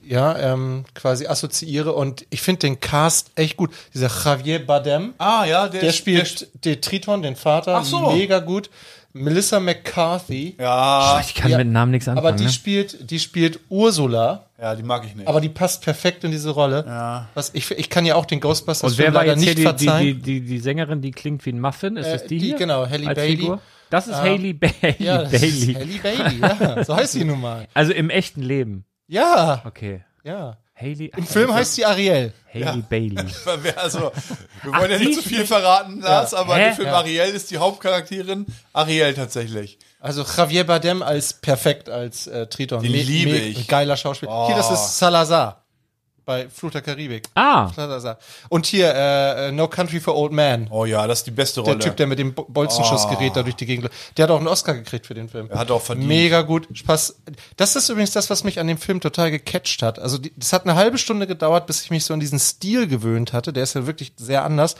[SPEAKER 5] ja ähm, quasi assoziiere und ich finde den Cast echt gut. Dieser Javier Bardem,
[SPEAKER 4] Ah, ja, der,
[SPEAKER 5] der
[SPEAKER 4] der
[SPEAKER 5] spielt den Triton, den Vater,
[SPEAKER 4] Ach so.
[SPEAKER 5] mega gut. Melissa McCarthy,
[SPEAKER 3] Ah,
[SPEAKER 4] ja,
[SPEAKER 3] ich kann
[SPEAKER 5] ja.
[SPEAKER 3] mit Namen nichts anfangen.
[SPEAKER 5] aber die
[SPEAKER 3] ne?
[SPEAKER 5] spielt, die spielt Ursula,
[SPEAKER 4] ja, die mag ich nicht.
[SPEAKER 5] aber die passt perfekt in diese Rolle. Was ich, ich kann ja auch den Ghostbusters
[SPEAKER 3] Und wer
[SPEAKER 5] Film
[SPEAKER 3] war
[SPEAKER 5] leider
[SPEAKER 3] jetzt hier
[SPEAKER 5] nicht
[SPEAKER 3] die,
[SPEAKER 5] verzeihen.
[SPEAKER 3] die, die, die, die Sängerin, die klingt wie ein Muffin? Ist
[SPEAKER 5] Äh,
[SPEAKER 3] das die,
[SPEAKER 5] die,
[SPEAKER 3] hier?
[SPEAKER 5] genau, Halle
[SPEAKER 3] Als
[SPEAKER 5] Bailey.
[SPEAKER 3] Figur? Das ist Haley Bailey.
[SPEAKER 5] ja, das
[SPEAKER 3] Bailey.
[SPEAKER 5] ist Halle Bailey, ja, so heißt sie nun mal.
[SPEAKER 3] Also im echten Leben.
[SPEAKER 5] Ja,
[SPEAKER 3] Okay.
[SPEAKER 5] ja.
[SPEAKER 3] Haley,
[SPEAKER 5] Im Film heißt sie Ariel.
[SPEAKER 3] Haley Bailey.
[SPEAKER 4] Wer- Also, wir wollen ja
[SPEAKER 3] die
[SPEAKER 4] nicht zu viel verraten, Lars, aber
[SPEAKER 3] Hä?
[SPEAKER 4] der Film
[SPEAKER 5] Ja.
[SPEAKER 4] Ariel ist die Hauptcharakterin. Ariel tatsächlich.
[SPEAKER 5] Also Javier Bardem als perfekt als äh, Triton.
[SPEAKER 4] Den liebe ich.
[SPEAKER 5] Geiler Schauspieler. Hier, das ist Salazar bei Flut der Karibik.
[SPEAKER 3] Ah,
[SPEAKER 5] Salazar. Und hier äh, äh, No Country for Old Man.
[SPEAKER 4] Oh ja, das ist die beste
[SPEAKER 5] Der
[SPEAKER 4] Rolle.
[SPEAKER 5] Typ, der mit dem Bo- Bolzenschussgerät da durch die Gegend läuft. Der hat auch einen Oscar gekriegt für den Film.
[SPEAKER 4] Oh. Er hat auch verdient.
[SPEAKER 5] Mega gut. Spaß. Das ist übrigens das, was mich an dem Film total gecatcht hat. Also die, das hat eine halbe Stunde gedauert, bis ich mich so an diesen Stil gewöhnt hatte. Der ist ja wirklich sehr anders.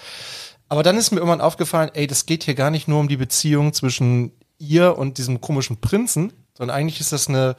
[SPEAKER 5] Aber dann ist mir irgendwann aufgefallen, ey, das geht hier gar nicht nur um die Beziehung zwischen ihr und diesem komischen Prinzen, sondern eigentlich ist das eine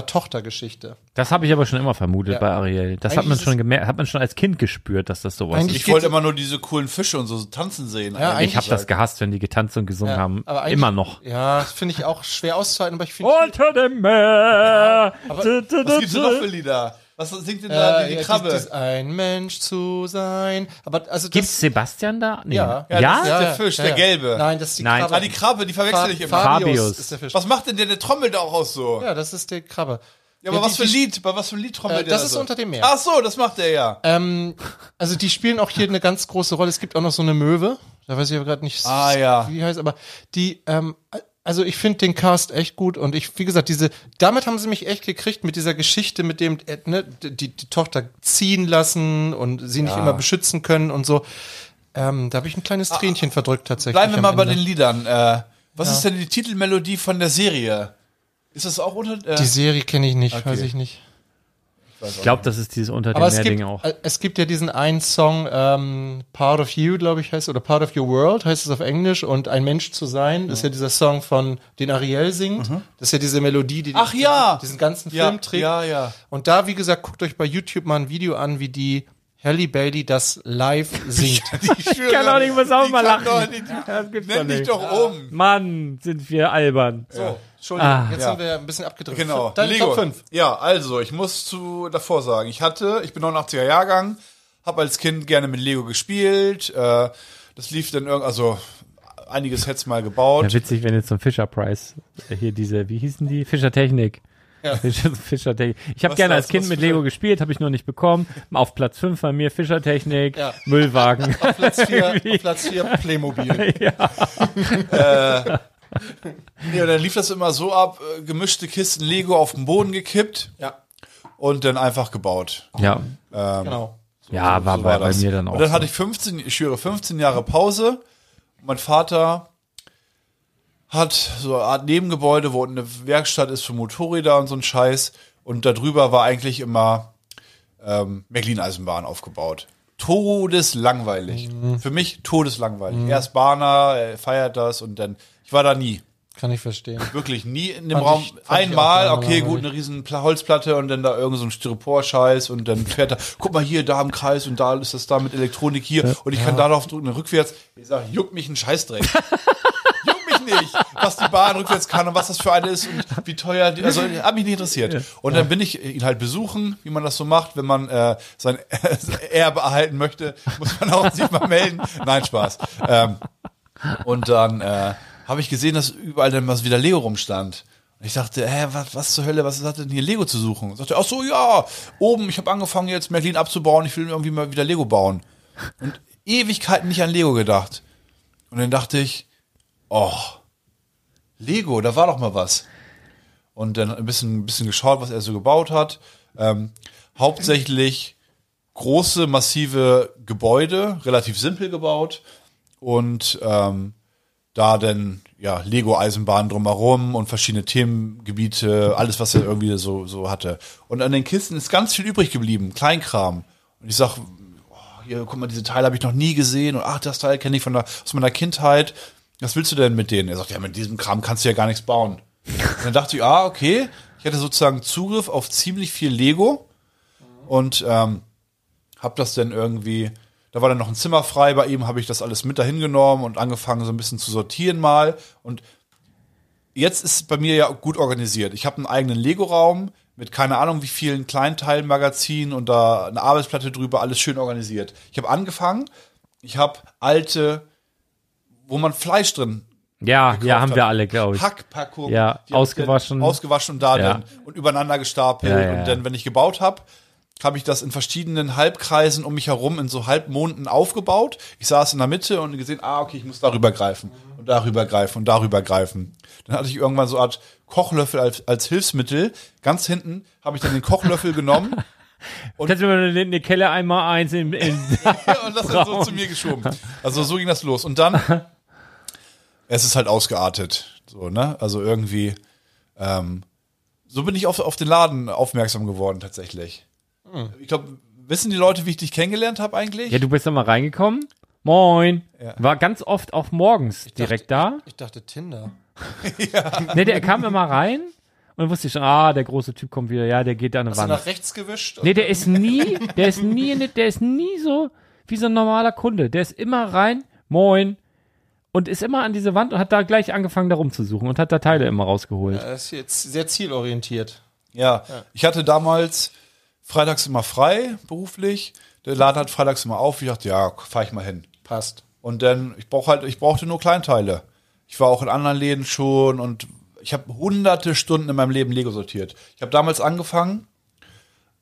[SPEAKER 5] Vater-Tochter-Geschichte.
[SPEAKER 3] das habe ich aber schon immer vermutet
[SPEAKER 5] Ja.
[SPEAKER 3] bei Ariel. Das hat
[SPEAKER 5] Eigentlich
[SPEAKER 3] man
[SPEAKER 5] ist
[SPEAKER 3] schon
[SPEAKER 5] es-
[SPEAKER 3] gemerkt, hat man schon als Kind gespürt, dass das sowas
[SPEAKER 5] Eigentlich-
[SPEAKER 3] ist.
[SPEAKER 4] ich wollte immer nur diese coolen Fische und so tanzen sehen.
[SPEAKER 5] Ja,
[SPEAKER 3] Ich
[SPEAKER 5] eigentlich- halt.
[SPEAKER 3] habe das gehasst, wenn die getanzt und gesungen
[SPEAKER 4] Hm.
[SPEAKER 3] haben.
[SPEAKER 5] eigentlich-
[SPEAKER 3] Immer noch.
[SPEAKER 5] Ja, das finde ich auch schwer auszuhalten, aber ich finde.
[SPEAKER 3] Unter dem Meer.
[SPEAKER 4] Was gibt's denn noch für Lieder? Was singt denn da
[SPEAKER 5] Äh,
[SPEAKER 4] die
[SPEAKER 5] ja,
[SPEAKER 4] Krabbe?
[SPEAKER 5] dieses ein Mensch zu sein. Aber also das,
[SPEAKER 3] Gibt's Sebastian da? Nee.
[SPEAKER 5] Ja.
[SPEAKER 3] Ja?
[SPEAKER 4] das ist der Fisch, der gelbe.
[SPEAKER 5] Nein, das ist die
[SPEAKER 3] Nein.
[SPEAKER 5] Krabbe.
[SPEAKER 4] ah, die Krabbe, die verwechsel ich immer.
[SPEAKER 5] Fa- Fabius,
[SPEAKER 3] Fabius.
[SPEAKER 5] ist der Fisch.
[SPEAKER 4] was macht denn der, der trommelt da auch aus so? Ja,
[SPEAKER 5] Ja, das ist der Krabbe.
[SPEAKER 4] aber
[SPEAKER 5] Ja,
[SPEAKER 4] was
[SPEAKER 5] die-
[SPEAKER 4] für ein
[SPEAKER 5] die-
[SPEAKER 4] Lied? Bei was für ein Lied trommelt
[SPEAKER 5] Äh,
[SPEAKER 4] der
[SPEAKER 5] das
[SPEAKER 4] da
[SPEAKER 5] ist
[SPEAKER 4] so?
[SPEAKER 5] unter dem Meer.
[SPEAKER 4] Ach so, das macht der ja.
[SPEAKER 5] Ähm, also die spielen auch hier eine ganz große Rolle. Es gibt auch noch so eine Möwe. Da weiß ich aber gerade nicht,
[SPEAKER 4] Ah, ja.
[SPEAKER 5] wie die heißt, aber die, ähm, also ich finde den Cast echt gut und ich, wie gesagt, diese, damit haben sie mich echt gekriegt mit dieser Geschichte, mit dem, äh, ne, die, die Tochter ziehen lassen und sie nicht immer beschützen können und so. Ähm, da habe ich ein kleines Tränchen verdrückt tatsächlich.
[SPEAKER 4] Ah, Bleiben wir
[SPEAKER 5] am
[SPEAKER 4] mal bei
[SPEAKER 5] Ende.
[SPEAKER 4] den Liedern. Äh, was ist denn die Titelmelodie von der Serie? Ist das auch unter. Äh,
[SPEAKER 5] Die Serie kenne ich nicht,
[SPEAKER 4] Okay.
[SPEAKER 5] weiß ich nicht.
[SPEAKER 3] Ich glaube, das ist dieses unter dem
[SPEAKER 5] Aber es
[SPEAKER 3] Meerding
[SPEAKER 5] gibt,
[SPEAKER 3] auch.
[SPEAKER 5] äh, es gibt ja diesen einen Song, ähm, Part of You, glaube ich, heißt, oder Part of Your World heißt es auf Englisch und Ein Mensch zu sein, das ist ja dieser Song von, den Ariel singt. Das ist ja diese Melodie, die
[SPEAKER 4] Ach
[SPEAKER 5] diesen,
[SPEAKER 4] ja!
[SPEAKER 5] diesen ganzen
[SPEAKER 4] ja,
[SPEAKER 5] Film trägt.
[SPEAKER 4] ja, ja.
[SPEAKER 5] Und da, wie gesagt, guckt euch bei YouTube mal ein Video an, wie die Halle Bailey das live singt.
[SPEAKER 4] Ich, ich
[SPEAKER 3] kann doch nicht was auch mal lachen.
[SPEAKER 4] Doch,
[SPEAKER 3] Das
[SPEAKER 4] die,
[SPEAKER 3] gibt's
[SPEAKER 4] nenn
[SPEAKER 3] doch
[SPEAKER 4] dich
[SPEAKER 3] nicht. Ah.
[SPEAKER 4] doch um.
[SPEAKER 3] Mann, sind wir albern.
[SPEAKER 5] so, Entschuldigung,
[SPEAKER 3] Ah.
[SPEAKER 5] jetzt
[SPEAKER 4] Ja.
[SPEAKER 5] sind wir ein bisschen abgedrückt.
[SPEAKER 4] Genau.
[SPEAKER 5] Deine
[SPEAKER 4] Lego.
[SPEAKER 5] Top 5.
[SPEAKER 4] Ja, also, ich muss zu davor sagen, ich hatte, ich bin 89er Jahrgang, habe als Kind gerne mit Lego gespielt. Äh, das lief dann irgend, also einiges hätt's mal
[SPEAKER 3] Ja,
[SPEAKER 4] gebaut.
[SPEAKER 3] witzig, wenn jetzt zum Fisher Price äh, hier diese, wie hießen die? Fischer Technik. Fischer, Fischer Technik. Ich habe
[SPEAKER 4] Was
[SPEAKER 3] gerne
[SPEAKER 4] das-
[SPEAKER 3] als Kind
[SPEAKER 4] was
[SPEAKER 3] mit
[SPEAKER 4] Fischer-
[SPEAKER 3] Lego gespielt, habe ich nur nicht bekommen. Auf Platz 5 bei mir Fischer Technik,
[SPEAKER 5] Ja.
[SPEAKER 3] Müllwagen.
[SPEAKER 5] Platz 4, Platz 4 Playmobil.
[SPEAKER 4] Nee, und dann lief das immer so ab, äh, gemischte Kisten Lego auf den Boden gekippt
[SPEAKER 5] Ja,
[SPEAKER 4] und dann einfach gebaut. Ähm,
[SPEAKER 3] ja,
[SPEAKER 5] genau.
[SPEAKER 3] ja war,
[SPEAKER 4] So
[SPEAKER 3] bei,
[SPEAKER 4] war
[SPEAKER 3] bei
[SPEAKER 4] das.
[SPEAKER 3] mir dann auch.
[SPEAKER 4] Und dann
[SPEAKER 3] so.
[SPEAKER 4] hatte ich 15, ich schwöre, 15 Jahre Pause. Mein Vater hat so eine Art Nebengebäude, wo eine Werkstatt ist für Motorräder und so ein Scheiß. Und darüber war eigentlich immer ähm, Märklin-Eisenbahn aufgebaut. Todeslangweilig.
[SPEAKER 5] Mhm.
[SPEAKER 4] Für mich todeslangweilig. Erst Bahner äh, feiert das und dann, ich war da nie.
[SPEAKER 5] Kann ich verstehen.
[SPEAKER 4] Wirklich nie in dem
[SPEAKER 5] Fand
[SPEAKER 4] Raum.
[SPEAKER 5] ich- fand ich
[SPEAKER 4] Einmal,
[SPEAKER 5] auch lange
[SPEAKER 4] okay, gut,
[SPEAKER 5] langweilig.
[SPEAKER 4] eine riesen Pla- Holzplatte und dann da irgend so ein Styropor-Scheiß und dann fährt er, guck mal hier, da im Kreis und da ist das da mit Elektronik hier und ich kann darauf drücken, dann rückwärts. Ich sag, juckt mich ein Scheißdreck. juckt mich nicht, was die Bahn rückwärts kann und was das für eine ist und wie teuer, die, also hat mich nicht interessiert. Und dann bin ich ihn halt besuchen, wie man das so macht, wenn man äh, sein Erbe erhalten möchte, muss man auch sich mal melden. Nein, Spaß. Ähm, und dann äh, habe ich gesehen, dass überall dann was wieder Lego rumstand. Und ich dachte, hä, was, was zur Hölle, was hat denn hier Lego zu suchen? Und sagte, ach so, ja, oben, ich habe angefangen jetzt Märklin abzubauen, ich will irgendwie mal wieder Lego bauen. Und Ewigkeiten nicht an Lego gedacht. Und dann dachte ich, oh, Lego, da war doch mal was. Und dann ein bisschen, ein bisschen geschaut, was er so gebaut hat. Ähm, hauptsächlich große, massive Gebäude, relativ simpel gebaut und ähm, da dann ja Lego-Eisenbahn drumherum und verschiedene Themengebiete, alles was er irgendwie so so hatte. Und an den Kisten ist ganz viel übrig geblieben, Kleinkram. Und ich sag, oh, hier guck mal, diese Teile habe ich noch nie gesehen und ach, das Teil kenne ich von der, aus meiner Kindheit. Was willst du denn mit denen? Er sagt, ja, mit diesem Kram kannst du ja gar nichts bauen. Und dann dachte ich, ah, okay, ich hatte sozusagen Zugriff auf ziemlich viel Lego und ähm, hab das denn irgendwie, da war dann noch ein Zimmer frei bei ihm, habe ich das alles mit dahin genommen und angefangen so ein bisschen zu sortieren mal und jetzt ist bei mir ja gut organisiert. Ich habe einen eigenen Lego-Raum mit keine Ahnung wie vielen Kleinteilen, Magazinen und da eine Arbeitsplatte drüber, alles schön organisiert. Ich habe angefangen, ich habe alte, wo man Fleisch drin
[SPEAKER 3] ja, ja, haben
[SPEAKER 4] hat.
[SPEAKER 3] wir alle, glaube ich.
[SPEAKER 4] Hackpackung.
[SPEAKER 3] Ja,
[SPEAKER 4] die hab ich dann
[SPEAKER 3] ausgewaschen.
[SPEAKER 4] Ausgewaschen und da
[SPEAKER 3] Ja.
[SPEAKER 4] dann und übereinander gestapelt.
[SPEAKER 3] Ja, ja, ja.
[SPEAKER 4] Und dann, wenn ich gebaut habe, habe ich das in verschiedenen Halbkreisen um mich herum in so Halbmonden aufgebaut. Ich saß in der Mitte und gesehen, ah, okay, ich muss darüber greifen und darüber greifen und darüber greifen. Dann hatte ich irgendwann so eine Art Kochlöffel als, als Hilfsmittel. Ganz hinten habe ich dann den Kochlöffel genommen
[SPEAKER 3] Kannst du mir eine Kelle einmal eins in, in
[SPEAKER 4] Ja, und das dann so zu mir geschoben. Also so ging das los. Und dann, es ist halt ausgeartet. So, ne? Also irgendwie, ähm, so bin ich auf, auf den Laden aufmerksam geworden tatsächlich. Ich glaube, wissen die Leute, wie ich dich kennengelernt habe eigentlich?
[SPEAKER 3] Ja, du bist da mal reingekommen. Moin. War ganz oft auch morgens direkt da.
[SPEAKER 5] Ich dachte Tinder.
[SPEAKER 3] Ne, der kam immer rein und dann wusste ich schon, ah, der große Typ kommt wieder. Ja, der geht da an eine
[SPEAKER 5] Hast du nach
[SPEAKER 3] Wand.
[SPEAKER 5] rechts gewischt?
[SPEAKER 3] Ne, der ist nie, der ist nie, in- der ist nie so wie so ein normaler Kunde. Der ist immer rein, moin. Und ist immer an diese Wand und hat da gleich angefangen, da rumzusuchen und hat da Teile immer rausgeholt.
[SPEAKER 5] Er ist jetzt sehr zielorientiert.
[SPEAKER 4] Ja, ich hatte damals freitags immer frei, beruflich. Der Laden hat freitags immer auf. Ich dachte, ja, fahr ich mal hin.
[SPEAKER 5] Passt.
[SPEAKER 4] Und dann, ich brauch halt, ich brauchte nur Kleinteile. Ich war auch in anderen Läden schon und ich habe hunderte Stunden in meinem Leben Lego sortiert. Ich habe damals angefangen,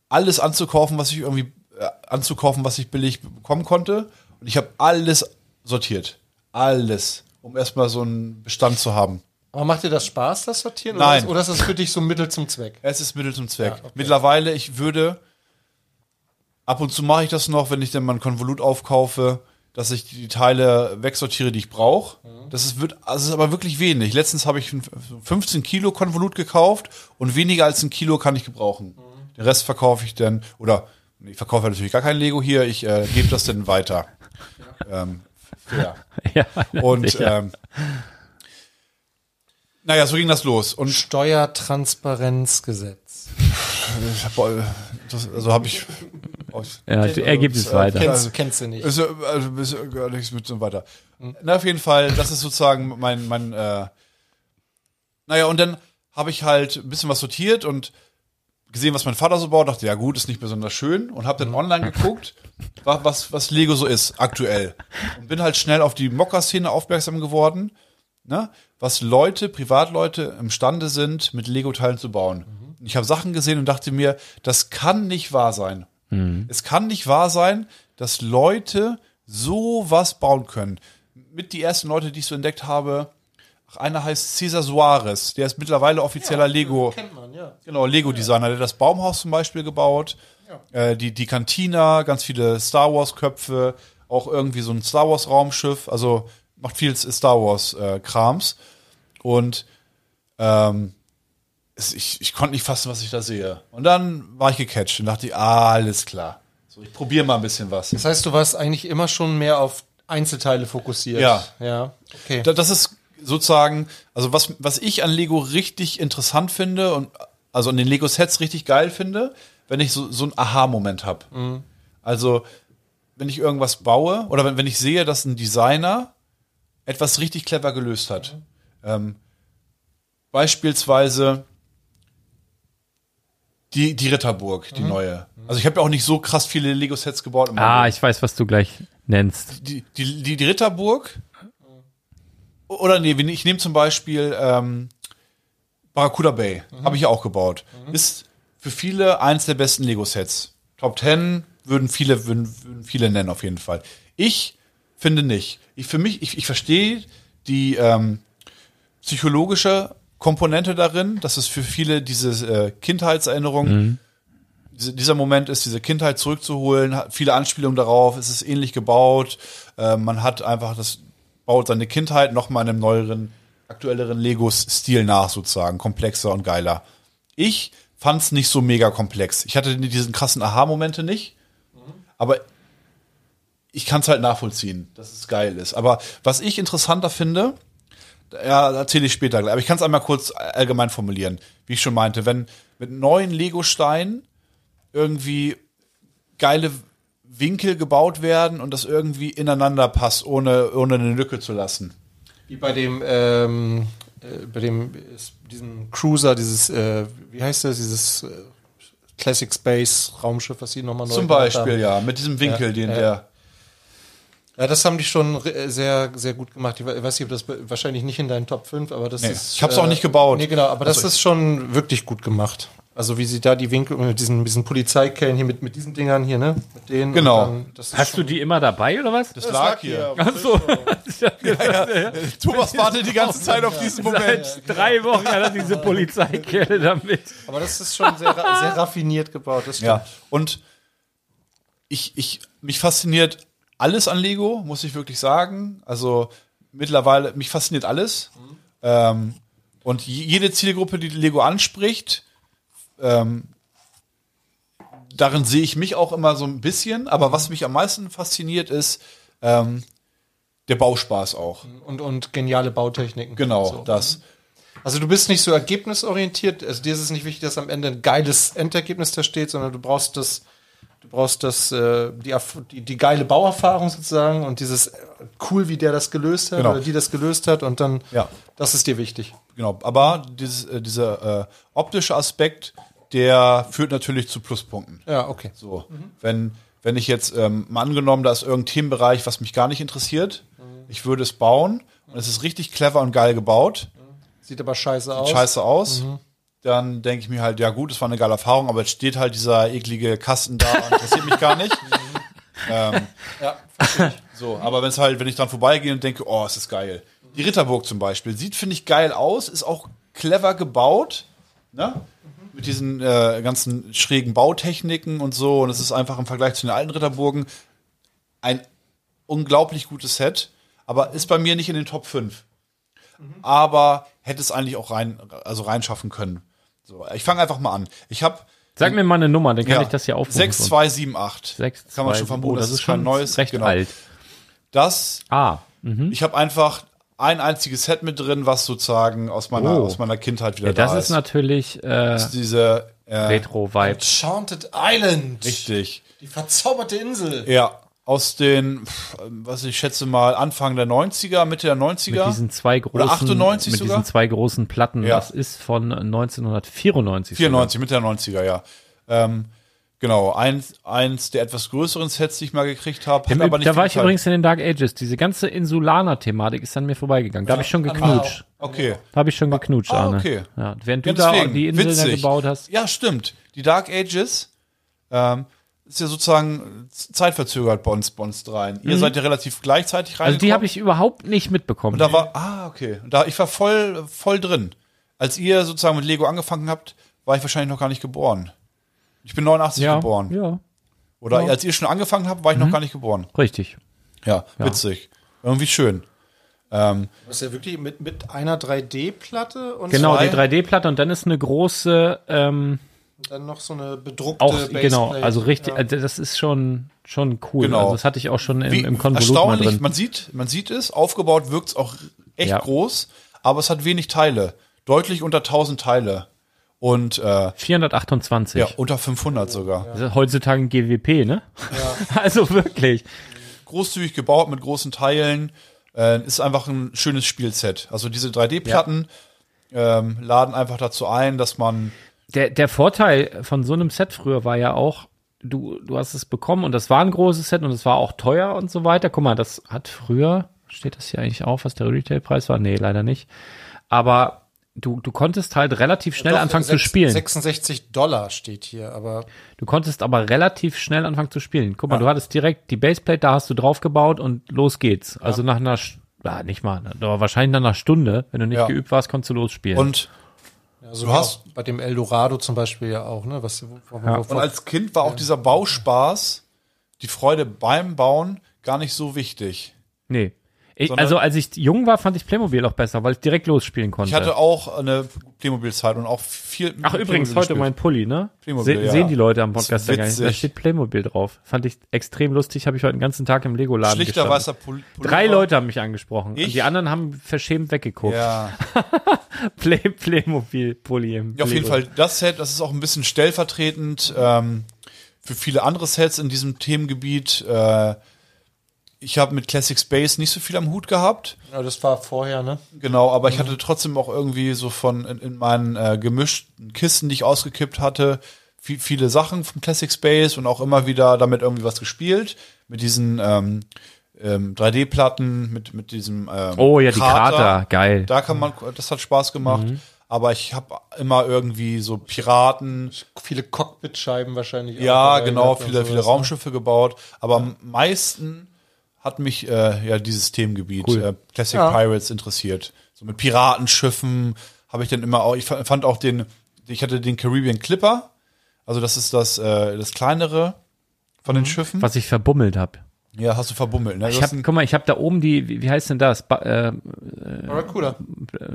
[SPEAKER 4] alles anzukaufen, was ich irgendwie äh, anzukaufen, was ich billig bekommen konnte. Und ich habe alles sortiert. Alles. Um erstmal so einen Bestand zu haben.
[SPEAKER 5] Aber macht dir das Spaß, das Sortieren?
[SPEAKER 4] Nein.
[SPEAKER 5] Oder ist, oder ist das für dich so ein Mittel zum Zweck?
[SPEAKER 4] Es ist Mittel zum Zweck. Mittlerweile, ich würde, ab und zu mache ich das noch, wenn ich dann mal ein Konvolut aufkaufe, dass ich die Teile wegsortiere, die ich brauche.
[SPEAKER 3] Mhm.
[SPEAKER 4] Das ist, wird, also es ist aber wirklich wenig. Letztens habe ich ein 15 Kilo Konvolut gekauft und weniger als ein Kilo kann ich gebrauchen.
[SPEAKER 3] Mhm.
[SPEAKER 4] Den Rest verkaufe ich dann, oder ich verkaufe natürlich gar kein Lego hier, ich äh, gebe das dann weiter. Ähm, fair.
[SPEAKER 3] Ja,
[SPEAKER 4] Und
[SPEAKER 3] sicher.
[SPEAKER 4] ähm, naja, so ging das los. Und
[SPEAKER 5] Steuertransparenzgesetz.
[SPEAKER 4] Boah, das, also habe ich. äh,
[SPEAKER 3] ja, er gibt es weiter.
[SPEAKER 5] Kennst, kennst du nicht.
[SPEAKER 4] Ist, äh, also, ist äh, gar nichts mit und weiter. Na, auf jeden Fall, das ist sozusagen mein, mein, äh, naja, und dann habe ich halt ein bisschen was sortiert und gesehen, was mein Vater so baut, dachte, ja gut, ist nicht besonders schön und habe dann online geguckt, wa- was, was Lego so ist aktuell. Und bin halt schnell auf die Mocker-Szene aufmerksam geworden, ne? was Leute, Privatleute imstande sind, mit Lego-Teilen zu bauen. Ich habe Sachen gesehen und dachte mir, das kann nicht wahr sein. Es kann nicht wahr sein, dass Leute so was bauen können. Mit die ersten Leute, die ich so entdeckt habe, ach, einer heißt Cesar Suarez, der ist mittlerweile offizieller Lego. Genau, Lego-Designer. Der hat das Baumhaus zum Beispiel gebaut, äh, die, die Kantina, ganz viele Star Wars-Köpfe, auch irgendwie so ein Star Wars-Raumschiff. Also macht viel Star Wars-Krams. Und ähm, es, ich, ich konnte nicht fassen, was ich da sehe. Und dann war ich gecatcht und dachte, ah, alles klar. So, ich probiere mal ein bisschen was.
[SPEAKER 5] Das heißt, du warst eigentlich immer schon mehr auf Einzelteile fokussiert.
[SPEAKER 4] Ja.
[SPEAKER 5] Ja. Okay.
[SPEAKER 4] Da- Das ist sozusagen, also was, was ich an Lego richtig interessant finde und also an den Lego-Sets richtig geil finde, wenn ich so, so einen Aha-Moment habe. Also, wenn ich irgendwas baue oder wenn, wenn ich sehe, dass ein Designer etwas richtig clever gelöst hat. Ähm, beispielsweise die, die Ritterburg, die neue. Also ich habe ja auch nicht so krass viele Lego-Sets gebaut. in meinem
[SPEAKER 3] Ah,
[SPEAKER 4] Leben
[SPEAKER 3] ich weiß, was du gleich nennst.
[SPEAKER 4] die, die, die, die Ritterburg. Oder nee, wenn- ich nehme zum Beispiel ähm, Barracuda Bay. Habe ich ja auch gebaut. Ist für viele eins der besten Lego-Sets. Top 10 würden viele, würden, würden viele nennen, auf jeden Fall. Ich finde nicht. Ich, für mich, ich, ich verstehe die ähm, psychologische Komponente darin, dass es für viele diese äh, Kindheitserinnerung diese, dieser Moment ist, diese Kindheit zurückzuholen, hat viele Anspielungen darauf, es ist ähnlich gebaut, äh, man hat einfach das, baut seine Kindheit nochmal in einem neueren, aktuelleren Legos-Stil nach sozusagen, komplexer und geiler. Ich fand's nicht so mega komplex. Ich hatte diesen krassen Aha-Momente nicht, aber ich kann's halt nachvollziehen, dass es geil ist. Aber was ich interessanter finde, ja, erzähle ich später gleich. Aber ich kann es einmal kurz allgemein formulieren, wie ich schon meinte. Wenn mit neuen Lego-Steinen irgendwie geile Winkel gebaut werden und das irgendwie ineinander passt, ohne, ohne eine Lücke zu lassen.
[SPEAKER 5] Wie bei dem, ähm, äh, bei dem, äh, diesem Cruiser, dieses, äh, wie heißt das, dieses äh, Classic Space Raumschiff, was sie nochmal neu
[SPEAKER 4] Zum
[SPEAKER 5] gemacht
[SPEAKER 4] Beispiel,
[SPEAKER 5] haben.
[SPEAKER 4] ja, mit diesem Winkel,
[SPEAKER 5] Ja,
[SPEAKER 4] den
[SPEAKER 5] ja.
[SPEAKER 4] der.
[SPEAKER 5] Ja, das haben die schon äh, sehr, sehr gut gemacht. Ich we- weiß nicht, ob das be- wahrscheinlich nicht in deinen Top 5, aber das
[SPEAKER 4] Nee,
[SPEAKER 5] ist.
[SPEAKER 4] ich hab's auch nicht gebaut.
[SPEAKER 5] Nee, genau, aber das
[SPEAKER 4] Also
[SPEAKER 5] ist schon wirklich gut gemacht. Also wie sie da die Winkel mit diesen, mit diesen Polizeikellen hier mit, mit diesen Dingern hier, ne? Mit denen. und
[SPEAKER 4] Genau.
[SPEAKER 5] Dann, das ist
[SPEAKER 3] Hast du
[SPEAKER 5] schon-
[SPEAKER 3] die immer dabei oder was?
[SPEAKER 4] Das lag hier.
[SPEAKER 3] Achso.
[SPEAKER 4] Thomas wartet die ganze Zeit auf diesen Moment.
[SPEAKER 3] Seit drei Wochen hat er diese Polizeikelle damit.
[SPEAKER 5] Aber das ist schon sehr, ra- sehr raffiniert gebaut. Das stimmt.
[SPEAKER 4] Ja, und ich, ich, mich fasziniert alles an Lego, muss ich wirklich sagen. Also mittlerweile, mich fasziniert alles. Ähm, und je- jede Zielgruppe, die Lego anspricht, ähm, darin sehe ich mich auch immer so ein bisschen. Aber was mich am meisten fasziniert, ist ähm, der Bauspaß auch.
[SPEAKER 5] Und, und geniale Bautechniken.
[SPEAKER 4] Genau,
[SPEAKER 5] Mhm. So.
[SPEAKER 4] das.
[SPEAKER 5] Also du bist nicht so ergebnisorientiert. Also dir ist es nicht wichtig, dass am Ende ein geiles Endergebnis da steht, sondern du brauchst das, du brauchst das, äh, die, Erf- die, die geile Bauerfahrung sozusagen und dieses äh, cool, wie der das gelöst hat
[SPEAKER 4] Genau.
[SPEAKER 5] oder die das gelöst hat und dann,
[SPEAKER 4] Ja.
[SPEAKER 5] das ist dir wichtig.
[SPEAKER 4] Genau, aber dieses, äh, dieser äh, optische Aspekt, der führt natürlich zu Pluspunkten.
[SPEAKER 5] Ja, okay.
[SPEAKER 4] halt So, wenn, wenn ich jetzt ähm, mal angenommen, da ist irgendein Themenbereich, was mich gar nicht interessiert, ich würde es bauen und es ist richtig clever und geil gebaut,
[SPEAKER 5] Sieht aber scheiße aus.
[SPEAKER 4] scheiße aus, Mhm. dann denke ich mir halt, ja gut, es war eine geile Erfahrung, aber jetzt steht halt dieser eklige Kasten da und interessiert mich gar nicht. ähm,
[SPEAKER 5] Ja,
[SPEAKER 4] so, aber wenn es halt, wenn ich dran vorbeigehe und denke, oh, es ist geil. Die Ritterburg zum Beispiel sieht, finde ich, geil aus, ist auch clever gebaut, ne? Mit diesen äh, ganzen schrägen Bautechniken und so. Und es ist einfach im Vergleich zu den alten Ritterburgen ein unglaublich gutes Set, aber ist bei mir nicht in den Top 5. Aber hätte es eigentlich auch rein, also reinschaffen können. So, ich fange einfach mal an. Ich habe
[SPEAKER 3] Sag mir mal eine Nummer, dann kann ich das hier aufrufen.
[SPEAKER 4] 6278.
[SPEAKER 3] 6, 2,
[SPEAKER 4] Kann man schon vermuten.
[SPEAKER 3] oh,
[SPEAKER 4] das, ist schon ein neues. genau.
[SPEAKER 3] Recht alt.
[SPEAKER 4] Das
[SPEAKER 3] Ah,
[SPEAKER 4] ich habe einfach ein einziges Set mit drin, was sozusagen aus meiner,
[SPEAKER 3] Oh.
[SPEAKER 4] aus meiner Kindheit wieder
[SPEAKER 3] ja, das
[SPEAKER 4] da
[SPEAKER 3] ist natürlich äh,
[SPEAKER 4] diese äh,
[SPEAKER 3] Retro-Vibe.
[SPEAKER 5] Enchanted Island.
[SPEAKER 4] richtig.
[SPEAKER 5] Die verzauberte Insel.
[SPEAKER 4] Ja, aus den, pff, was ich schätze mal, Anfang der 90er, Mitte der 90er.
[SPEAKER 3] Mit diesen zwei großen,
[SPEAKER 4] 98
[SPEAKER 3] mit
[SPEAKER 4] sogar?
[SPEAKER 3] diesen zwei großen Platten.
[SPEAKER 4] Ja.
[SPEAKER 3] Das ist von 1994. sogar.
[SPEAKER 4] 94, Mitte der 90er, ja. Ähm, genau, eins, eins der etwas größeren Sets, die ich mal gekriegt habe,
[SPEAKER 3] Im
[SPEAKER 4] hat aber
[SPEAKER 3] Üb-
[SPEAKER 4] nicht
[SPEAKER 3] da war
[SPEAKER 4] viel
[SPEAKER 3] ich
[SPEAKER 4] Zeit.
[SPEAKER 3] übrigens in den Dark Ages. Diese ganze Insulaner-Thematik ist an mir vorbeigegangen. Da habe ich schon geknutscht.
[SPEAKER 4] Okay.
[SPEAKER 3] Da habe ich schon geknutscht,
[SPEAKER 4] Genau. Ah,
[SPEAKER 3] Arne.
[SPEAKER 4] okay.
[SPEAKER 3] Ja, während
[SPEAKER 4] Ja,
[SPEAKER 3] du da
[SPEAKER 4] deswegen,
[SPEAKER 3] die Insel da
[SPEAKER 4] witzig.
[SPEAKER 3] gebaut hast.
[SPEAKER 4] Ja, stimmt. Die Dark Ages ähm, ist ja sozusagen zeitverzögert bei uns, bei uns dreien. Ihr seid ja relativ gleichzeitig
[SPEAKER 3] Mhm. Also die habe
[SPEAKER 4] reingekommen.
[SPEAKER 3] ich überhaupt nicht mitbekommen.
[SPEAKER 4] Und da war, ah, okay. Und da, ich war voll, voll drin. Als ihr sozusagen mit Lego angefangen habt, war ich wahrscheinlich noch gar nicht geboren. Ich bin 89
[SPEAKER 3] ja,
[SPEAKER 4] geboren.
[SPEAKER 3] ja, genau. Mhm.
[SPEAKER 4] Oder als ihr schon angefangen habt, war ich noch gar nicht geboren.
[SPEAKER 3] richtig.
[SPEAKER 4] Ja, witzig. Irgendwie schön. Ähm,
[SPEAKER 5] Das ist ja wirklich mit, mit einer 3D-Platte und
[SPEAKER 3] Genau,
[SPEAKER 5] zwei,
[SPEAKER 3] die 3D-Platte und dann ist eine große, ähm,
[SPEAKER 5] dann noch so eine bedruckte
[SPEAKER 3] auch
[SPEAKER 5] Baseplate.
[SPEAKER 3] genau, also richtig,
[SPEAKER 5] Ja.
[SPEAKER 3] also das ist schon schon cool.
[SPEAKER 4] Genau.
[SPEAKER 3] Also das hatte ich auch schon im,
[SPEAKER 4] wie-
[SPEAKER 3] im Konvolut mal
[SPEAKER 4] erstaunlich,
[SPEAKER 3] drin.
[SPEAKER 4] man sieht, man sieht es, aufgebaut wirkt es auch echt
[SPEAKER 3] Ja.
[SPEAKER 4] groß, aber es hat wenig Teile. Deutlich unter 1000 Teile. Und äh,
[SPEAKER 3] 428.
[SPEAKER 4] ja, unter 500 sogar.
[SPEAKER 3] Das ist Also heutzutage ein GWP, ne? also wirklich.
[SPEAKER 4] Großzügig gebaut mit großen Teilen. Äh, ist einfach ein schönes Spielset. Also diese 3D-Platten ähm, laden einfach dazu ein, dass man
[SPEAKER 3] Der, der Vorteil von so einem Set früher war ja auch, du, du hast es bekommen und das war ein großes Set und es war auch teuer und so weiter. Guck mal, das hat früher, steht das hier eigentlich auf, was der Retailpreis war? Nee, leider nicht. Aber du, du konntest halt relativ schnell
[SPEAKER 5] Doch,
[SPEAKER 3] anfangen zu
[SPEAKER 5] sechs-
[SPEAKER 3] spielen.
[SPEAKER 5] 66 Dollar steht hier, aber
[SPEAKER 3] Du konntest aber relativ schnell anfangen zu spielen. Guck mal, du hattest direkt die Baseplate, da hast du draufgebaut und los geht's. Also nach einer, Sch- ja, nicht mal, aber wahrscheinlich nach einer Stunde, wenn du nicht
[SPEAKER 4] Ja.
[SPEAKER 3] geübt warst, konntest du losspielen.
[SPEAKER 4] und
[SPEAKER 5] also
[SPEAKER 4] Du hast-
[SPEAKER 5] auch bei dem Eldorado zum Beispiel ja auch, ne? Was, wo, wo, wo,
[SPEAKER 4] Und als Kind war auch dieser Bauspaß, die Freude beim Bauen, gar nicht so wichtig.
[SPEAKER 3] Nee. Ich,
[SPEAKER 4] Sondern-
[SPEAKER 3] also als ich jung war, fand ich Playmobil auch besser, weil ich direkt losspielen konnte.
[SPEAKER 4] Ich hatte auch eine Playmobil-Zeit und auch viel. mit
[SPEAKER 3] Ach übrigens,
[SPEAKER 4] Playmobil
[SPEAKER 3] heute
[SPEAKER 4] gespielt.
[SPEAKER 3] mein Pulli, ne?
[SPEAKER 4] Playmobil,
[SPEAKER 3] Se
[SPEAKER 4] ja.
[SPEAKER 3] Sehen die Leute am Podcast ja gar nicht.
[SPEAKER 4] witzig.
[SPEAKER 3] Da steht Playmobil drauf. Fand ich extrem lustig, habe ich heute den ganzen Tag im Lego-Laden
[SPEAKER 4] Schlichter
[SPEAKER 3] gestanden.
[SPEAKER 4] weißer Pul Pullover.
[SPEAKER 3] Drei Leute haben mich angesprochen.
[SPEAKER 4] Ich?
[SPEAKER 3] Und die anderen haben verschämt weggeguckt.
[SPEAKER 4] Ja.
[SPEAKER 3] Play Playmobil, Pulli im
[SPEAKER 4] ja, auf jeden
[SPEAKER 3] Lego.
[SPEAKER 4] Fall. Das Set, das ist auch ein bisschen stellvertretend ähm, für viele andere Sets in diesem Themengebiet. Äh, ich habe mit Classic Space nicht so viel am Hut gehabt.
[SPEAKER 5] ja, das war vorher, ne?
[SPEAKER 4] Genau, aber
[SPEAKER 3] Mhm.
[SPEAKER 4] ich hatte trotzdem auch irgendwie so von in, in meinen äh, gemischten Kisten, die ich ausgekippt hatte, viel, viele Sachen vom Classic Space und auch immer wieder damit irgendwie was gespielt. Mit diesen ähm, ähm, 3D-Platten, mit, mit diesem ähm,
[SPEAKER 3] Oh ja, die Krater, geil. Mhm.
[SPEAKER 4] Da kann man, das hat Spaß gemacht. Aber ich habe immer irgendwie so Piraten,
[SPEAKER 5] Viele Cockpitscheiben wahrscheinlich.
[SPEAKER 4] ja,
[SPEAKER 5] auch dabei
[SPEAKER 4] genau,
[SPEAKER 5] gehabt und
[SPEAKER 4] viele, viele
[SPEAKER 5] sowas, ne?
[SPEAKER 4] Raumschiffe gebaut. Aber am meisten hat mich äh, ja dieses Themengebiet
[SPEAKER 3] Cool.
[SPEAKER 4] äh, Classic
[SPEAKER 5] Ja.
[SPEAKER 4] Pirates interessiert. So mit Piratenschiffen habe ich dann immer auch, ich fa- fand auch den, ich hatte den Caribbean Clipper, also das ist das, äh, das kleinere von den Schiffen.
[SPEAKER 3] Mhm. Was ich verbummelt habe.
[SPEAKER 4] Ja, hast du verbummelt, ne?
[SPEAKER 3] Ich
[SPEAKER 4] Du
[SPEAKER 3] hab,
[SPEAKER 4] hast einen-
[SPEAKER 3] guck mal, ich habe da oben die, wie, wie heißt denn das? Ba äh,
[SPEAKER 5] Barracuda.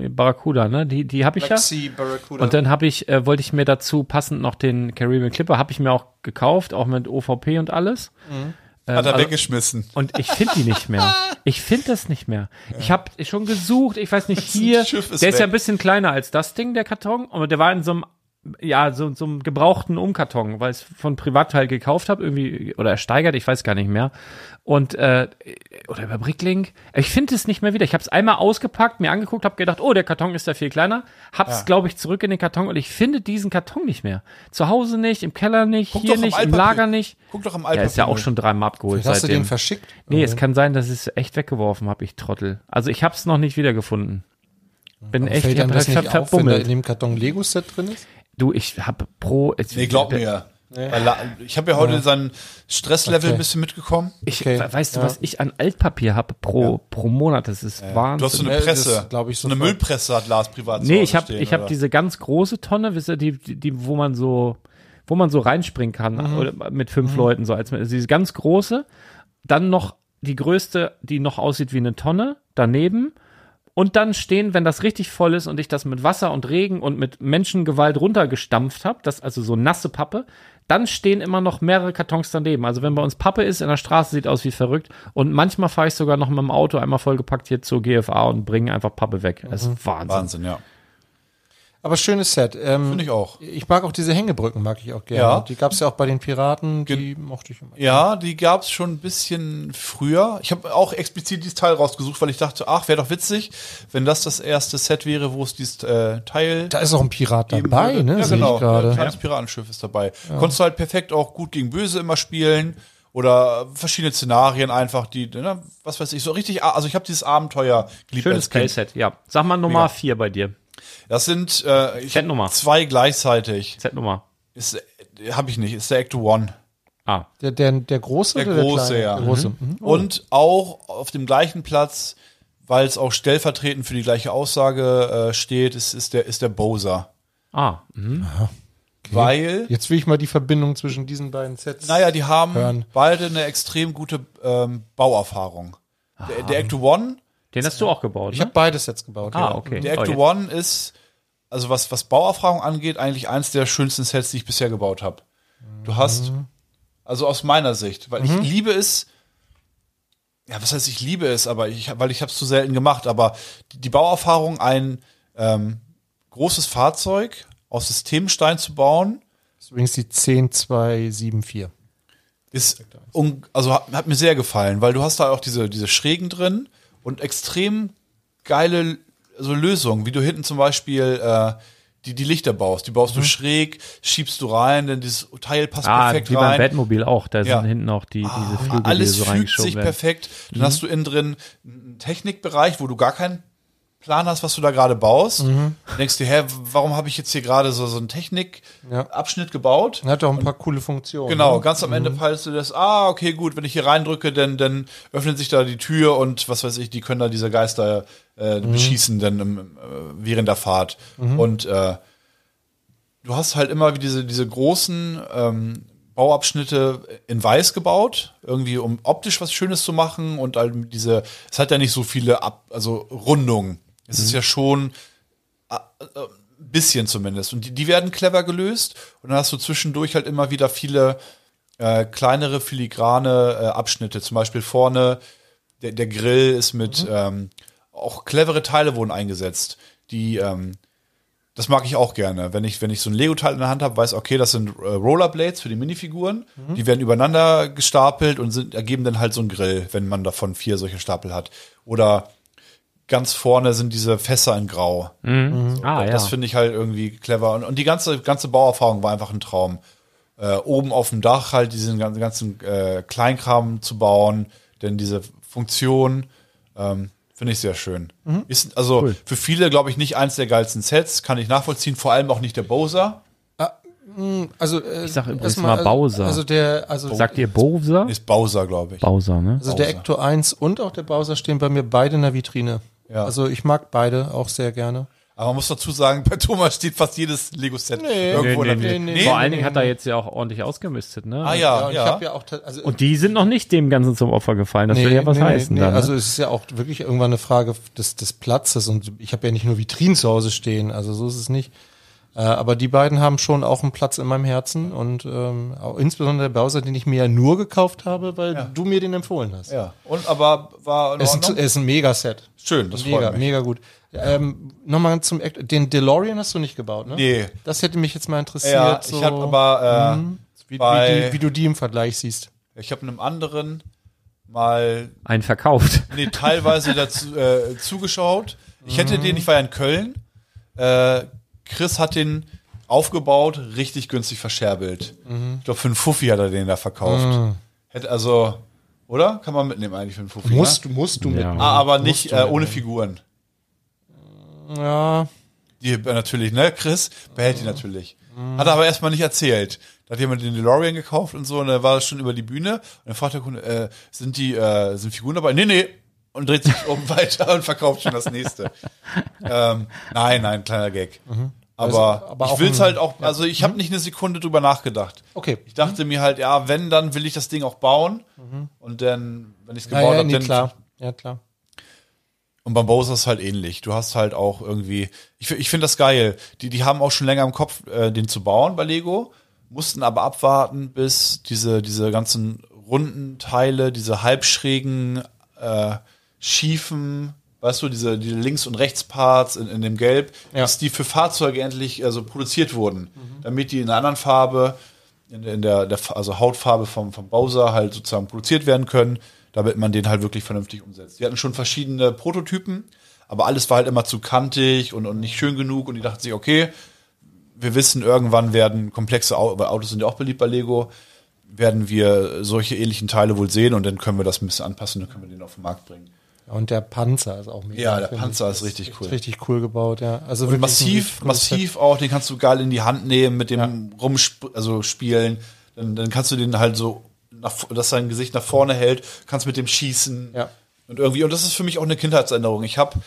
[SPEAKER 3] Barracuda, ne? Die, die habe ich
[SPEAKER 5] Black
[SPEAKER 3] ja.
[SPEAKER 5] Sea Barracuda.
[SPEAKER 3] Und dann habe ich, äh, wollte ich mir dazu passend noch den Caribbean Clipper, habe ich mir auch gekauft, auch mit OVP und alles. Ähm,
[SPEAKER 4] hat er
[SPEAKER 3] also-
[SPEAKER 4] weggeschmissen.
[SPEAKER 3] und ich finde die nicht mehr. Ich finde das nicht mehr. Ich habe schon gesucht, ich weiß nicht, hier,
[SPEAKER 4] Schiff ist
[SPEAKER 3] der ist ja
[SPEAKER 4] weg.
[SPEAKER 3] ein bisschen kleiner als das Ding, der Karton, aber der war in so einem, ja, so, so einem gebrauchten Umkarton, weil ich es von Privatteil gekauft habe, irgendwie, oder ersteigert, ich weiß gar nicht mehr. Und, äh, oder über Bricklink. Ich finde es nicht mehr wieder. Ich habe es einmal ausgepackt, mir angeguckt, habe gedacht, oh, der Karton ist ja viel kleiner. Hab's, glaube ich, zurück in den Karton und ich finde diesen Karton nicht mehr. Zu Hause nicht, im Keller nicht,
[SPEAKER 4] Guck
[SPEAKER 3] hier
[SPEAKER 4] doch im
[SPEAKER 3] nicht, im
[SPEAKER 4] Altpapier-
[SPEAKER 3] Lager nicht.
[SPEAKER 4] Guck doch am
[SPEAKER 3] Ja,
[SPEAKER 4] Alpen.
[SPEAKER 3] ist ja auch schon dreimal abgeholt
[SPEAKER 5] Vielleicht hast du
[SPEAKER 3] seitdem.
[SPEAKER 5] den verschickt?
[SPEAKER 3] Nee, es kann sein, dass ich es echt weggeworfen habe, ich Trottel. Also ich habe es noch nicht wiedergefunden. Bin echt
[SPEAKER 5] Fällt
[SPEAKER 3] ich hab
[SPEAKER 5] einem das
[SPEAKER 3] ver-
[SPEAKER 5] nicht
[SPEAKER 3] ver-
[SPEAKER 5] auf, wenn da
[SPEAKER 3] verbummelt.
[SPEAKER 5] in dem Karton Lego-Set drin ist?
[SPEAKER 3] du, ich habe pro ich,
[SPEAKER 4] Nee, glaub mir. Weil la- Ich habe ja heute seinen Stresslevel
[SPEAKER 5] Okay.
[SPEAKER 4] ein bisschen mitgekommen.
[SPEAKER 3] Ich,
[SPEAKER 5] Okay,
[SPEAKER 3] we- Weißt du,
[SPEAKER 5] ja.
[SPEAKER 3] was ich an Altpapier habe pro pro Monat? Das ist
[SPEAKER 4] Du hast so
[SPEAKER 3] Wahnsinn.
[SPEAKER 4] eine
[SPEAKER 5] Nee, das
[SPEAKER 4] Presse,
[SPEAKER 5] glaub ich
[SPEAKER 4] so eine
[SPEAKER 5] sofort.
[SPEAKER 4] Müllpresse hat Lars privat zu
[SPEAKER 3] nee,
[SPEAKER 4] Hause
[SPEAKER 3] ich habe
[SPEAKER 4] stehen,
[SPEAKER 3] ich habe
[SPEAKER 4] oder?
[SPEAKER 3] diese ganz große Tonne, wisst ihr, die, die, die wo man so
[SPEAKER 4] Mhm.
[SPEAKER 3] wo man so reinspringen kann oder mit fünf Leuten so als also diese ganz große, dann noch die größte, die noch aussieht wie eine Tonne, daneben. Und dann stehen, wenn das richtig voll ist und ich das mit Wasser und Regen und mit Menschengewalt runtergestampft habe, das also so nasse Pappe, dann stehen immer noch mehrere Kartons daneben. Also wenn bei uns Pappe ist in der Straße, sieht aus wie verrückt. Und manchmal fahre ich sogar noch mit dem Auto einmal vollgepackt hier zur GFA und bringe einfach Pappe weg. Das
[SPEAKER 4] Mhm.
[SPEAKER 3] ist Wahnsinn.
[SPEAKER 4] Wahnsinn, ja.
[SPEAKER 5] Aber schönes Set. Ähm,
[SPEAKER 4] Finde ich auch.
[SPEAKER 5] Ich mag auch diese Hängebrücken, mag ich auch gerne.
[SPEAKER 4] Ja.
[SPEAKER 5] Die gab es ja auch bei den Piraten, die mochte ich immer.
[SPEAKER 4] Ja, die gab's schon ein bisschen früher. Ich habe auch explizit dieses Teil rausgesucht, weil ich dachte, ach, wäre doch witzig, wenn das das erste Set wäre, wo es dieses äh, Teil
[SPEAKER 5] Da ist auch ein Pirat
[SPEAKER 4] geben
[SPEAKER 5] dabei,
[SPEAKER 4] würde.
[SPEAKER 5] ne?
[SPEAKER 4] Ja,
[SPEAKER 5] Sehe
[SPEAKER 4] genau.
[SPEAKER 5] ich gerade.
[SPEAKER 4] Ein kleines Piratenschiff ist dabei. Konntest du halt perfekt auch gut gegen Böse immer spielen oder verschiedene Szenarien einfach, die, ne, was weiß ich, so richtig, also ich habe dieses Abenteuer geliebt.
[SPEAKER 3] Schönes
[SPEAKER 4] als Kind.
[SPEAKER 3] Playset, ja. Sag mal Nummer 4 bei dir.
[SPEAKER 4] Das sind äh, ich hab
[SPEAKER 3] Setnummer.
[SPEAKER 4] zwei gleichzeitig.
[SPEAKER 3] Z-Nummer.
[SPEAKER 4] Ist, äh, hab ich nicht, ist der Act One.
[SPEAKER 3] Ah.
[SPEAKER 5] Der, der, der große
[SPEAKER 4] Der
[SPEAKER 5] oder
[SPEAKER 4] große,
[SPEAKER 5] der kleine?
[SPEAKER 4] ja.
[SPEAKER 5] Der große. Mhm.
[SPEAKER 4] Und auch auf dem gleichen Platz, weil es auch stellvertretend für die gleiche Aussage äh, steht, ist, ist der, ist der Bowser.
[SPEAKER 3] Ah. Mhm.
[SPEAKER 4] Weil,
[SPEAKER 5] Jetzt will ich mal die Verbindung zwischen diesen beiden Sets.
[SPEAKER 4] naja, die haben
[SPEAKER 5] Hören.
[SPEAKER 4] beide eine extrem gute ähm, Bauerfahrung. Der, der Act One,
[SPEAKER 3] Den hast du auch gebaut.
[SPEAKER 5] ich
[SPEAKER 3] Ne?
[SPEAKER 5] habe beide Sets gebaut.
[SPEAKER 3] Ah,
[SPEAKER 5] ja.
[SPEAKER 3] okay.
[SPEAKER 4] der
[SPEAKER 3] Oh,
[SPEAKER 4] Act
[SPEAKER 3] jetzt.
[SPEAKER 4] One ist, also was, was Bauerfahrung angeht, eigentlich eins der schönsten Sets, die ich bisher gebaut habe. Du hast,
[SPEAKER 3] Mhm.
[SPEAKER 4] also aus meiner Sicht, weil ich liebe es, ja, was heißt, ich liebe es, aber ich, weil ich habe es zu selten gemacht, aber die, die Bauerfahrung, ein ähm, großes Fahrzeug aus Systemstein zu bauen,
[SPEAKER 5] Das ist übrigens die 10274.
[SPEAKER 4] ist un also hat, hat mir sehr gefallen, weil du hast da auch diese diese Schrägen drin und extrem geile also Lösungen, wie du hinten zum Beispiel äh, die die Lichter baust, die baust du schräg, schiebst du rein, denn dieses Teil passt
[SPEAKER 3] Mhm. Ah,
[SPEAKER 4] perfekt
[SPEAKER 3] wie beim
[SPEAKER 4] rein.
[SPEAKER 3] Batmobil auch. Da
[SPEAKER 4] Ja. Ah,
[SPEAKER 3] sind hinten auch die, diese Flügel,
[SPEAKER 4] Alles
[SPEAKER 3] die so
[SPEAKER 4] fügt
[SPEAKER 3] reingeschoben
[SPEAKER 4] sich
[SPEAKER 3] werden. Mhm.
[SPEAKER 4] perfekt. Dann hast du innen drin einen Technikbereich, wo du gar keinen Plan hast, was du da gerade baust.
[SPEAKER 3] Mhm.
[SPEAKER 4] Denkst dir, hä, warum habe ich jetzt hier gerade so so einen
[SPEAKER 5] Ja.
[SPEAKER 4] Technikabschnitt gebaut?
[SPEAKER 5] Hat auch ein paar coole Funktionen.
[SPEAKER 4] Genau,
[SPEAKER 5] ne?
[SPEAKER 4] ganz am Ende peilst du das, ah, okay, gut, wenn ich hier reindrücke, dann, dann öffnet sich da die Tür und was weiß ich, die können da diese Geister äh, beschießen dann im, im, äh, während der Fahrt. Und äh, du hast halt immer wie diese, diese großen ähm, Bauabschnitte in weiß gebaut, irgendwie um optisch was Schönes zu machen und halt diese, es hat ja nicht so viele Ab, also Rundungen. Es ist ja schon äh, bisschen zumindest. Und die, die werden clever gelöst. Und dann hast du zwischendurch halt immer wieder viele äh, kleinere, filigrane äh, Abschnitte. Zum Beispiel vorne, der, der Grill ist mit ähm, auch clevere Teile wurden eingesetzt. Die, ähm, das mag ich auch gerne. Wenn ich, wenn ich so ein Lego-Teil in der Hand habe, weiß, okay, das sind äh, Rollerblades für die Minifiguren. Die werden übereinander gestapelt und sind, ergeben dann halt so einen Grill, wenn man davon vier solche Stapel hat. Oder ganz vorne sind diese Fässer in Grau.
[SPEAKER 3] Ah, ja.
[SPEAKER 4] Das finde ich halt irgendwie clever. Und, und die ganze, ganze Bauerfahrung war einfach ein Traum. Äh, oben auf dem Dach halt diesen gan- ganzen äh, Kleinkram zu bauen, denn diese Funktion ähm, finde ich sehr schön.
[SPEAKER 5] Mhm.
[SPEAKER 4] Ist also für viele, glaube ich, nicht eins der geilsten Sets, kann ich nachvollziehen, vor allem auch nicht der Bowser.
[SPEAKER 5] Also, äh, ich
[SPEAKER 3] sag übrigens mal Bowser.
[SPEAKER 5] Also der, also,
[SPEAKER 3] Sagt ihr Bowser?
[SPEAKER 4] Ist Bowser, glaube ich.
[SPEAKER 3] Bowser, ne?
[SPEAKER 5] also der Ecto 1 und auch der Bowser stehen bei mir beide in der Vitrine.
[SPEAKER 4] Ja.
[SPEAKER 5] Also ich mag beide auch sehr gerne.
[SPEAKER 4] Aber man muss dazu sagen, bei Thomas steht fast jedes Lego-Set
[SPEAKER 5] Nee.
[SPEAKER 4] irgendwo
[SPEAKER 3] Nee,
[SPEAKER 4] in
[SPEAKER 3] nee,
[SPEAKER 4] der
[SPEAKER 5] nee,
[SPEAKER 4] Mitte.
[SPEAKER 5] nee.
[SPEAKER 3] Vor allen Dingen hat er jetzt ja auch ordentlich ausgemistet, ne?
[SPEAKER 4] Ah ja,
[SPEAKER 5] und
[SPEAKER 4] ja.
[SPEAKER 5] ich habe ja auch, ta- also
[SPEAKER 3] Und die sind noch nicht dem Ganzen zum Opfer gefallen. Das will ja was heißen dann. Ne?
[SPEAKER 5] Also es ist ja auch wirklich irgendwann eine Frage des, des Platzes und ich habe ja nicht nur Vitrinen zu Hause stehen, also so ist es nicht. Äh, aber die beiden haben schon auch einen Platz in meinem Herzen und ähm, auch insbesondere der Bowser, den ich mir ja nur gekauft habe, weil du mir den empfohlen hast.
[SPEAKER 4] Ja. Und aber war in
[SPEAKER 5] Es ist ein,
[SPEAKER 4] Ordnung.
[SPEAKER 5] es ist ein Megaset.
[SPEAKER 4] Schön, das
[SPEAKER 5] mega,
[SPEAKER 4] freut mich.
[SPEAKER 5] mega gut. Ähm, Nochmal zum Act. Den DeLorean hast du nicht gebaut, ne?
[SPEAKER 4] Nee.
[SPEAKER 5] Das hätte mich jetzt mal interessiert.
[SPEAKER 4] Ja,
[SPEAKER 5] so, Mhm.
[SPEAKER 4] ich habe aber äh,
[SPEAKER 5] wie, wie,
[SPEAKER 4] bei-
[SPEAKER 5] die, wie du die im Vergleich siehst.
[SPEAKER 4] Ich habe einem anderen mal
[SPEAKER 3] Einen verkauft.
[SPEAKER 4] nee, teilweise dazu äh, zugeschaut. Ich hätte
[SPEAKER 5] Mhm.
[SPEAKER 4] den, ich war ja in Köln. Äh, Chris hat den aufgebaut, richtig günstig verscherbelt.
[SPEAKER 5] Mhm.
[SPEAKER 4] Ich glaube, für einen Fuffi hat er den da verkauft. Hätte also, oder? Kann man mitnehmen eigentlich für einen Fuffi.
[SPEAKER 5] Musst,
[SPEAKER 4] ne?
[SPEAKER 5] du, musst du
[SPEAKER 3] Ja.
[SPEAKER 5] mit.
[SPEAKER 4] ah, aber nicht äh, ohne Figuren.
[SPEAKER 5] Ja,
[SPEAKER 4] Die äh, natürlich, ne? Chris
[SPEAKER 5] Mhm.
[SPEAKER 4] behält die natürlich. Hat er aber erstmal nicht erzählt. Da hat jemand den DeLorean gekauft und so, und dann war das schon über die Bühne. Und dann fragt der Kunde, äh, sind die, äh, sind Figuren dabei? Nee, nee. Und dreht sich um weiter und verkauft schon das nächste. ähm, nein, nein, kleiner Gag. Aber,
[SPEAKER 5] Mhm. Also, aber auch
[SPEAKER 4] ich will's
[SPEAKER 5] ein- Mhm.
[SPEAKER 4] halt auch, also ich habe nicht eine Sekunde drüber nachgedacht.
[SPEAKER 5] Okay. Mhm.
[SPEAKER 4] Ich dachte mir halt, ja, wenn, dann will ich das Ding auch bauen. Und dann, wenn ich es
[SPEAKER 5] Ja,
[SPEAKER 4] gebaut
[SPEAKER 5] ja,
[SPEAKER 4] habe,
[SPEAKER 5] nee,
[SPEAKER 4] dann.
[SPEAKER 5] klar. Ja, klar.
[SPEAKER 4] Und beim Bowser ist halt ähnlich. Du hast halt auch irgendwie. Ich, fi- ich finde das geil. Die, die haben auch schon länger im Kopf, äh, den zu bauen bei Lego, mussten aber abwarten, bis diese, diese ganzen runden Teile, diese halbschrägen, äh, schiefen, weißt du, diese, diese Links- und Rechtsparts in, in dem Gelb,
[SPEAKER 5] Ja.
[SPEAKER 4] bis die für Fahrzeuge endlich also produziert wurden, damit die in einer anderen Farbe in, der- in der, der Fa- also Hautfarbe vom, vom Bowser halt sozusagen produziert werden können, damit man den halt wirklich vernünftig umsetzt. Die hatten schon verschiedene Prototypen, aber alles war halt immer zu kantig und, und nicht schön genug und die dachten sich, okay, wir wissen, irgendwann werden komplexe Au- weil Autos sind ja auch beliebt bei Lego, werden wir solche ähnlichen Teile wohl sehen und dann können wir das ein bisschen anpassen und dann können wir den auf den Markt bringen.
[SPEAKER 5] Ja, Und der Panzer ist auch mega.
[SPEAKER 4] Ja, der
[SPEAKER 5] finde
[SPEAKER 4] Panzer
[SPEAKER 5] ich.
[SPEAKER 4] ist richtig
[SPEAKER 5] echt
[SPEAKER 4] cool.
[SPEAKER 5] Richtig cool gebaut, ja. Also wirklich ein richtig
[SPEAKER 4] Massiv,
[SPEAKER 5] cooles Set.
[SPEAKER 4] massiv auch, den kannst du geil in die Hand nehmen, mit dem rumspielen, also spielen. Dann, dann kannst du den halt so, nach, v- dass sein Gesicht nach vorne hält, kannst mit dem schießen.
[SPEAKER 5] Ja.
[SPEAKER 4] Und irgendwie, und das ist für mich auch eine Kindheitserinnerung. Ich habe,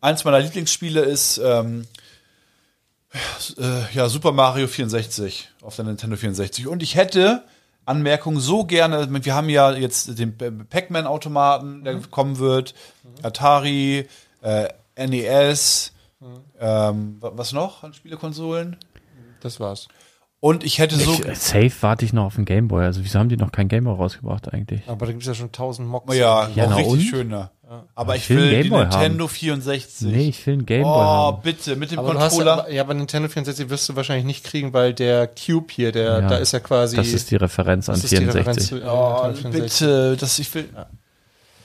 [SPEAKER 4] eins meiner Lieblingsspiele ist, ähm, äh, ja, Super Mario 64 auf der Nintendo 64. Und ich hätte Anmerkung so gerne, wir haben ja jetzt den Pa- Pac-Man-Automaten, der kommen wird, Atari, äh, NES, ähm, wa- was noch an Spielekonsolen?
[SPEAKER 5] Das war's.
[SPEAKER 4] Und ich hätte so.
[SPEAKER 3] Ich, äh, safe warte ich noch auf den Gameboy. Also wieso haben die noch keinen Gameboy rausgebracht eigentlich?
[SPEAKER 5] Aber da gibt's ja genau. schon tausend Mocks.
[SPEAKER 4] Oh ja,
[SPEAKER 3] Ja, na
[SPEAKER 4] auch
[SPEAKER 3] und?
[SPEAKER 4] richtig schöner. Aber ich
[SPEAKER 3] will einen
[SPEAKER 4] will die
[SPEAKER 3] Gameboy haben.
[SPEAKER 4] Nintendo 64.
[SPEAKER 3] Nee, ich will einen Gameboy
[SPEAKER 4] oh,
[SPEAKER 3] haben.
[SPEAKER 4] bitte, mit dem
[SPEAKER 5] Aber du hast ja,
[SPEAKER 4] Controller.
[SPEAKER 5] aber- ja, aber Nintendo 64 wirst du wahrscheinlich nicht kriegen, weil der Cube hier, der,
[SPEAKER 3] Ja.
[SPEAKER 5] da ist ja quasi.
[SPEAKER 3] Das ist die Referenz an
[SPEAKER 5] das ist die
[SPEAKER 3] 64.
[SPEAKER 5] Referenz zu, äh,
[SPEAKER 4] Oh,
[SPEAKER 5] Nintendo 64.
[SPEAKER 4] bitte, das, ich will.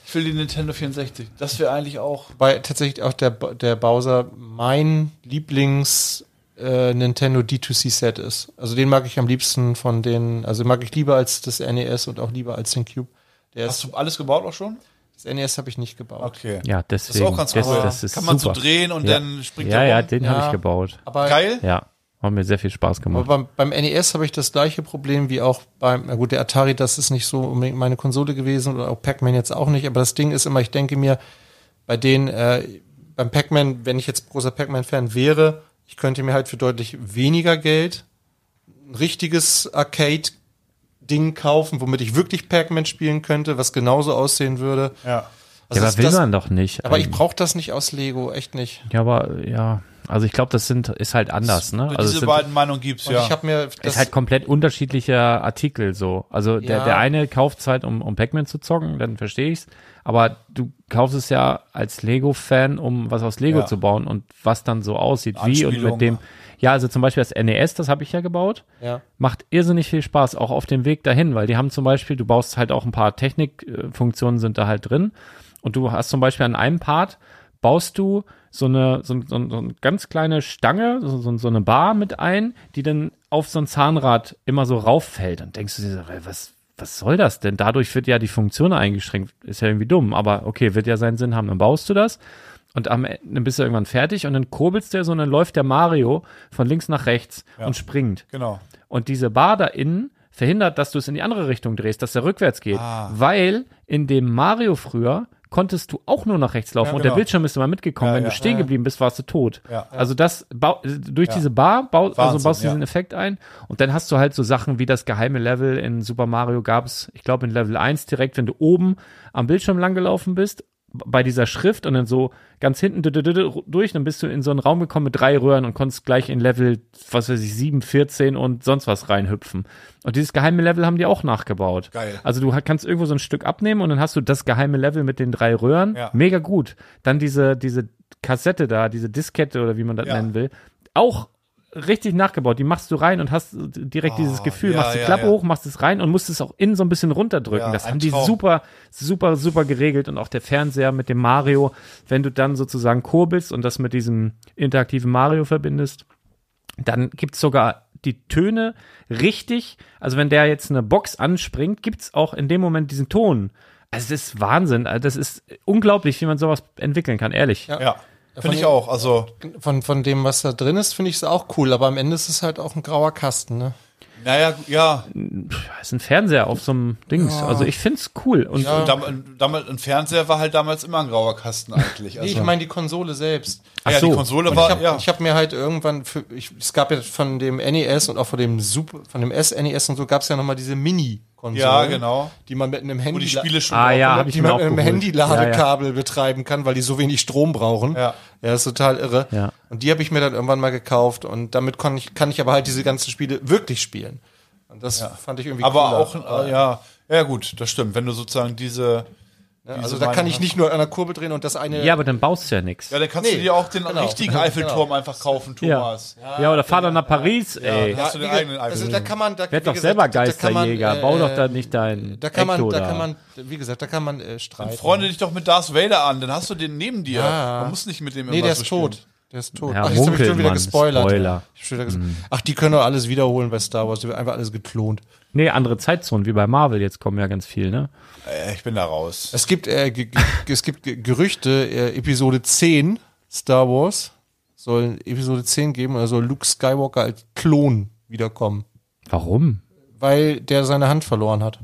[SPEAKER 4] Ich will die Nintendo 64. Das wäre eigentlich auch.
[SPEAKER 5] Wobei tatsächlich auch der, Ba- der Bowser mein Lieblings äh, Nintendo D2C Set ist. Also den mag ich am liebsten von den, also den mag ich lieber als das NES und auch lieber als den Cube. Der
[SPEAKER 4] Hast
[SPEAKER 5] ist,
[SPEAKER 4] du alles gebaut auch schon?
[SPEAKER 5] das NES habe ich nicht gebaut.
[SPEAKER 4] Okay.
[SPEAKER 3] Ja,
[SPEAKER 4] Das
[SPEAKER 3] deswegen.
[SPEAKER 4] ist auch ganz
[SPEAKER 3] das,
[SPEAKER 4] cool.
[SPEAKER 3] das ist
[SPEAKER 4] Kann man
[SPEAKER 3] super.
[SPEAKER 4] so drehen und
[SPEAKER 3] Ja.
[SPEAKER 4] dann springt
[SPEAKER 3] ja,
[SPEAKER 4] er
[SPEAKER 3] ja,
[SPEAKER 4] rum.
[SPEAKER 3] den habe
[SPEAKER 5] Ja.
[SPEAKER 3] ich gebaut.
[SPEAKER 5] Aber
[SPEAKER 4] Geil.
[SPEAKER 3] Ja, hat mir sehr viel Spaß
[SPEAKER 5] Aber
[SPEAKER 3] gemacht.
[SPEAKER 5] beim, beim NES habe ich das gleiche Problem wie auch beim, na gut, der Atari, das ist nicht so unbedingt meine Konsole gewesen oder auch Pac-Man jetzt auch nicht, aber das Ding ist immer, ich denke mir, bei denen, äh, beim Pac-Man, wenn ich jetzt großer Pac-Man-Fan wäre, ich könnte mir halt für deutlich weniger Geld ein richtiges Arcade-Ding kaufen, womit ich wirklich Pac-Man spielen könnte, was genauso aussehen würde.
[SPEAKER 4] Ja.
[SPEAKER 5] Also
[SPEAKER 3] ja,
[SPEAKER 5] das-
[SPEAKER 3] aber will
[SPEAKER 5] das,
[SPEAKER 3] man doch nicht.
[SPEAKER 5] aber
[SPEAKER 3] Ähm,
[SPEAKER 5] ich brauche das nicht aus Lego, echt nicht.
[SPEAKER 3] Ja, aber ja. Also ich glaube, das sind ist halt anders, ne? Also es
[SPEAKER 4] Diese
[SPEAKER 3] sind,
[SPEAKER 4] beiden Meinungen gibt's,
[SPEAKER 5] Und
[SPEAKER 4] ja.
[SPEAKER 5] ich habe mir das
[SPEAKER 3] ist halt komplett unterschiedlicher Artikel so. Also der,
[SPEAKER 5] Ja.
[SPEAKER 3] der eine kauft es halt, um, um Pac-Man zu zocken, dann verstehe ich's. Aber du kaufst es ja als Lego-Fan, um was aus Lego
[SPEAKER 4] Ja.
[SPEAKER 3] zu bauen und was dann so aussieht, wie und
[SPEAKER 4] Anspielung.
[SPEAKER 3] mit dem. Ja, also zum Beispiel das NES, das habe ich ja gebaut.
[SPEAKER 5] ja.
[SPEAKER 3] Macht irrsinnig viel Spaß, auch auf dem Weg dahin, weil die haben zum Beispiel, du baust halt auch ein paar Technikfunktionen sind da halt drin. Und du hast zum Beispiel an einem Part, baust du so eine, so, so, so eine ganz kleine Stange, so, so, so eine Bar mit ein, die dann auf so ein Zahnrad immer so rauffällt. Und denkst du dir so, "Ey, was, was soll das denn? Dadurch wird ja die Funktion eingeschränkt. Ist ja irgendwie dumm, aber okay, wird ja seinen Sinn haben. Dann baust du das. Und am Ende dann bist du irgendwann fertig und dann kurbelst du so und dann läuft der Mario von links nach rechts und springt.
[SPEAKER 4] genau.
[SPEAKER 3] Und diese Bar da innen verhindert, dass du es in die andere Richtung drehst, dass er rückwärts geht.
[SPEAKER 4] Ah.
[SPEAKER 3] Weil in dem Mario früher konntest du auch nur nach rechts laufen und der
[SPEAKER 4] genau.
[SPEAKER 3] Bildschirm ist immer mitgekommen.
[SPEAKER 4] Ja,
[SPEAKER 3] Wenn
[SPEAKER 4] ja.
[SPEAKER 3] du stehen geblieben bist, warst du tot.
[SPEAKER 4] Ja.
[SPEAKER 3] Also das bau, durch diese Bar bau, also
[SPEAKER 4] Wahnsinn,
[SPEAKER 3] baust du
[SPEAKER 4] ja.
[SPEAKER 3] diesen Effekt ein und dann hast du halt so Sachen wie das geheime Level in Super Mario gab es, ich glaube in Level 1 direkt, wenn du oben am Bildschirm lang gelaufen bist b- bei dieser Schrift und dann so ganz hinten dü- dü- dü- dü- durch, dann bist du in so einen Raum gekommen mit drei Röhren und konntest gleich in Level, was weiß ich, 7, 14 und sonst was reinhüpfen. Und dieses geheime Level haben die auch nachgebaut.
[SPEAKER 4] Geil.
[SPEAKER 3] Also du ha- kannst irgendwo so ein Stück abnehmen und dann hast du das geheime Level mit den drei Röhren.
[SPEAKER 4] Ja.
[SPEAKER 3] Mega gut. Dann diese, diese Kassette da, diese Diskette oder wie man das
[SPEAKER 4] Ja.
[SPEAKER 3] nennen will, auch richtig nachgebaut. Die machst du rein und hast direkt dieses Gefühl,
[SPEAKER 4] Ah, ja,
[SPEAKER 3] machst die
[SPEAKER 4] ja,
[SPEAKER 3] Klappe
[SPEAKER 4] ja.
[SPEAKER 3] hoch, machst es rein und musst es auch innen so ein bisschen runterdrücken.
[SPEAKER 4] Ja,
[SPEAKER 3] das
[SPEAKER 4] ein
[SPEAKER 3] haben die
[SPEAKER 4] Traum.
[SPEAKER 3] super, super, super geregelt und auch der Fernseher mit dem Mario, wenn du dann sozusagen kurbelst und das mit diesem interaktiven Mario verbindest, dann gibt's sogar die Töne richtig. Also wenn der jetzt eine Box anspringt, gibt's auch in dem Moment diesen Ton. Also das ist Wahnsinn. Also das ist unglaublich, wie man sowas entwickeln kann, ehrlich.
[SPEAKER 4] Ja.
[SPEAKER 5] Von
[SPEAKER 4] Finde ich
[SPEAKER 5] dem-
[SPEAKER 4] auch. Also,
[SPEAKER 5] von, von dem, was da drin ist, finde ich es auch cool, aber am Ende ist es halt auch ein grauer Kasten, ne?
[SPEAKER 4] Naja, ja.
[SPEAKER 3] Da ist ein Fernseher auf so einem Dings. Also ich find's cool. Und,
[SPEAKER 4] Und dam- damals, ein Fernseher war halt damals immer ein grauer Kasten eigentlich.
[SPEAKER 5] Nee,
[SPEAKER 4] Also, Ah.
[SPEAKER 5] ich meine die Konsole selbst.
[SPEAKER 3] ach
[SPEAKER 4] ja,
[SPEAKER 3] so.
[SPEAKER 4] die Konsole
[SPEAKER 5] Ich
[SPEAKER 4] war,
[SPEAKER 5] habe
[SPEAKER 4] ja.
[SPEAKER 5] hab mir halt irgendwann, für, ich, es gab ja von dem NES und auch von dem Super, von dem SNES und so gab es ja nochmal diese Mini-Konsolen.
[SPEAKER 4] ja, genau.
[SPEAKER 5] Die man mit einem
[SPEAKER 4] Wo
[SPEAKER 5] Handy,
[SPEAKER 4] die Spiele schon
[SPEAKER 3] ah
[SPEAKER 4] drauf-
[SPEAKER 3] ja, habe ich
[SPEAKER 5] die
[SPEAKER 3] mir auch
[SPEAKER 5] man mit einem
[SPEAKER 3] geholt. Ja, ja.
[SPEAKER 5] Handy-Ladekabel betreiben kann, weil die so wenig Strom brauchen.
[SPEAKER 4] Ja.
[SPEAKER 5] Ja, ist total irre.
[SPEAKER 3] Ja.
[SPEAKER 5] Und die habe ich mir dann irgendwann mal gekauft und damit kann ich, kann ich aber halt diese ganzen Spiele wirklich spielen. Und das fand ich irgendwie
[SPEAKER 4] Aber
[SPEAKER 5] cooler.
[SPEAKER 4] auch, äh, ja. Ja, gut, das stimmt. Wenn du sozusagen diese.
[SPEAKER 5] Ja,
[SPEAKER 4] diese
[SPEAKER 5] also da kann
[SPEAKER 4] Meinung
[SPEAKER 5] ich
[SPEAKER 4] hast.
[SPEAKER 5] nicht nur an der Kurve drehen und das eine
[SPEAKER 3] Ja, aber dann baust du ja nichts.
[SPEAKER 4] Ja, dann kannst du
[SPEAKER 5] Nee,
[SPEAKER 4] dir auch den
[SPEAKER 5] genau.
[SPEAKER 4] richtigen Eiffelturm einfach kaufen,
[SPEAKER 3] Ja.
[SPEAKER 4] Thomas.
[SPEAKER 3] ja, oder fahr doch nach Paris, ey.
[SPEAKER 4] ja. Hast du
[SPEAKER 5] wie
[SPEAKER 4] den
[SPEAKER 5] ge-
[SPEAKER 4] eigenen
[SPEAKER 5] also
[SPEAKER 4] iPhone?
[SPEAKER 5] da kann man,
[SPEAKER 3] Werd
[SPEAKER 5] da, wie
[SPEAKER 3] doch
[SPEAKER 5] gesagt,
[SPEAKER 3] selber
[SPEAKER 5] da- da kann man,
[SPEAKER 3] Geisterjäger.
[SPEAKER 5] äh,
[SPEAKER 3] Bau doch da nicht dein
[SPEAKER 5] Da kann man,
[SPEAKER 3] Ecto
[SPEAKER 5] da kann man, wie gesagt, da kann man äh, streiten.
[SPEAKER 4] Freunde dich doch mit Darth Vader an, dann hast du den neben dir.
[SPEAKER 5] Ja.
[SPEAKER 4] Man muss nicht mit dem
[SPEAKER 5] nee,
[SPEAKER 4] immer
[SPEAKER 5] der
[SPEAKER 4] so
[SPEAKER 5] ist
[SPEAKER 4] spielen.
[SPEAKER 5] tot. Der ist tot.
[SPEAKER 3] Ja,
[SPEAKER 5] Ach, jetzt habe ich
[SPEAKER 3] munkeln,
[SPEAKER 5] schon wieder
[SPEAKER 3] Mann.
[SPEAKER 5] gespoilert.
[SPEAKER 3] Spoiler. Mhm.
[SPEAKER 5] Ich hab schon wieder ges Ach, die können doch alles wiederholen bei Star Wars. Die wird einfach alles geklont.
[SPEAKER 3] Nee, andere Zeitzonen, wie bei Marvel, jetzt kommen ja ganz viel, ne?
[SPEAKER 4] Äh, ich bin da raus.
[SPEAKER 5] Es gibt, äh, ge- ge- es gibt Ge- Gerüchte, äh, Episode 10 Star Wars soll Episode 10 geben oder soll Luke Skywalker als Klon wiederkommen,
[SPEAKER 3] Warum?
[SPEAKER 5] weil der seine Hand verloren hat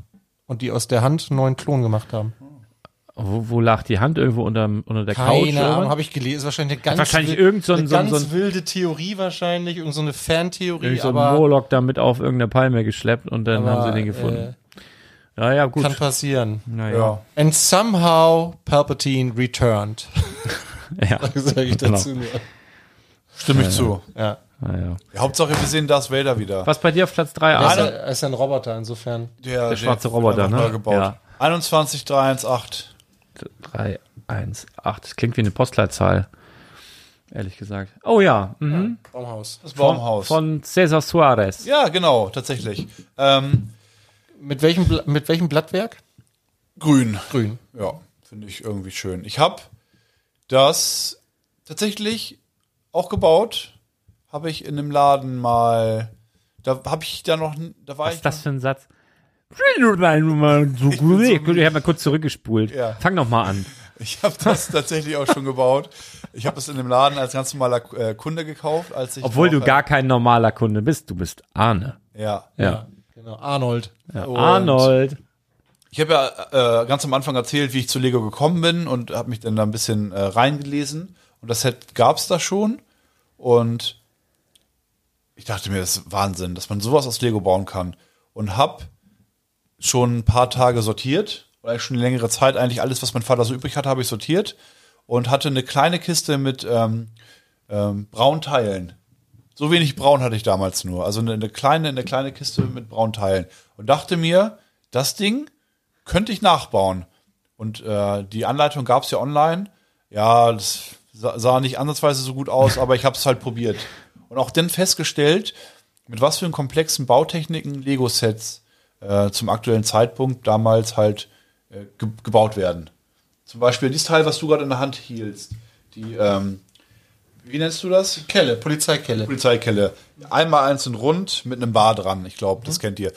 [SPEAKER 5] und die aus der Hand einen neuen Klon gemacht haben.
[SPEAKER 3] Wo, wo lag die Hand irgendwo unter, unter der Couch?
[SPEAKER 5] Keine Ahnung,
[SPEAKER 3] oder?
[SPEAKER 5] habe ich gelesen. Ist wahrscheinlich eine ganz,
[SPEAKER 3] Wahrscheinlich
[SPEAKER 5] wild-
[SPEAKER 3] irgend so ein-
[SPEAKER 5] eine
[SPEAKER 3] so ein-
[SPEAKER 5] ganz
[SPEAKER 3] so ein-
[SPEAKER 5] wilde Theorie wahrscheinlich, irgend so eine Fantheorie,
[SPEAKER 3] Irgendwie so ein
[SPEAKER 5] aber
[SPEAKER 3] Warlock damit auf irgendeiner Palme geschleppt und dann haben sie den gefunden. naja, gut.
[SPEAKER 5] äh, kann passieren.
[SPEAKER 3] naja.
[SPEAKER 5] And somehow Palpatine returned.
[SPEAKER 3] Ja.
[SPEAKER 5] Sag ich
[SPEAKER 3] Genau.
[SPEAKER 5] dazu nur.
[SPEAKER 4] Stimme ich zu.
[SPEAKER 5] Ja.
[SPEAKER 3] Naja.
[SPEAKER 4] Ja, Hauptsache, wir sehen Darth Vader wieder.
[SPEAKER 3] Was bei dir auf Platz 3
[SPEAKER 5] Er ist, ja,
[SPEAKER 3] an?
[SPEAKER 5] er ist ja ein Roboter insofern.
[SPEAKER 4] Der,
[SPEAKER 3] schwarze Roboter,
[SPEAKER 4] einfach
[SPEAKER 3] ne?
[SPEAKER 4] neu Gebaut.
[SPEAKER 3] Ja.
[SPEAKER 4] 21318.
[SPEAKER 3] 3, 1, 8. Das klingt wie eine Postleitzahl. Ehrlich gesagt. Oh ja. Mhm.
[SPEAKER 5] Baumhaus.
[SPEAKER 4] Das Baumhaus.
[SPEAKER 3] Von Cesar Suarez.
[SPEAKER 4] ja, genau, tatsächlich. Ähm,
[SPEAKER 5] Mit welchem, Bla- mit welchem Blattwerk?
[SPEAKER 4] grün.
[SPEAKER 5] Grün.
[SPEAKER 4] Ja, finde ich irgendwie schön. Ich habe das tatsächlich auch gebaut. Habe ich in einem Laden mal. Da habe ich da noch. n- Da war
[SPEAKER 3] Was
[SPEAKER 4] ich.
[SPEAKER 3] ist das für ein Satz? Ich habe mal kurz zurückgespult.
[SPEAKER 4] Ja.
[SPEAKER 3] Fang noch mal an.
[SPEAKER 4] Ich habe das tatsächlich auch schon gebaut. Ich habe es in dem Laden als ganz normaler äh, Kunde gekauft, als ich
[SPEAKER 3] Obwohl du
[SPEAKER 4] noch-
[SPEAKER 3] gar kein normaler Kunde bist. Du bist Arne.
[SPEAKER 4] ja.
[SPEAKER 3] Ja.
[SPEAKER 5] Genau. Arnold.
[SPEAKER 4] Und
[SPEAKER 3] Arnold.
[SPEAKER 4] Ich habe ja äh, ganz am Anfang erzählt, wie ich zu Lego gekommen bin und habe mich dann da ein bisschen äh, reingelesen. Und das Set gab es da schon. Und ich dachte mir, das ist Wahnsinn, dass man sowas aus Lego bauen kann. Und habe schon ein paar Tage sortiert, oder eigentlich schon eine längere Zeit eigentlich alles, was mein Vater so übrig hatte, habe ich sortiert. Und hatte eine kleine Kiste mit ähm, ähm, braunen Teilen. So wenig Braun hatte ich damals nur. Also eine, eine kleine, eine kleine Kiste mit braunen Teilen. Und dachte mir, das Ding könnte ich nachbauen. Und äh, die Anleitung gab es ja online. Ja, das sa- sah nicht ansatzweise so gut aus, aber ich habe es halt probiert. Und auch dann festgestellt, mit was für komplexen Bautechniken Lego-Sets äh, zum aktuellen Zeitpunkt damals halt äh, ge gebaut werden. Zum Beispiel dieses Teil, was du gerade in der Hand hielst. Die, ähm, wie nennst du das?
[SPEAKER 5] Kelle, Polizeikelle.
[SPEAKER 4] Polizeikelle. Einmal eins in rund mit einem Bar dran. Ich glaube,
[SPEAKER 5] Mhm.
[SPEAKER 4] das kennt ihr.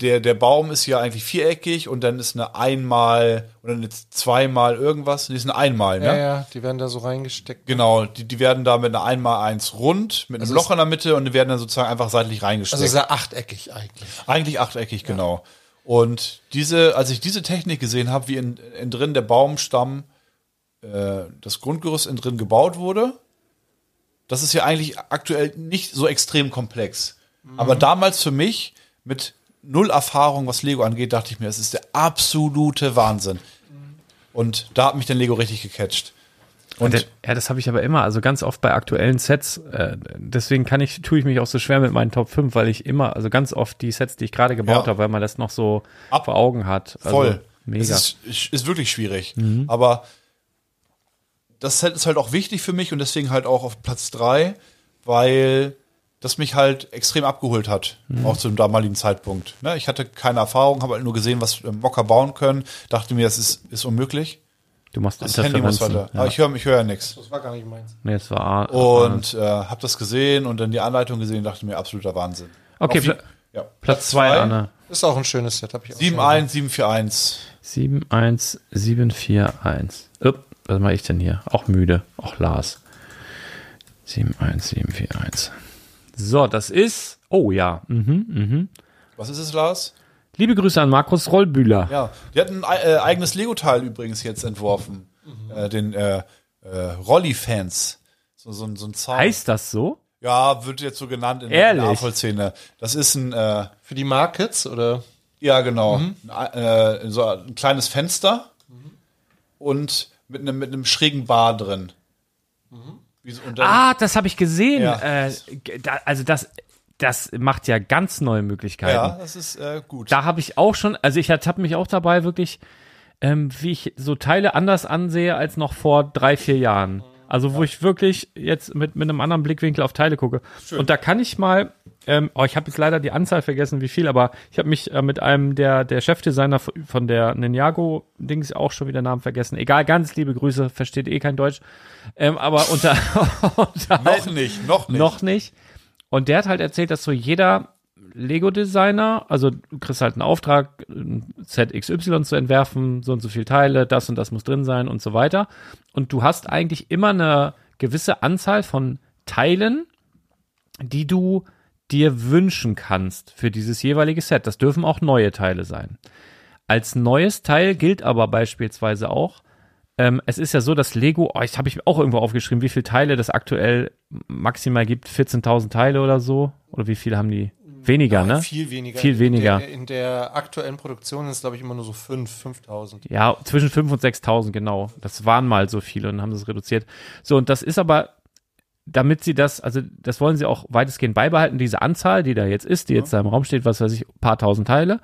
[SPEAKER 4] Der, der Baum ist ja eigentlich viereckig und dann ist eine einmal oder eine zweimal irgendwas. Die ist eine einmal, ne?
[SPEAKER 5] Ja, ja, die werden da so reingesteckt.
[SPEAKER 4] Genau, die, die werden da mit einer einmal eins rund, mit einem
[SPEAKER 5] Also
[SPEAKER 4] Loch
[SPEAKER 5] es-
[SPEAKER 4] in der Mitte und die werden dann sozusagen einfach seitlich reingesteckt.
[SPEAKER 5] Also sehr achteckig eigentlich.
[SPEAKER 4] Eigentlich achteckig, genau. Und diese, als ich diese Technik gesehen habe, wie in, in drin der Baumstamm, äh, das Grundgerüst in drin gebaut wurde, das ist ja eigentlich aktuell nicht so extrem komplex. Aber damals für mich mit null Erfahrung, was Lego angeht, dachte ich mir, es ist der absolute Wahnsinn. Und da hat mich dann Lego richtig gecatcht.
[SPEAKER 3] Und
[SPEAKER 4] Und
[SPEAKER 3] ja, das habe ich aber immer, also ganz oft bei aktuellen Sets. Äh, deswegen kann ich, tue ich mich auch so schwer mit meinen Top 5, weil ich immer, also ganz oft die Sets, die ich gerade gebaut
[SPEAKER 4] Ja.
[SPEAKER 3] habe, weil man das noch so
[SPEAKER 4] Ab-
[SPEAKER 3] vor Augen hat. Also,
[SPEAKER 4] Voll.
[SPEAKER 3] Mega. Mhm.
[SPEAKER 4] Es ist, ist wirklich schwierig. Aber das Set ist halt auch wichtig für mich und deswegen halt auch auf Platz 3, weil das mich halt extrem abgeholt hat,
[SPEAKER 3] Mhm.
[SPEAKER 4] auch zu dem damaligen Zeitpunkt. Ne, Ich hatte keine Erfahrung, habe halt nur gesehen, was äh, Mocker bauen können, dachte mir, das ist, ist unmöglich.
[SPEAKER 3] du machst
[SPEAKER 4] Das Handy muss
[SPEAKER 3] Interferenzen.
[SPEAKER 4] weiter.
[SPEAKER 3] ja. Ah.
[SPEAKER 4] Aber ich höre ich hör ja nichts.
[SPEAKER 5] Das war gar nicht meins.
[SPEAKER 3] Nee, es war Ar-
[SPEAKER 4] Und äh, habe das gesehen und dann die Anleitung gesehen, dachte mir, absoluter Wahnsinn.
[SPEAKER 3] Okay,
[SPEAKER 4] Auch wie-
[SPEAKER 3] Pla-
[SPEAKER 4] ja.
[SPEAKER 3] Platz 2, Anne.
[SPEAKER 5] Ist auch ein schönes Set, hab ich auch.
[SPEAKER 4] 7-1, 7-4-1.
[SPEAKER 3] 71741. Upp, was mache ich denn hier? Auch müde. Auch Lars. 71741. So, das ist. Oh ja. Mhm, mhm.
[SPEAKER 4] Was ist es, Lars?
[SPEAKER 3] Liebe Grüße an Markus Rollbühler.
[SPEAKER 4] Ja, die hat ein äh, eigenes Lego-Teil übrigens jetzt entworfen.
[SPEAKER 3] Mhm.
[SPEAKER 4] Äh, den äh, äh, Rolli-Fans. So, so, ein- so ein Zaun.
[SPEAKER 3] Heißt das so?
[SPEAKER 4] Ja, wird jetzt so genannt in
[SPEAKER 3] Ehrlich?
[SPEAKER 4] der Nachvollszene. Das ist ein, äh,
[SPEAKER 5] Für die Markets oder?
[SPEAKER 4] ja genau,
[SPEAKER 3] Mhm.
[SPEAKER 4] ein, äh, so ein kleines Fenster und mit einem mit einem schrägen Bar drin. Wie so- und dann-
[SPEAKER 3] Mhm. Ah, das habe ich gesehen.
[SPEAKER 4] Ja.
[SPEAKER 3] Äh, g- da, also das, das macht ja ganz neue Möglichkeiten.
[SPEAKER 4] ja, das ist äh, gut.
[SPEAKER 3] Da habe ich auch schon, also ich ertappe mich auch dabei wirklich, ähm, wie ich so Teile anders ansehe als noch vor drei, vier Jahren. Also wo ich wirklich jetzt mit, mit einem anderen Blickwinkel auf Teile gucke. Und da kann ich mal, ähm, oh, ich habe jetzt leider die Anzahl vergessen, wie viel, aber ich habe mich äh, mit einem der, der Chefdesigner von von der Ninjago-Dings auch schon wieder Namen vergessen. Egal, ganz liebe Grüße, versteht eh kein Deutsch. Ähm, aber unter, unter
[SPEAKER 4] noch nicht, noch nicht.
[SPEAKER 3] noch nicht. Und der hat halt erzählt, dass so jeder Lego-Designer, also du kriegst halt einen Auftrag, ein Set XY zu entwerfen, so und so viele Teile, das und das muss drin sein und so weiter. Und du hast eigentlich immer eine gewisse Anzahl von Teilen, die du dir wünschen kannst für dieses jeweilige Set. Das dürfen auch neue Teile sein. Als neues Teil gilt aber beispielsweise auch, ähm, es ist ja so, dass Lego, oh, ich habe ich auch irgendwo aufgeschrieben, wie viele Teile das aktuell maximal gibt, 14.000 Teile oder so. Oder wie viele haben die? Weniger, ne?
[SPEAKER 5] Viel weniger.
[SPEAKER 3] Viel weniger.
[SPEAKER 5] In der, in der aktuellen Produktion sind es, glaube ich, immer nur so 5, 5000.
[SPEAKER 3] Ja, zwischen 5.000 und 6.000, genau. Das waren mal so viele und haben das reduziert. So, und das ist aber, damit sie das, also das wollen sie auch weitestgehend beibehalten, diese Anzahl, die da jetzt ist, die jetzt da im Raum steht, was weiß ich, paar tausend Teile.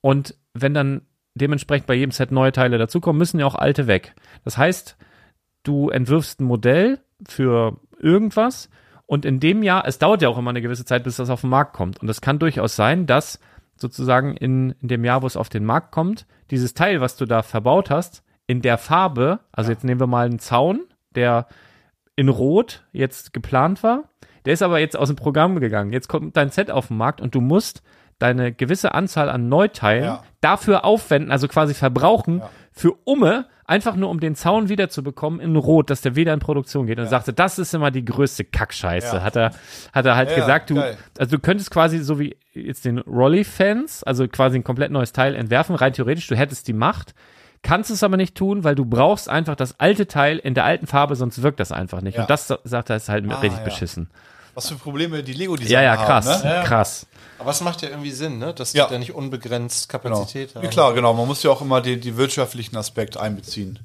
[SPEAKER 3] Und wenn dann dementsprechend bei jedem Set neue Teile dazukommen, müssen ja auch alte weg. Das heißt, du entwirfst ein Modell für irgendwas und in dem Jahr, es dauert ja auch immer eine gewisse Zeit, bis das auf den Markt kommt. Und es kann durchaus sein, dass sozusagen in, in dem Jahr, wo es auf den Markt kommt, dieses Teil, was du da verbaut hast, in der Farbe, also jetzt nehmen wir mal einen Zaun, der in Rot jetzt geplant war, der ist aber jetzt aus dem Programm gegangen. Jetzt kommt dein Set auf den Markt und du musst deine gewisse Anzahl an Neuteilen
[SPEAKER 4] Ja.
[SPEAKER 3] dafür aufwenden, also quasi verbrauchen, für Umme, einfach nur um den Zaun wiederzubekommen in Rot, dass der wieder in Produktion geht. Und sagte, das ist immer die größte Kackscheiße,
[SPEAKER 4] Ja.
[SPEAKER 3] hat er, hat er halt
[SPEAKER 4] Ja, ja,
[SPEAKER 3] gesagt. Du,
[SPEAKER 4] geil.
[SPEAKER 3] also du könntest quasi so wie jetzt den Rolly-Fans, also quasi ein komplett neues Teil entwerfen, rein theoretisch, du hättest die Macht, kannst es aber nicht tun, weil du brauchst einfach das alte Teil in der alten Farbe, sonst wirkt das einfach nicht.
[SPEAKER 4] Ja. Ah,
[SPEAKER 3] Und das, sagt er, ist halt richtig
[SPEAKER 4] ja.
[SPEAKER 3] beschissen.
[SPEAKER 4] Was für Probleme die Lego Designer
[SPEAKER 3] Ja, ja,
[SPEAKER 4] haben,
[SPEAKER 3] krass,
[SPEAKER 4] ne?
[SPEAKER 3] krass.
[SPEAKER 5] Aber es macht ja irgendwie Sinn, ne? dass
[SPEAKER 4] Ja.
[SPEAKER 5] die da nicht unbegrenzt
[SPEAKER 4] Genau.
[SPEAKER 5] Kapazität
[SPEAKER 4] Ja,
[SPEAKER 5] haben.
[SPEAKER 4] klar, genau. Man muss ja auch immer den die wirtschaftlichen Aspekt einbeziehen.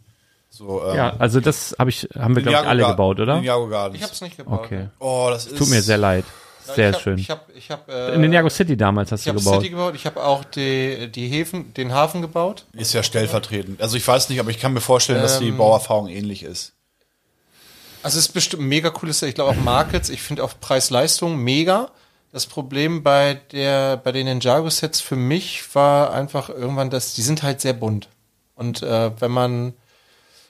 [SPEAKER 4] So, ähm,
[SPEAKER 3] Ja, also das hab ich, haben wir, glaube ich, alle gebaut, oder?
[SPEAKER 4] Ninjago Gardens.
[SPEAKER 5] Ich habe es nicht gebaut.
[SPEAKER 3] Okay.
[SPEAKER 4] oh, das ist
[SPEAKER 3] Tut mir sehr leid.
[SPEAKER 5] Ja,
[SPEAKER 3] Sehr
[SPEAKER 5] ich hab,
[SPEAKER 3] schön.
[SPEAKER 5] Ich habe ich hab, äh,
[SPEAKER 3] In Ninjago City damals hast
[SPEAKER 5] ich
[SPEAKER 3] du
[SPEAKER 5] hab
[SPEAKER 3] gebaut.
[SPEAKER 5] City gebaut. Ich habe auch die, die Häfen, den Hafen gebaut.
[SPEAKER 4] Ist ja stellvertretend. Also ich weiß nicht, aber ich kann mir vorstellen, dass die Bauerfahrung ähnlich ist.
[SPEAKER 5] Also es ist bestimmt ein mega cooles, ich glaube auch Markets, ich finde auch Preis-Leistung mega. Das Problem bei der, bei den Ninjago-Sets für mich war einfach irgendwann, dass die sind halt sehr bunt. Und äh, wenn man,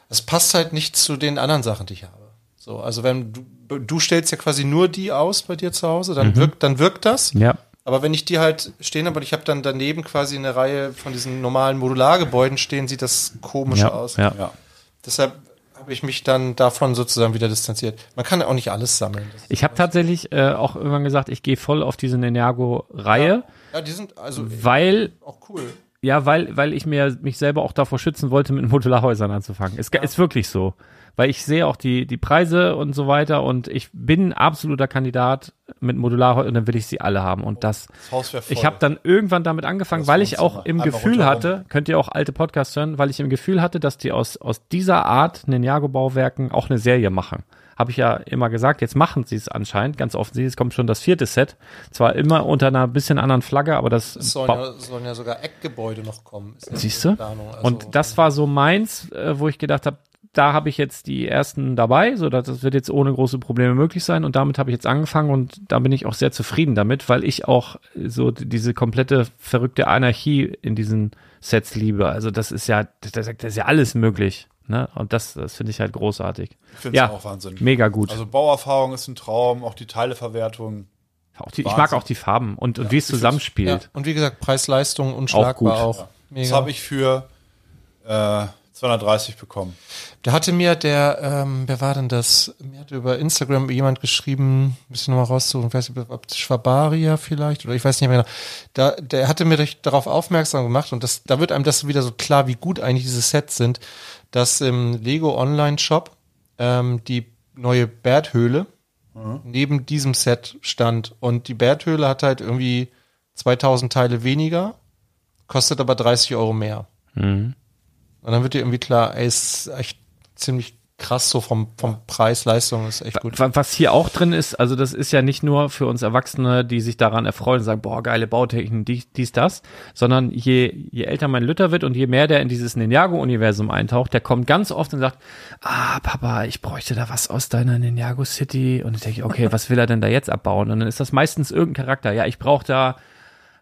[SPEAKER 5] es passt halt nicht zu den anderen Sachen, die ich habe. So, also wenn du, du stellst ja quasi nur die aus bei dir zu Hause, dann wirkt, dann wirkt das.
[SPEAKER 3] Ja.
[SPEAKER 5] Aber wenn ich die halt stehen habe und ich habe dann daneben quasi eine Reihe von diesen normalen Modulargebäuden stehen, sieht das komisch
[SPEAKER 3] Ja,
[SPEAKER 5] aus.
[SPEAKER 3] ja.
[SPEAKER 4] Ja.
[SPEAKER 5] Deshalb habe ich mich dann davon sozusagen wieder distanziert. Man kann auch nicht alles sammeln. Das-
[SPEAKER 3] Ich habe tatsächlich äh, auch irgendwann gesagt, ich gehe voll auf diese Ninjago-Reihe,
[SPEAKER 5] Ja, die sind also
[SPEAKER 3] weil
[SPEAKER 5] auch cool.
[SPEAKER 3] Ja, weil, weil ich mir mich selber auch davor schützen wollte, mit Modularhäusern anzufangen. Ist, ist wirklich so. Weil ich sehe auch die, die Preise und so weiter und ich bin ein absoluter Kandidat mit Modularhäusern und dann will ich sie alle haben. Und das,
[SPEAKER 4] Das Haus wäre voll.
[SPEAKER 3] ich habe dann irgendwann damit angefangen, weil ich auch im
[SPEAKER 4] Einmal
[SPEAKER 3] Gefühl
[SPEAKER 4] rundherum.
[SPEAKER 3] hatte, könnt ihr auch alte Podcasts hören, weil ich im Gefühl hatte, dass die aus, aus dieser Art Ninjago-Bauwerken auch eine Serie machen. Habe ich ja immer gesagt, jetzt machen sie es anscheinend, ganz offensichtlich. Es kommt schon das vierte Set. Zwar immer unter einer bisschen anderen Flagge, aber das.
[SPEAKER 5] Es sollen,
[SPEAKER 3] Ba-
[SPEAKER 5] ja, sollen ja sogar Eckgebäude noch kommen. Ist ja
[SPEAKER 3] Siehst
[SPEAKER 5] in
[SPEAKER 3] du?
[SPEAKER 5] Planung, also-
[SPEAKER 3] Und
[SPEAKER 4] äh,
[SPEAKER 3] das war so meins, äh, wo ich gedacht habe, da habe ich jetzt die ersten dabei, so dass das wird jetzt ohne große Probleme möglich sein und damit habe ich jetzt angefangen und da bin ich auch sehr zufrieden damit, weil ich auch äh, so d- diese komplette verrückte Anarchie in diesen Sets liebe. Also das ist ja, das, das ist ja alles möglich, ne? Und das, das finde ich halt großartig.
[SPEAKER 4] find's
[SPEAKER 3] ja,
[SPEAKER 4] auch Wahnsinn.
[SPEAKER 3] Mega gut.
[SPEAKER 4] Also Bauerfahrung ist ein Traum, auch die Teileverwertung.
[SPEAKER 3] auch die, ich
[SPEAKER 4] Wahnsinn.
[SPEAKER 3] mag auch die Farben und, und wie es
[SPEAKER 5] ja.
[SPEAKER 3] zusammenspielt.
[SPEAKER 5] Und wie gesagt, preis leistung unschlagbar
[SPEAKER 3] Auch
[SPEAKER 5] auch.
[SPEAKER 3] gut.
[SPEAKER 5] Mega.
[SPEAKER 4] Das habe ich für äh, 230 bekommen.
[SPEAKER 5] Da hatte mir der, ähm, wer war denn das? Mir hatte über Instagram jemand geschrieben, müssen wir mal raussuchen, ich weiß nicht, ob das Schwabaria vielleicht, oder ich weiß nicht mehr genau. Da, der hatte mir durch- darauf aufmerksam gemacht und das, da wird einem das wieder so klar, wie gut eigentlich diese Sets sind, dass im Lego Online Shop ähm, die neue Berthöhle neben diesem Set stand und die Berthöhle hat halt irgendwie 2000 Teile weniger, kostet aber 30 Euro mehr.
[SPEAKER 3] Mhm.
[SPEAKER 5] Und dann wird dir irgendwie klar, ey, ist echt ziemlich krass, so vom, vom Preis, Leistung ist echt gut.
[SPEAKER 3] Wa- Was hier auch drin ist, also das ist ja nicht nur für uns Erwachsene, die sich daran erfreuen und sagen, boah, geile Bautechniken, dies, dies das, sondern je, je älter mein Lütter wird und je mehr der in dieses Ninjago-Universum eintaucht, der kommt ganz oft und sagt, ah, Papa, ich bräuchte da was aus deiner Ninjago City. Und ich denke, okay, was will er denn da jetzt abbauen? Und dann ist das meistens irgendein Charakter. Ja, ich brauche da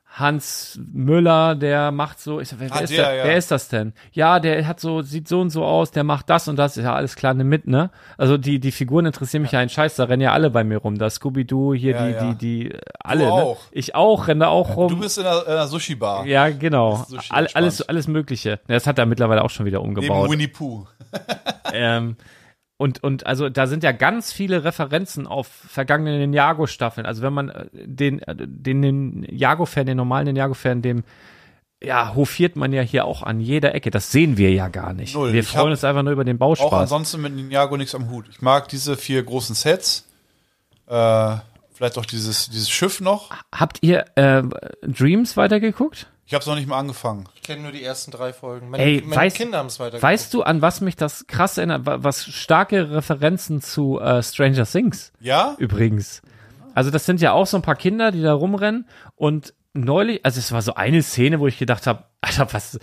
[SPEAKER 3] Hans Müller, der macht so, ich sag, wer,
[SPEAKER 4] Ah,
[SPEAKER 3] wer, ist
[SPEAKER 4] der,
[SPEAKER 3] der,
[SPEAKER 4] ja.
[SPEAKER 3] wer ist das denn? Ja, der hat so, sieht so und so aus, der macht das und das, ist ja alles klar ne, mit, ne? Also die, die Figuren interessieren mich ja einen Scheiß, da rennen ja alle bei mir rum. Da Scooby-Doo, hier
[SPEAKER 4] Ja,
[SPEAKER 3] die,
[SPEAKER 4] ja.
[SPEAKER 3] die, die, äh, alle.
[SPEAKER 4] auch.
[SPEAKER 3] Ne? Ich auch, renne da auch rum.
[SPEAKER 4] Du bist in einer, in einer Sushi-Bar.
[SPEAKER 3] ja, genau.
[SPEAKER 4] Das ist Sushi,
[SPEAKER 3] All,
[SPEAKER 4] entspannt.
[SPEAKER 3] alles, alles Mögliche. Das hat er mittlerweile auch schon wieder
[SPEAKER 4] Neben
[SPEAKER 3] umgebaut.
[SPEAKER 4] Winnie Pooh.
[SPEAKER 3] Ähm, und, und also da sind ja ganz viele Referenzen auf vergangene Ninjago-Staffeln. Also wenn man äh, den, äh, den Ninjago-Fan, den normalen Ninjago-Fan, dem ja, hofiert man ja hier auch an jeder Ecke. Das sehen wir ja gar nicht.
[SPEAKER 4] Null.
[SPEAKER 3] Wir
[SPEAKER 4] Ich
[SPEAKER 3] freuen
[SPEAKER 4] hab
[SPEAKER 3] uns einfach nur über den
[SPEAKER 4] Auch
[SPEAKER 3] Bauspaß.
[SPEAKER 4] ansonsten mit Ninjago nichts am Hut. Ich mag diese vier großen Sets. Äh, vielleicht auch dieses, dieses Schiff noch.
[SPEAKER 3] Habt ihr äh, Dreams weitergeguckt?
[SPEAKER 4] Ich habe es noch nicht mal angefangen.
[SPEAKER 5] Ich kenne nur die ersten drei Folgen. Meine,
[SPEAKER 3] Ey,
[SPEAKER 5] meine
[SPEAKER 3] weißt-
[SPEAKER 5] Kinder haben es weiter.
[SPEAKER 3] Weißt du, an was mich das krass erinnert? Wa- Was starke Referenzen zu äh, Stranger Things?
[SPEAKER 4] Ja?
[SPEAKER 3] übrigens. Also das sind ja auch so ein paar Kinder, die da rumrennen und neulich, also es war so eine Szene, wo ich gedacht habe, Alter, was,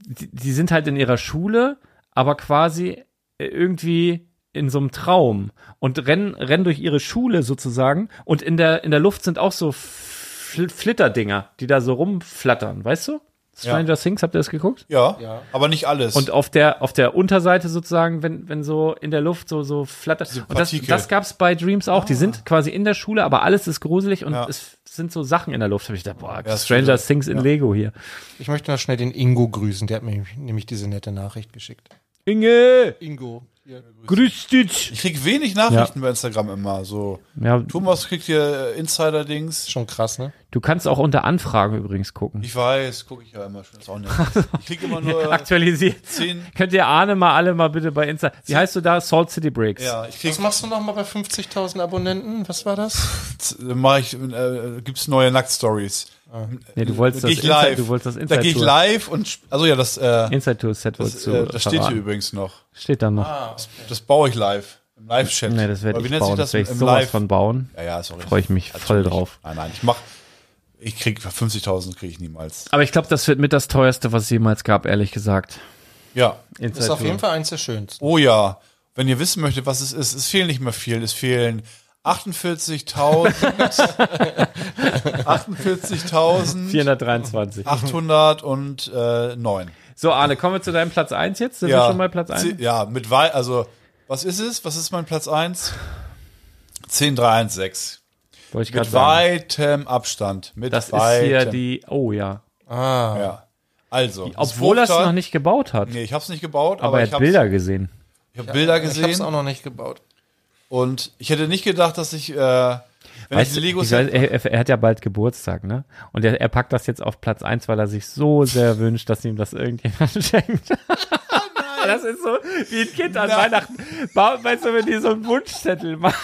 [SPEAKER 3] die, die sind halt in ihrer Schule, aber quasi äh, irgendwie in so einem Traum und rennen, rennen durch ihre Schule sozusagen und in der, in der Luft sind auch so Fl Flitterdinger, die da so rumflattern, weißt du? Stranger Things, habt ihr das geguckt?
[SPEAKER 4] Ja. Aber nicht alles.
[SPEAKER 3] Und auf der, auf der Unterseite sozusagen, wenn, wenn so in der Luft so, so flattert. Und das,
[SPEAKER 4] Partikel. Ah.
[SPEAKER 3] das gab's bei Dreams auch. Die sind quasi in der Schule, aber alles ist gruselig und
[SPEAKER 4] Ja.
[SPEAKER 3] es sind so Sachen in der Luft. Hab ich gedacht, boah,
[SPEAKER 4] Ja, ist
[SPEAKER 3] Stranger
[SPEAKER 4] schön.
[SPEAKER 3] Things in Lego hier.
[SPEAKER 5] Ich möchte noch schnell den Ingo grüßen. Der hat mir nämlich diese nette Nachricht geschickt.
[SPEAKER 3] Inge,
[SPEAKER 5] Ingo.
[SPEAKER 3] grüß dich.
[SPEAKER 4] ich krieg wenig Nachrichten bei Instagram immer. So.
[SPEAKER 3] Ja,
[SPEAKER 4] Thomas kriegt hier äh, Insider-Dings.
[SPEAKER 5] Schon krass, ne?
[SPEAKER 3] du kannst auch unter Anfragen übrigens gucken.
[SPEAKER 4] Ich weiß, gucke ich ja immer schon. Ist auch nicht. Ich krieg immer nur
[SPEAKER 3] Aktualisiert.
[SPEAKER 4] zehn.
[SPEAKER 3] Könnt ihr Ahne mal alle mal bitte bei Insta. Wie heißt du da? Salt City Breaks.
[SPEAKER 4] Ja, ich krieg,
[SPEAKER 5] Was machst du nochmal bei 50.000 Abonnenten? Was war das?
[SPEAKER 4] mach ich, äh, gibt's neue Nackt-Stories.
[SPEAKER 3] Nee, du wolltest
[SPEAKER 4] Da
[SPEAKER 3] das
[SPEAKER 4] geh ich live.
[SPEAKER 3] Inside, du wolltest das
[SPEAKER 4] da gehe
[SPEAKER 3] Inside
[SPEAKER 4] ich
[SPEAKER 3] Tour.
[SPEAKER 4] live und, sp- also ja, das, äh,
[SPEAKER 3] Inside Tour Set wolltest
[SPEAKER 4] das,
[SPEAKER 3] du.
[SPEAKER 4] äh, das steht hier
[SPEAKER 3] verraten.
[SPEAKER 4] übrigens noch.
[SPEAKER 3] Steht da noch.
[SPEAKER 4] Das baue ich live. Im Live-Chat.
[SPEAKER 3] nee, das werde
[SPEAKER 4] Aber wie
[SPEAKER 3] ich
[SPEAKER 4] nennt sich
[SPEAKER 3] bauen. Das werde ich
[SPEAKER 4] im
[SPEAKER 3] sowas
[SPEAKER 4] Live?
[SPEAKER 3] von bauen.
[SPEAKER 4] Ja, ja, sorry.
[SPEAKER 3] Freue ich mich voll drauf.
[SPEAKER 4] Nein, nein, ich mach, ich krieg 50.000 kriege ich niemals.
[SPEAKER 3] Aber ich glaube, das wird mit das teuerste, was es jemals gab, ehrlich gesagt.
[SPEAKER 4] Ja.
[SPEAKER 5] Das ist auf jeden Fall eins der schönsten.
[SPEAKER 4] Oh ja. Wenn ihr wissen möchtet, was es ist, es fehlen nicht mehr viel. Es fehlen 48.000, 48.800
[SPEAKER 3] 423.
[SPEAKER 4] und äh, neun.
[SPEAKER 3] So, Arne, kommen wir zu deinem Platz 1 jetzt? Sind wir schon mal Platz 1?
[SPEAKER 4] Ze- Ja, mit Wahl, also, was ist es? Was ist mein Platz 1? 10316.
[SPEAKER 3] Wollte ich gerade
[SPEAKER 4] Mit
[SPEAKER 3] sagen.
[SPEAKER 4] weitem Abstand. Mit
[SPEAKER 3] Das ist
[SPEAKER 4] weitem.
[SPEAKER 3] hier die, oh ja.
[SPEAKER 4] Ja. Also. das
[SPEAKER 3] Obwohl er es
[SPEAKER 4] Wurfteil-
[SPEAKER 3] noch nicht gebaut hat.
[SPEAKER 4] Nee, ich hab's nicht gebaut, aber,
[SPEAKER 3] aber er
[SPEAKER 4] ich
[SPEAKER 3] hat
[SPEAKER 4] hab's,
[SPEAKER 3] Bilder gesehen.
[SPEAKER 4] ich hab Bilder
[SPEAKER 5] Ich hab's
[SPEAKER 4] gesehen.
[SPEAKER 5] auch noch nicht gebaut.
[SPEAKER 4] Und ich hätte nicht gedacht, dass ich, äh, wenn
[SPEAKER 3] Weißt
[SPEAKER 4] ich
[SPEAKER 3] du,
[SPEAKER 4] die
[SPEAKER 3] ich
[SPEAKER 4] Legos
[SPEAKER 3] weiß, er, er- er hat ja bald Geburtstag, ne? Und er, er packt das jetzt auf Platz 1, weil er sich so sehr wünscht, dass ihm das irgendjemand schenkt. Das ist so wie ein Kind an
[SPEAKER 4] Nein.
[SPEAKER 3] Weihnachten. Ba- Weißt du, wenn die so einen Wunschzettel machen.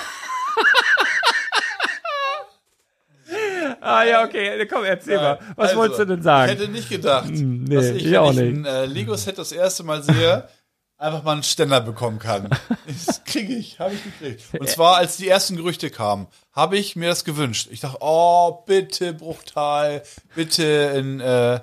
[SPEAKER 3] ah ja, okay, komm, erzähl mal. Was
[SPEAKER 4] also,
[SPEAKER 3] wolltest du denn sagen? Hm,
[SPEAKER 4] Ich hätte nicht gedacht,
[SPEAKER 3] nee,
[SPEAKER 4] dass ich,
[SPEAKER 3] ich
[SPEAKER 4] wenn
[SPEAKER 3] auch
[SPEAKER 4] ich
[SPEAKER 3] nicht.
[SPEAKER 4] ein äh, Lego-Set das erste Mal sehe, einfach mal einen Ständer bekommen kann. Das kriege ich, habe ich gekriegt. Und zwar, als die ersten Gerüchte kamen, habe ich mir das gewünscht. Ich dachte, oh, bitte Bruchtal, bitte in äh,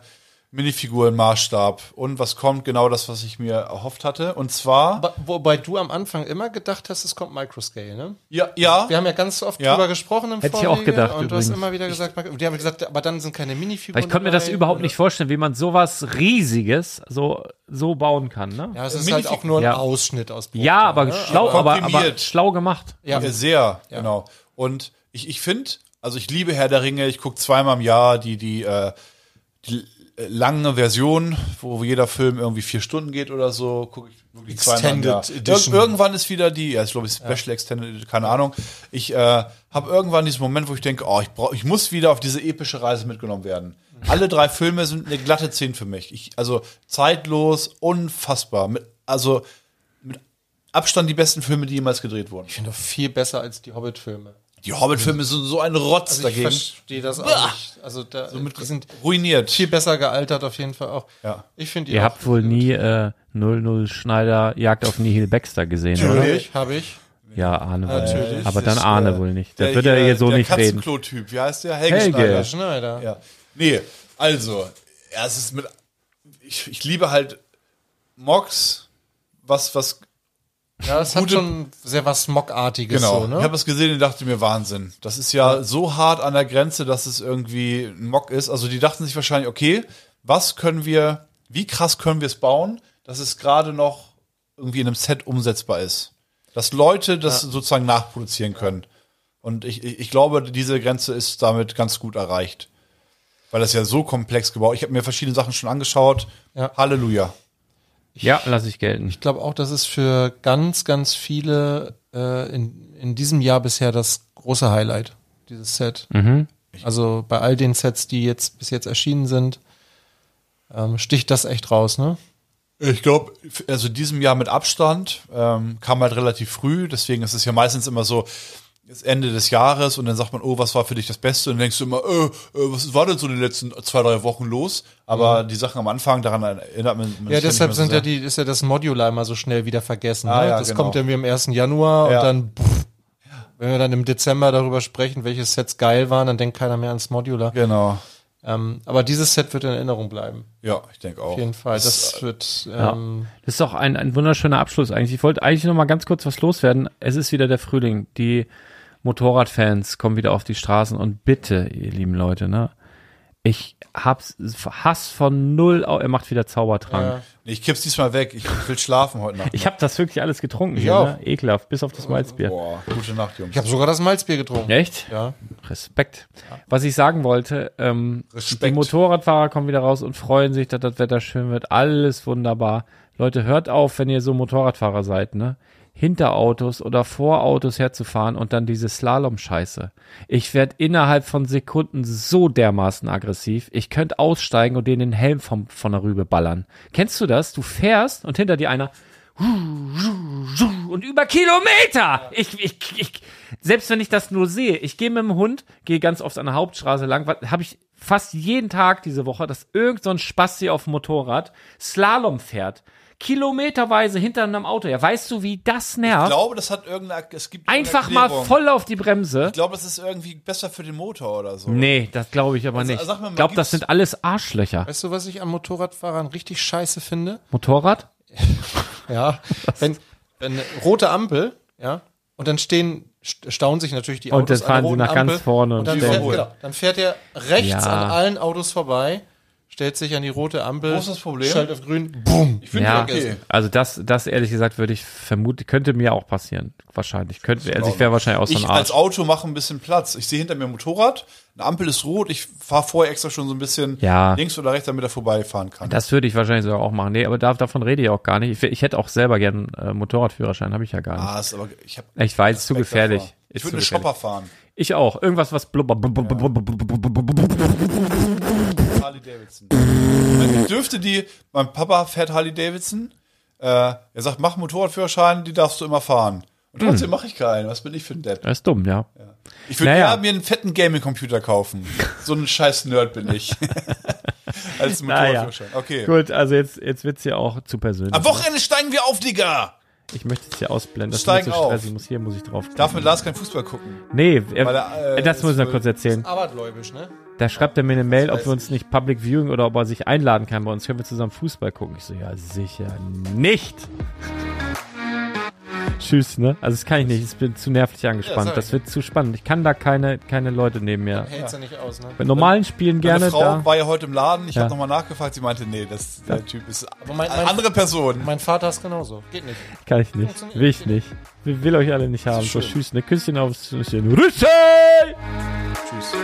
[SPEAKER 4] Minifiguren-Maßstab. Und was kommt? Genau das, was ich mir erhofft hatte. Und zwar,
[SPEAKER 5] Aber Wobei du am Anfang immer gedacht hast, es kommt Microscale, ne?
[SPEAKER 4] ja, ja.
[SPEAKER 5] Wir haben ja ganz oft
[SPEAKER 4] Ja.
[SPEAKER 5] drüber gesprochen im
[SPEAKER 3] Hätte ich auch gedacht,
[SPEAKER 5] und du hast
[SPEAKER 3] übrigens.
[SPEAKER 5] immer wieder gesagt, die haben gesagt, aber dann sind keine Minifiguren.
[SPEAKER 3] Weil ich konnte mir das
[SPEAKER 5] dabei.
[SPEAKER 3] überhaupt nicht vorstellen, wie man sowas Riesiges so, so bauen kann, ne? Ja,
[SPEAKER 5] Ja, es ist halt auch nur ein
[SPEAKER 3] Ja.
[SPEAKER 5] Ausschnitt aus Brot.
[SPEAKER 3] aber, also schlau, aber, aber
[SPEAKER 4] komprimiert.
[SPEAKER 3] schlau gemacht.
[SPEAKER 5] Ja.
[SPEAKER 4] Ja, Äh, sehr, genau. Und ich, ich finde, also ich liebe Herr der Ringe, ich gucke zweimal im Jahr die, die, äh, die lange Version, wo jeder Film irgendwie vier Stunden geht oder so, gucke ich wirklich zweimal. im
[SPEAKER 5] Extended
[SPEAKER 4] Jahr.
[SPEAKER 5] Edition.
[SPEAKER 4] Ir irgendwann ist wieder die, ja, ich glaube, Special Extended, Edition, keine Ahnung. Ich äh, habe irgendwann diesen Moment, wo ich denke, oh, ich, brauch, ich muss wieder auf diese epische Reise mitgenommen werden.
[SPEAKER 5] Mhm.
[SPEAKER 4] Alle drei Filme sind eine glatte 10 für mich. Ich, also zeitlos, unfassbar. Mit, also mit Abstand die besten Filme, die jemals gedreht wurden.
[SPEAKER 5] Ich finde doch viel besser als die Hobbit-Filme.
[SPEAKER 4] Die Hobbit-Filme sind so ein Rotz
[SPEAKER 5] Also ich
[SPEAKER 4] dagegen.
[SPEAKER 5] verstehe das auch nicht. Also da, die sind
[SPEAKER 4] Ruiniert.
[SPEAKER 5] viel besser gealtert auf jeden Fall auch.
[SPEAKER 4] Ja.
[SPEAKER 5] Ich finde die
[SPEAKER 3] Ihr
[SPEAKER 5] auch
[SPEAKER 3] habt wohl nie äh, 00 Schneider Jagd auf Nihil Baxter gesehen, oder?
[SPEAKER 5] Natürlich, habe ich.
[SPEAKER 3] Ja, Ahne wohl.
[SPEAKER 5] Natürlich.
[SPEAKER 3] nicht. Aber dann
[SPEAKER 4] ist,
[SPEAKER 3] Ahne
[SPEAKER 4] äh,
[SPEAKER 3] wohl nicht. Das
[SPEAKER 4] der
[SPEAKER 3] wird er
[SPEAKER 4] hier,
[SPEAKER 3] hier so
[SPEAKER 4] der
[SPEAKER 3] nicht reden.
[SPEAKER 4] Katzenklo-Typ, wie heißt der? Helge,
[SPEAKER 3] Helge.
[SPEAKER 4] Schneider.
[SPEAKER 5] Schneider.
[SPEAKER 4] Ja. Nee, also, ja, es ist mit. Ich, ich liebe halt Mox, was, was.
[SPEAKER 5] Ja, das hat
[SPEAKER 4] Gute-
[SPEAKER 5] schon sehr was Mockartiges
[SPEAKER 4] Genau.
[SPEAKER 5] so, ne?
[SPEAKER 4] Ich habe es gesehen und dachte mir, Wahnsinn. Das ist ja so hart an der Grenze, dass es irgendwie ein Mock ist. Also, die dachten sich wahrscheinlich, okay, was können wir, wie krass können wir es bauen, dass es gerade noch irgendwie in einem Set umsetzbar ist. Dass Leute das sozusagen nachproduzieren können. Und ich, ich, ich glaube, diese Grenze ist damit ganz gut erreicht. Weil das ja so komplex gebaut. Ich habe mir verschiedene Sachen schon angeschaut.
[SPEAKER 5] Ja.
[SPEAKER 4] Halleluja.
[SPEAKER 3] Ja, lass ich gelten.
[SPEAKER 5] Ich glaube auch, das ist für ganz, ganz viele äh, in, in diesem Jahr bisher das große Highlight, dieses Set.
[SPEAKER 4] Mhm.
[SPEAKER 5] Also bei all den Sets, die jetzt bis jetzt erschienen sind, ähm, sticht das echt raus, ne?
[SPEAKER 4] Ich glaube, also diesem Jahr mit Abstand ähm, kam halt relativ früh. Deswegen ist es ja meistens immer so, das Ende des Jahres und dann sagt man, oh, was war für dich das Beste? Und dann denkst du immer, äh, äh, was war denn so die letzten zwei, drei Wochen los? Aber die Sachen am Anfang, daran erinnert man, man sich
[SPEAKER 5] Mhm. Ja, deshalb
[SPEAKER 4] nicht mehr so
[SPEAKER 5] sind ja
[SPEAKER 4] sehr.
[SPEAKER 5] die, ist ja das Modular immer so schnell wieder vergessen.
[SPEAKER 4] Ah,
[SPEAKER 5] ne?
[SPEAKER 4] ja,
[SPEAKER 5] das
[SPEAKER 4] genau.
[SPEAKER 5] kommt irgendwie am 1. Januar
[SPEAKER 4] Ja.
[SPEAKER 5] und dann, pff, wenn wir dann im Dezember darüber sprechen, welche Sets geil waren, dann denkt keiner mehr ans Modular.
[SPEAKER 4] Genau.
[SPEAKER 5] Ähm, aber dieses Set wird in Erinnerung bleiben.
[SPEAKER 4] Ja, ich denke auch.
[SPEAKER 5] Auf jeden Fall.
[SPEAKER 4] Das- äh,
[SPEAKER 5] Das wird, ähm,
[SPEAKER 3] Das ist doch ein, ein wunderschöner Abschluss eigentlich. Ich wollte eigentlich noch mal ganz kurz was loswerden. Es ist wieder der Frühling. Die Motorradfans kommen wieder auf die Straßen und bitte, ihr lieben Leute, ne? Ich hab's Hass von null. au- Er macht wieder Zaubertrank.
[SPEAKER 5] Ja.
[SPEAKER 4] Ich kipp's diesmal weg. Ich will schlafen heute Nacht.
[SPEAKER 3] Ich habe das wirklich alles getrunken. Ich
[SPEAKER 5] auch.
[SPEAKER 3] Ne? Ekelhaft, bis auf das Malzbier.
[SPEAKER 4] Boah, gute Nacht, Jungs.
[SPEAKER 5] ich habe sogar das Malzbier getrunken.
[SPEAKER 3] Echt?
[SPEAKER 5] Ja.
[SPEAKER 3] Respekt. Was ich sagen wollte, ähm,
[SPEAKER 4] Respekt.
[SPEAKER 3] die Motorradfahrer kommen wieder raus und freuen sich, dass das Wetter schön wird. Alles wunderbar. Leute, hört auf, wenn ihr so Motorradfahrer seid, ne? Hinter Autos oder vor Autos herzufahren und dann diese Slalom-Scheiße. Ich werde innerhalb von Sekunden so dermaßen aggressiv. Ich könnte aussteigen und denen den Helm vom, von der Rübe ballern. Kennst du das? Du fährst und hinter dir einer und über Kilometer. Ich, ich, ich, selbst wenn ich das nur sehe, ich gehe mit dem Hund, gehe ganz oft an der Hauptstraße lang, habe ich fast jeden Tag diese Woche, dass irgend so ein Spasti auf dem Motorrad Slalom fährt. Kilometerweise hinter einem Auto. Ja, weißt du, wie das
[SPEAKER 4] Ich
[SPEAKER 3] nervt?
[SPEAKER 4] glaube, das hat irgendeine. Es gibt
[SPEAKER 3] Einfach
[SPEAKER 4] irgendeine
[SPEAKER 3] mal
[SPEAKER 4] Erklärung.
[SPEAKER 3] voll auf die Bremse.
[SPEAKER 4] Ich glaube, das ist irgendwie besser für den Motor oder so.
[SPEAKER 3] Nee, das glaube ich aber
[SPEAKER 4] Also,
[SPEAKER 3] nicht.
[SPEAKER 4] sag mir mal,
[SPEAKER 3] Ich glaube,
[SPEAKER 4] gibt's-
[SPEAKER 3] das sind alles Arschlöcher.
[SPEAKER 5] Weißt du, was ich an Motorradfahrern richtig scheiße finde?
[SPEAKER 3] Motorrad?
[SPEAKER 5] Ja. wenn, wenn eine rote Ampel, ja, und dann stehen, st- stauen sich natürlich die
[SPEAKER 3] Und
[SPEAKER 5] Autos.
[SPEAKER 3] dann
[SPEAKER 5] an der
[SPEAKER 3] fahren sie
[SPEAKER 5] roten
[SPEAKER 3] nach ganz
[SPEAKER 5] Ampel
[SPEAKER 3] vorne
[SPEAKER 5] Und dann
[SPEAKER 3] und
[SPEAKER 5] fährt,
[SPEAKER 4] stellen-
[SPEAKER 5] genau, dann fährt er rechts
[SPEAKER 3] Ja.
[SPEAKER 5] an allen Autos vorbei, stellt sich an die rote Ampel.
[SPEAKER 4] Wo ist das Problem?
[SPEAKER 5] Schaltet auf grün, bumm.
[SPEAKER 4] Ich finde
[SPEAKER 3] ja,
[SPEAKER 4] okay.
[SPEAKER 3] also das, das ehrlich gesagt würde ich vermuten, könnte mir auch passieren. Wahrscheinlich. Könnte, also ich wäre wahrscheinlich auch so ein
[SPEAKER 4] Ich als
[SPEAKER 3] Arsch.
[SPEAKER 4] Auto mache ein bisschen Platz. Ich sehe hinter mir ein Motorrad, eine Ampel ist rot, ich fahre vorher extra schon so ein bisschen
[SPEAKER 3] Ja.
[SPEAKER 4] links oder rechts, damit er vorbeifahren kann.
[SPEAKER 3] Das würde ich wahrscheinlich sogar auch machen. Nee, aber da, davon rede ich auch gar nicht. Ich, wär- ich hätte auch selber gern äh, Motorradführerschein, habe ich ja gar nicht.
[SPEAKER 4] ah, ist aber, ich hab
[SPEAKER 3] ich weiß, ist zu
[SPEAKER 4] Respekt
[SPEAKER 3] gefährlich.
[SPEAKER 4] davor.
[SPEAKER 3] Ist
[SPEAKER 4] Ich würde
[SPEAKER 3] zu
[SPEAKER 4] eine
[SPEAKER 3] gefährlich.
[SPEAKER 4] Shopper fahren.
[SPEAKER 3] Ich auch. Irgendwas, was blubber. blubber, blubber, blubber, blubber, blubber, blubber.
[SPEAKER 4] Harley Davidson. Man dürfte die, mein Papa fährt Harley Davidson. Äh, er sagt, mach Motorradführerschein, die darfst du immer fahren. Und
[SPEAKER 3] Hm.
[SPEAKER 4] trotzdem mache ich keinen. Was bin ich für ein Depp?
[SPEAKER 3] Das ist dumm, ja.
[SPEAKER 4] Ich würde
[SPEAKER 3] Naja.
[SPEAKER 4] eher mir einen fetten Gaming-Computer kaufen. So ein scheiß Nerd bin ich. Als Motorradführerschein. Okay.
[SPEAKER 3] Ah, Gut, also jetzt, jetzt wird's ja auch zu persönlich.
[SPEAKER 4] Am Wochenende steigen wir auf, Digga!
[SPEAKER 3] Ich möchte es hier ausblenden. Das ist mir
[SPEAKER 4] Steigen
[SPEAKER 3] zu
[SPEAKER 4] auf.
[SPEAKER 3] stressig. Ich muss, hier muss ich drauf.
[SPEAKER 4] Darf mit Lars kein Fußball gucken?
[SPEAKER 3] Nee,
[SPEAKER 4] er,
[SPEAKER 3] er,
[SPEAKER 4] äh,
[SPEAKER 3] das muss ich
[SPEAKER 4] ist
[SPEAKER 3] noch kurz erzählen.
[SPEAKER 5] Abergläubisch, ne?
[SPEAKER 3] Da schreibt er mir eine Mail, ob wir uns nicht Public Viewing oder ob er sich einladen kann bei uns. Können wir zusammen Fußball gucken? Ich so, ja, sicher nicht. Tschüss, ne? Also, das kann ich nicht. Ich bin zu nervlich angespannt.
[SPEAKER 5] sag ich.
[SPEAKER 3] das wird zu spannend. Ich kann da keine, keine Leute neben mir.
[SPEAKER 5] Hält's ja nicht aus, ne?
[SPEAKER 3] Bei normalen Spielen
[SPEAKER 4] Meine
[SPEAKER 3] gerne
[SPEAKER 4] Frau
[SPEAKER 3] da.
[SPEAKER 4] war ja heute im Laden, ich
[SPEAKER 3] Ja.
[SPEAKER 4] habe nochmal nachgefragt, sie meinte, nee, das, der Typ ist
[SPEAKER 5] mein-
[SPEAKER 4] eine
[SPEAKER 5] mein-
[SPEAKER 4] andere Person.
[SPEAKER 5] Mein Vater ist genauso. Geht nicht.
[SPEAKER 3] Kann ich nicht. Will ich nicht. Will, will euch alle nicht haben. So, tschüss, ne? Küsschen aufs Küsschen. Rüssel!
[SPEAKER 4] Tschüss.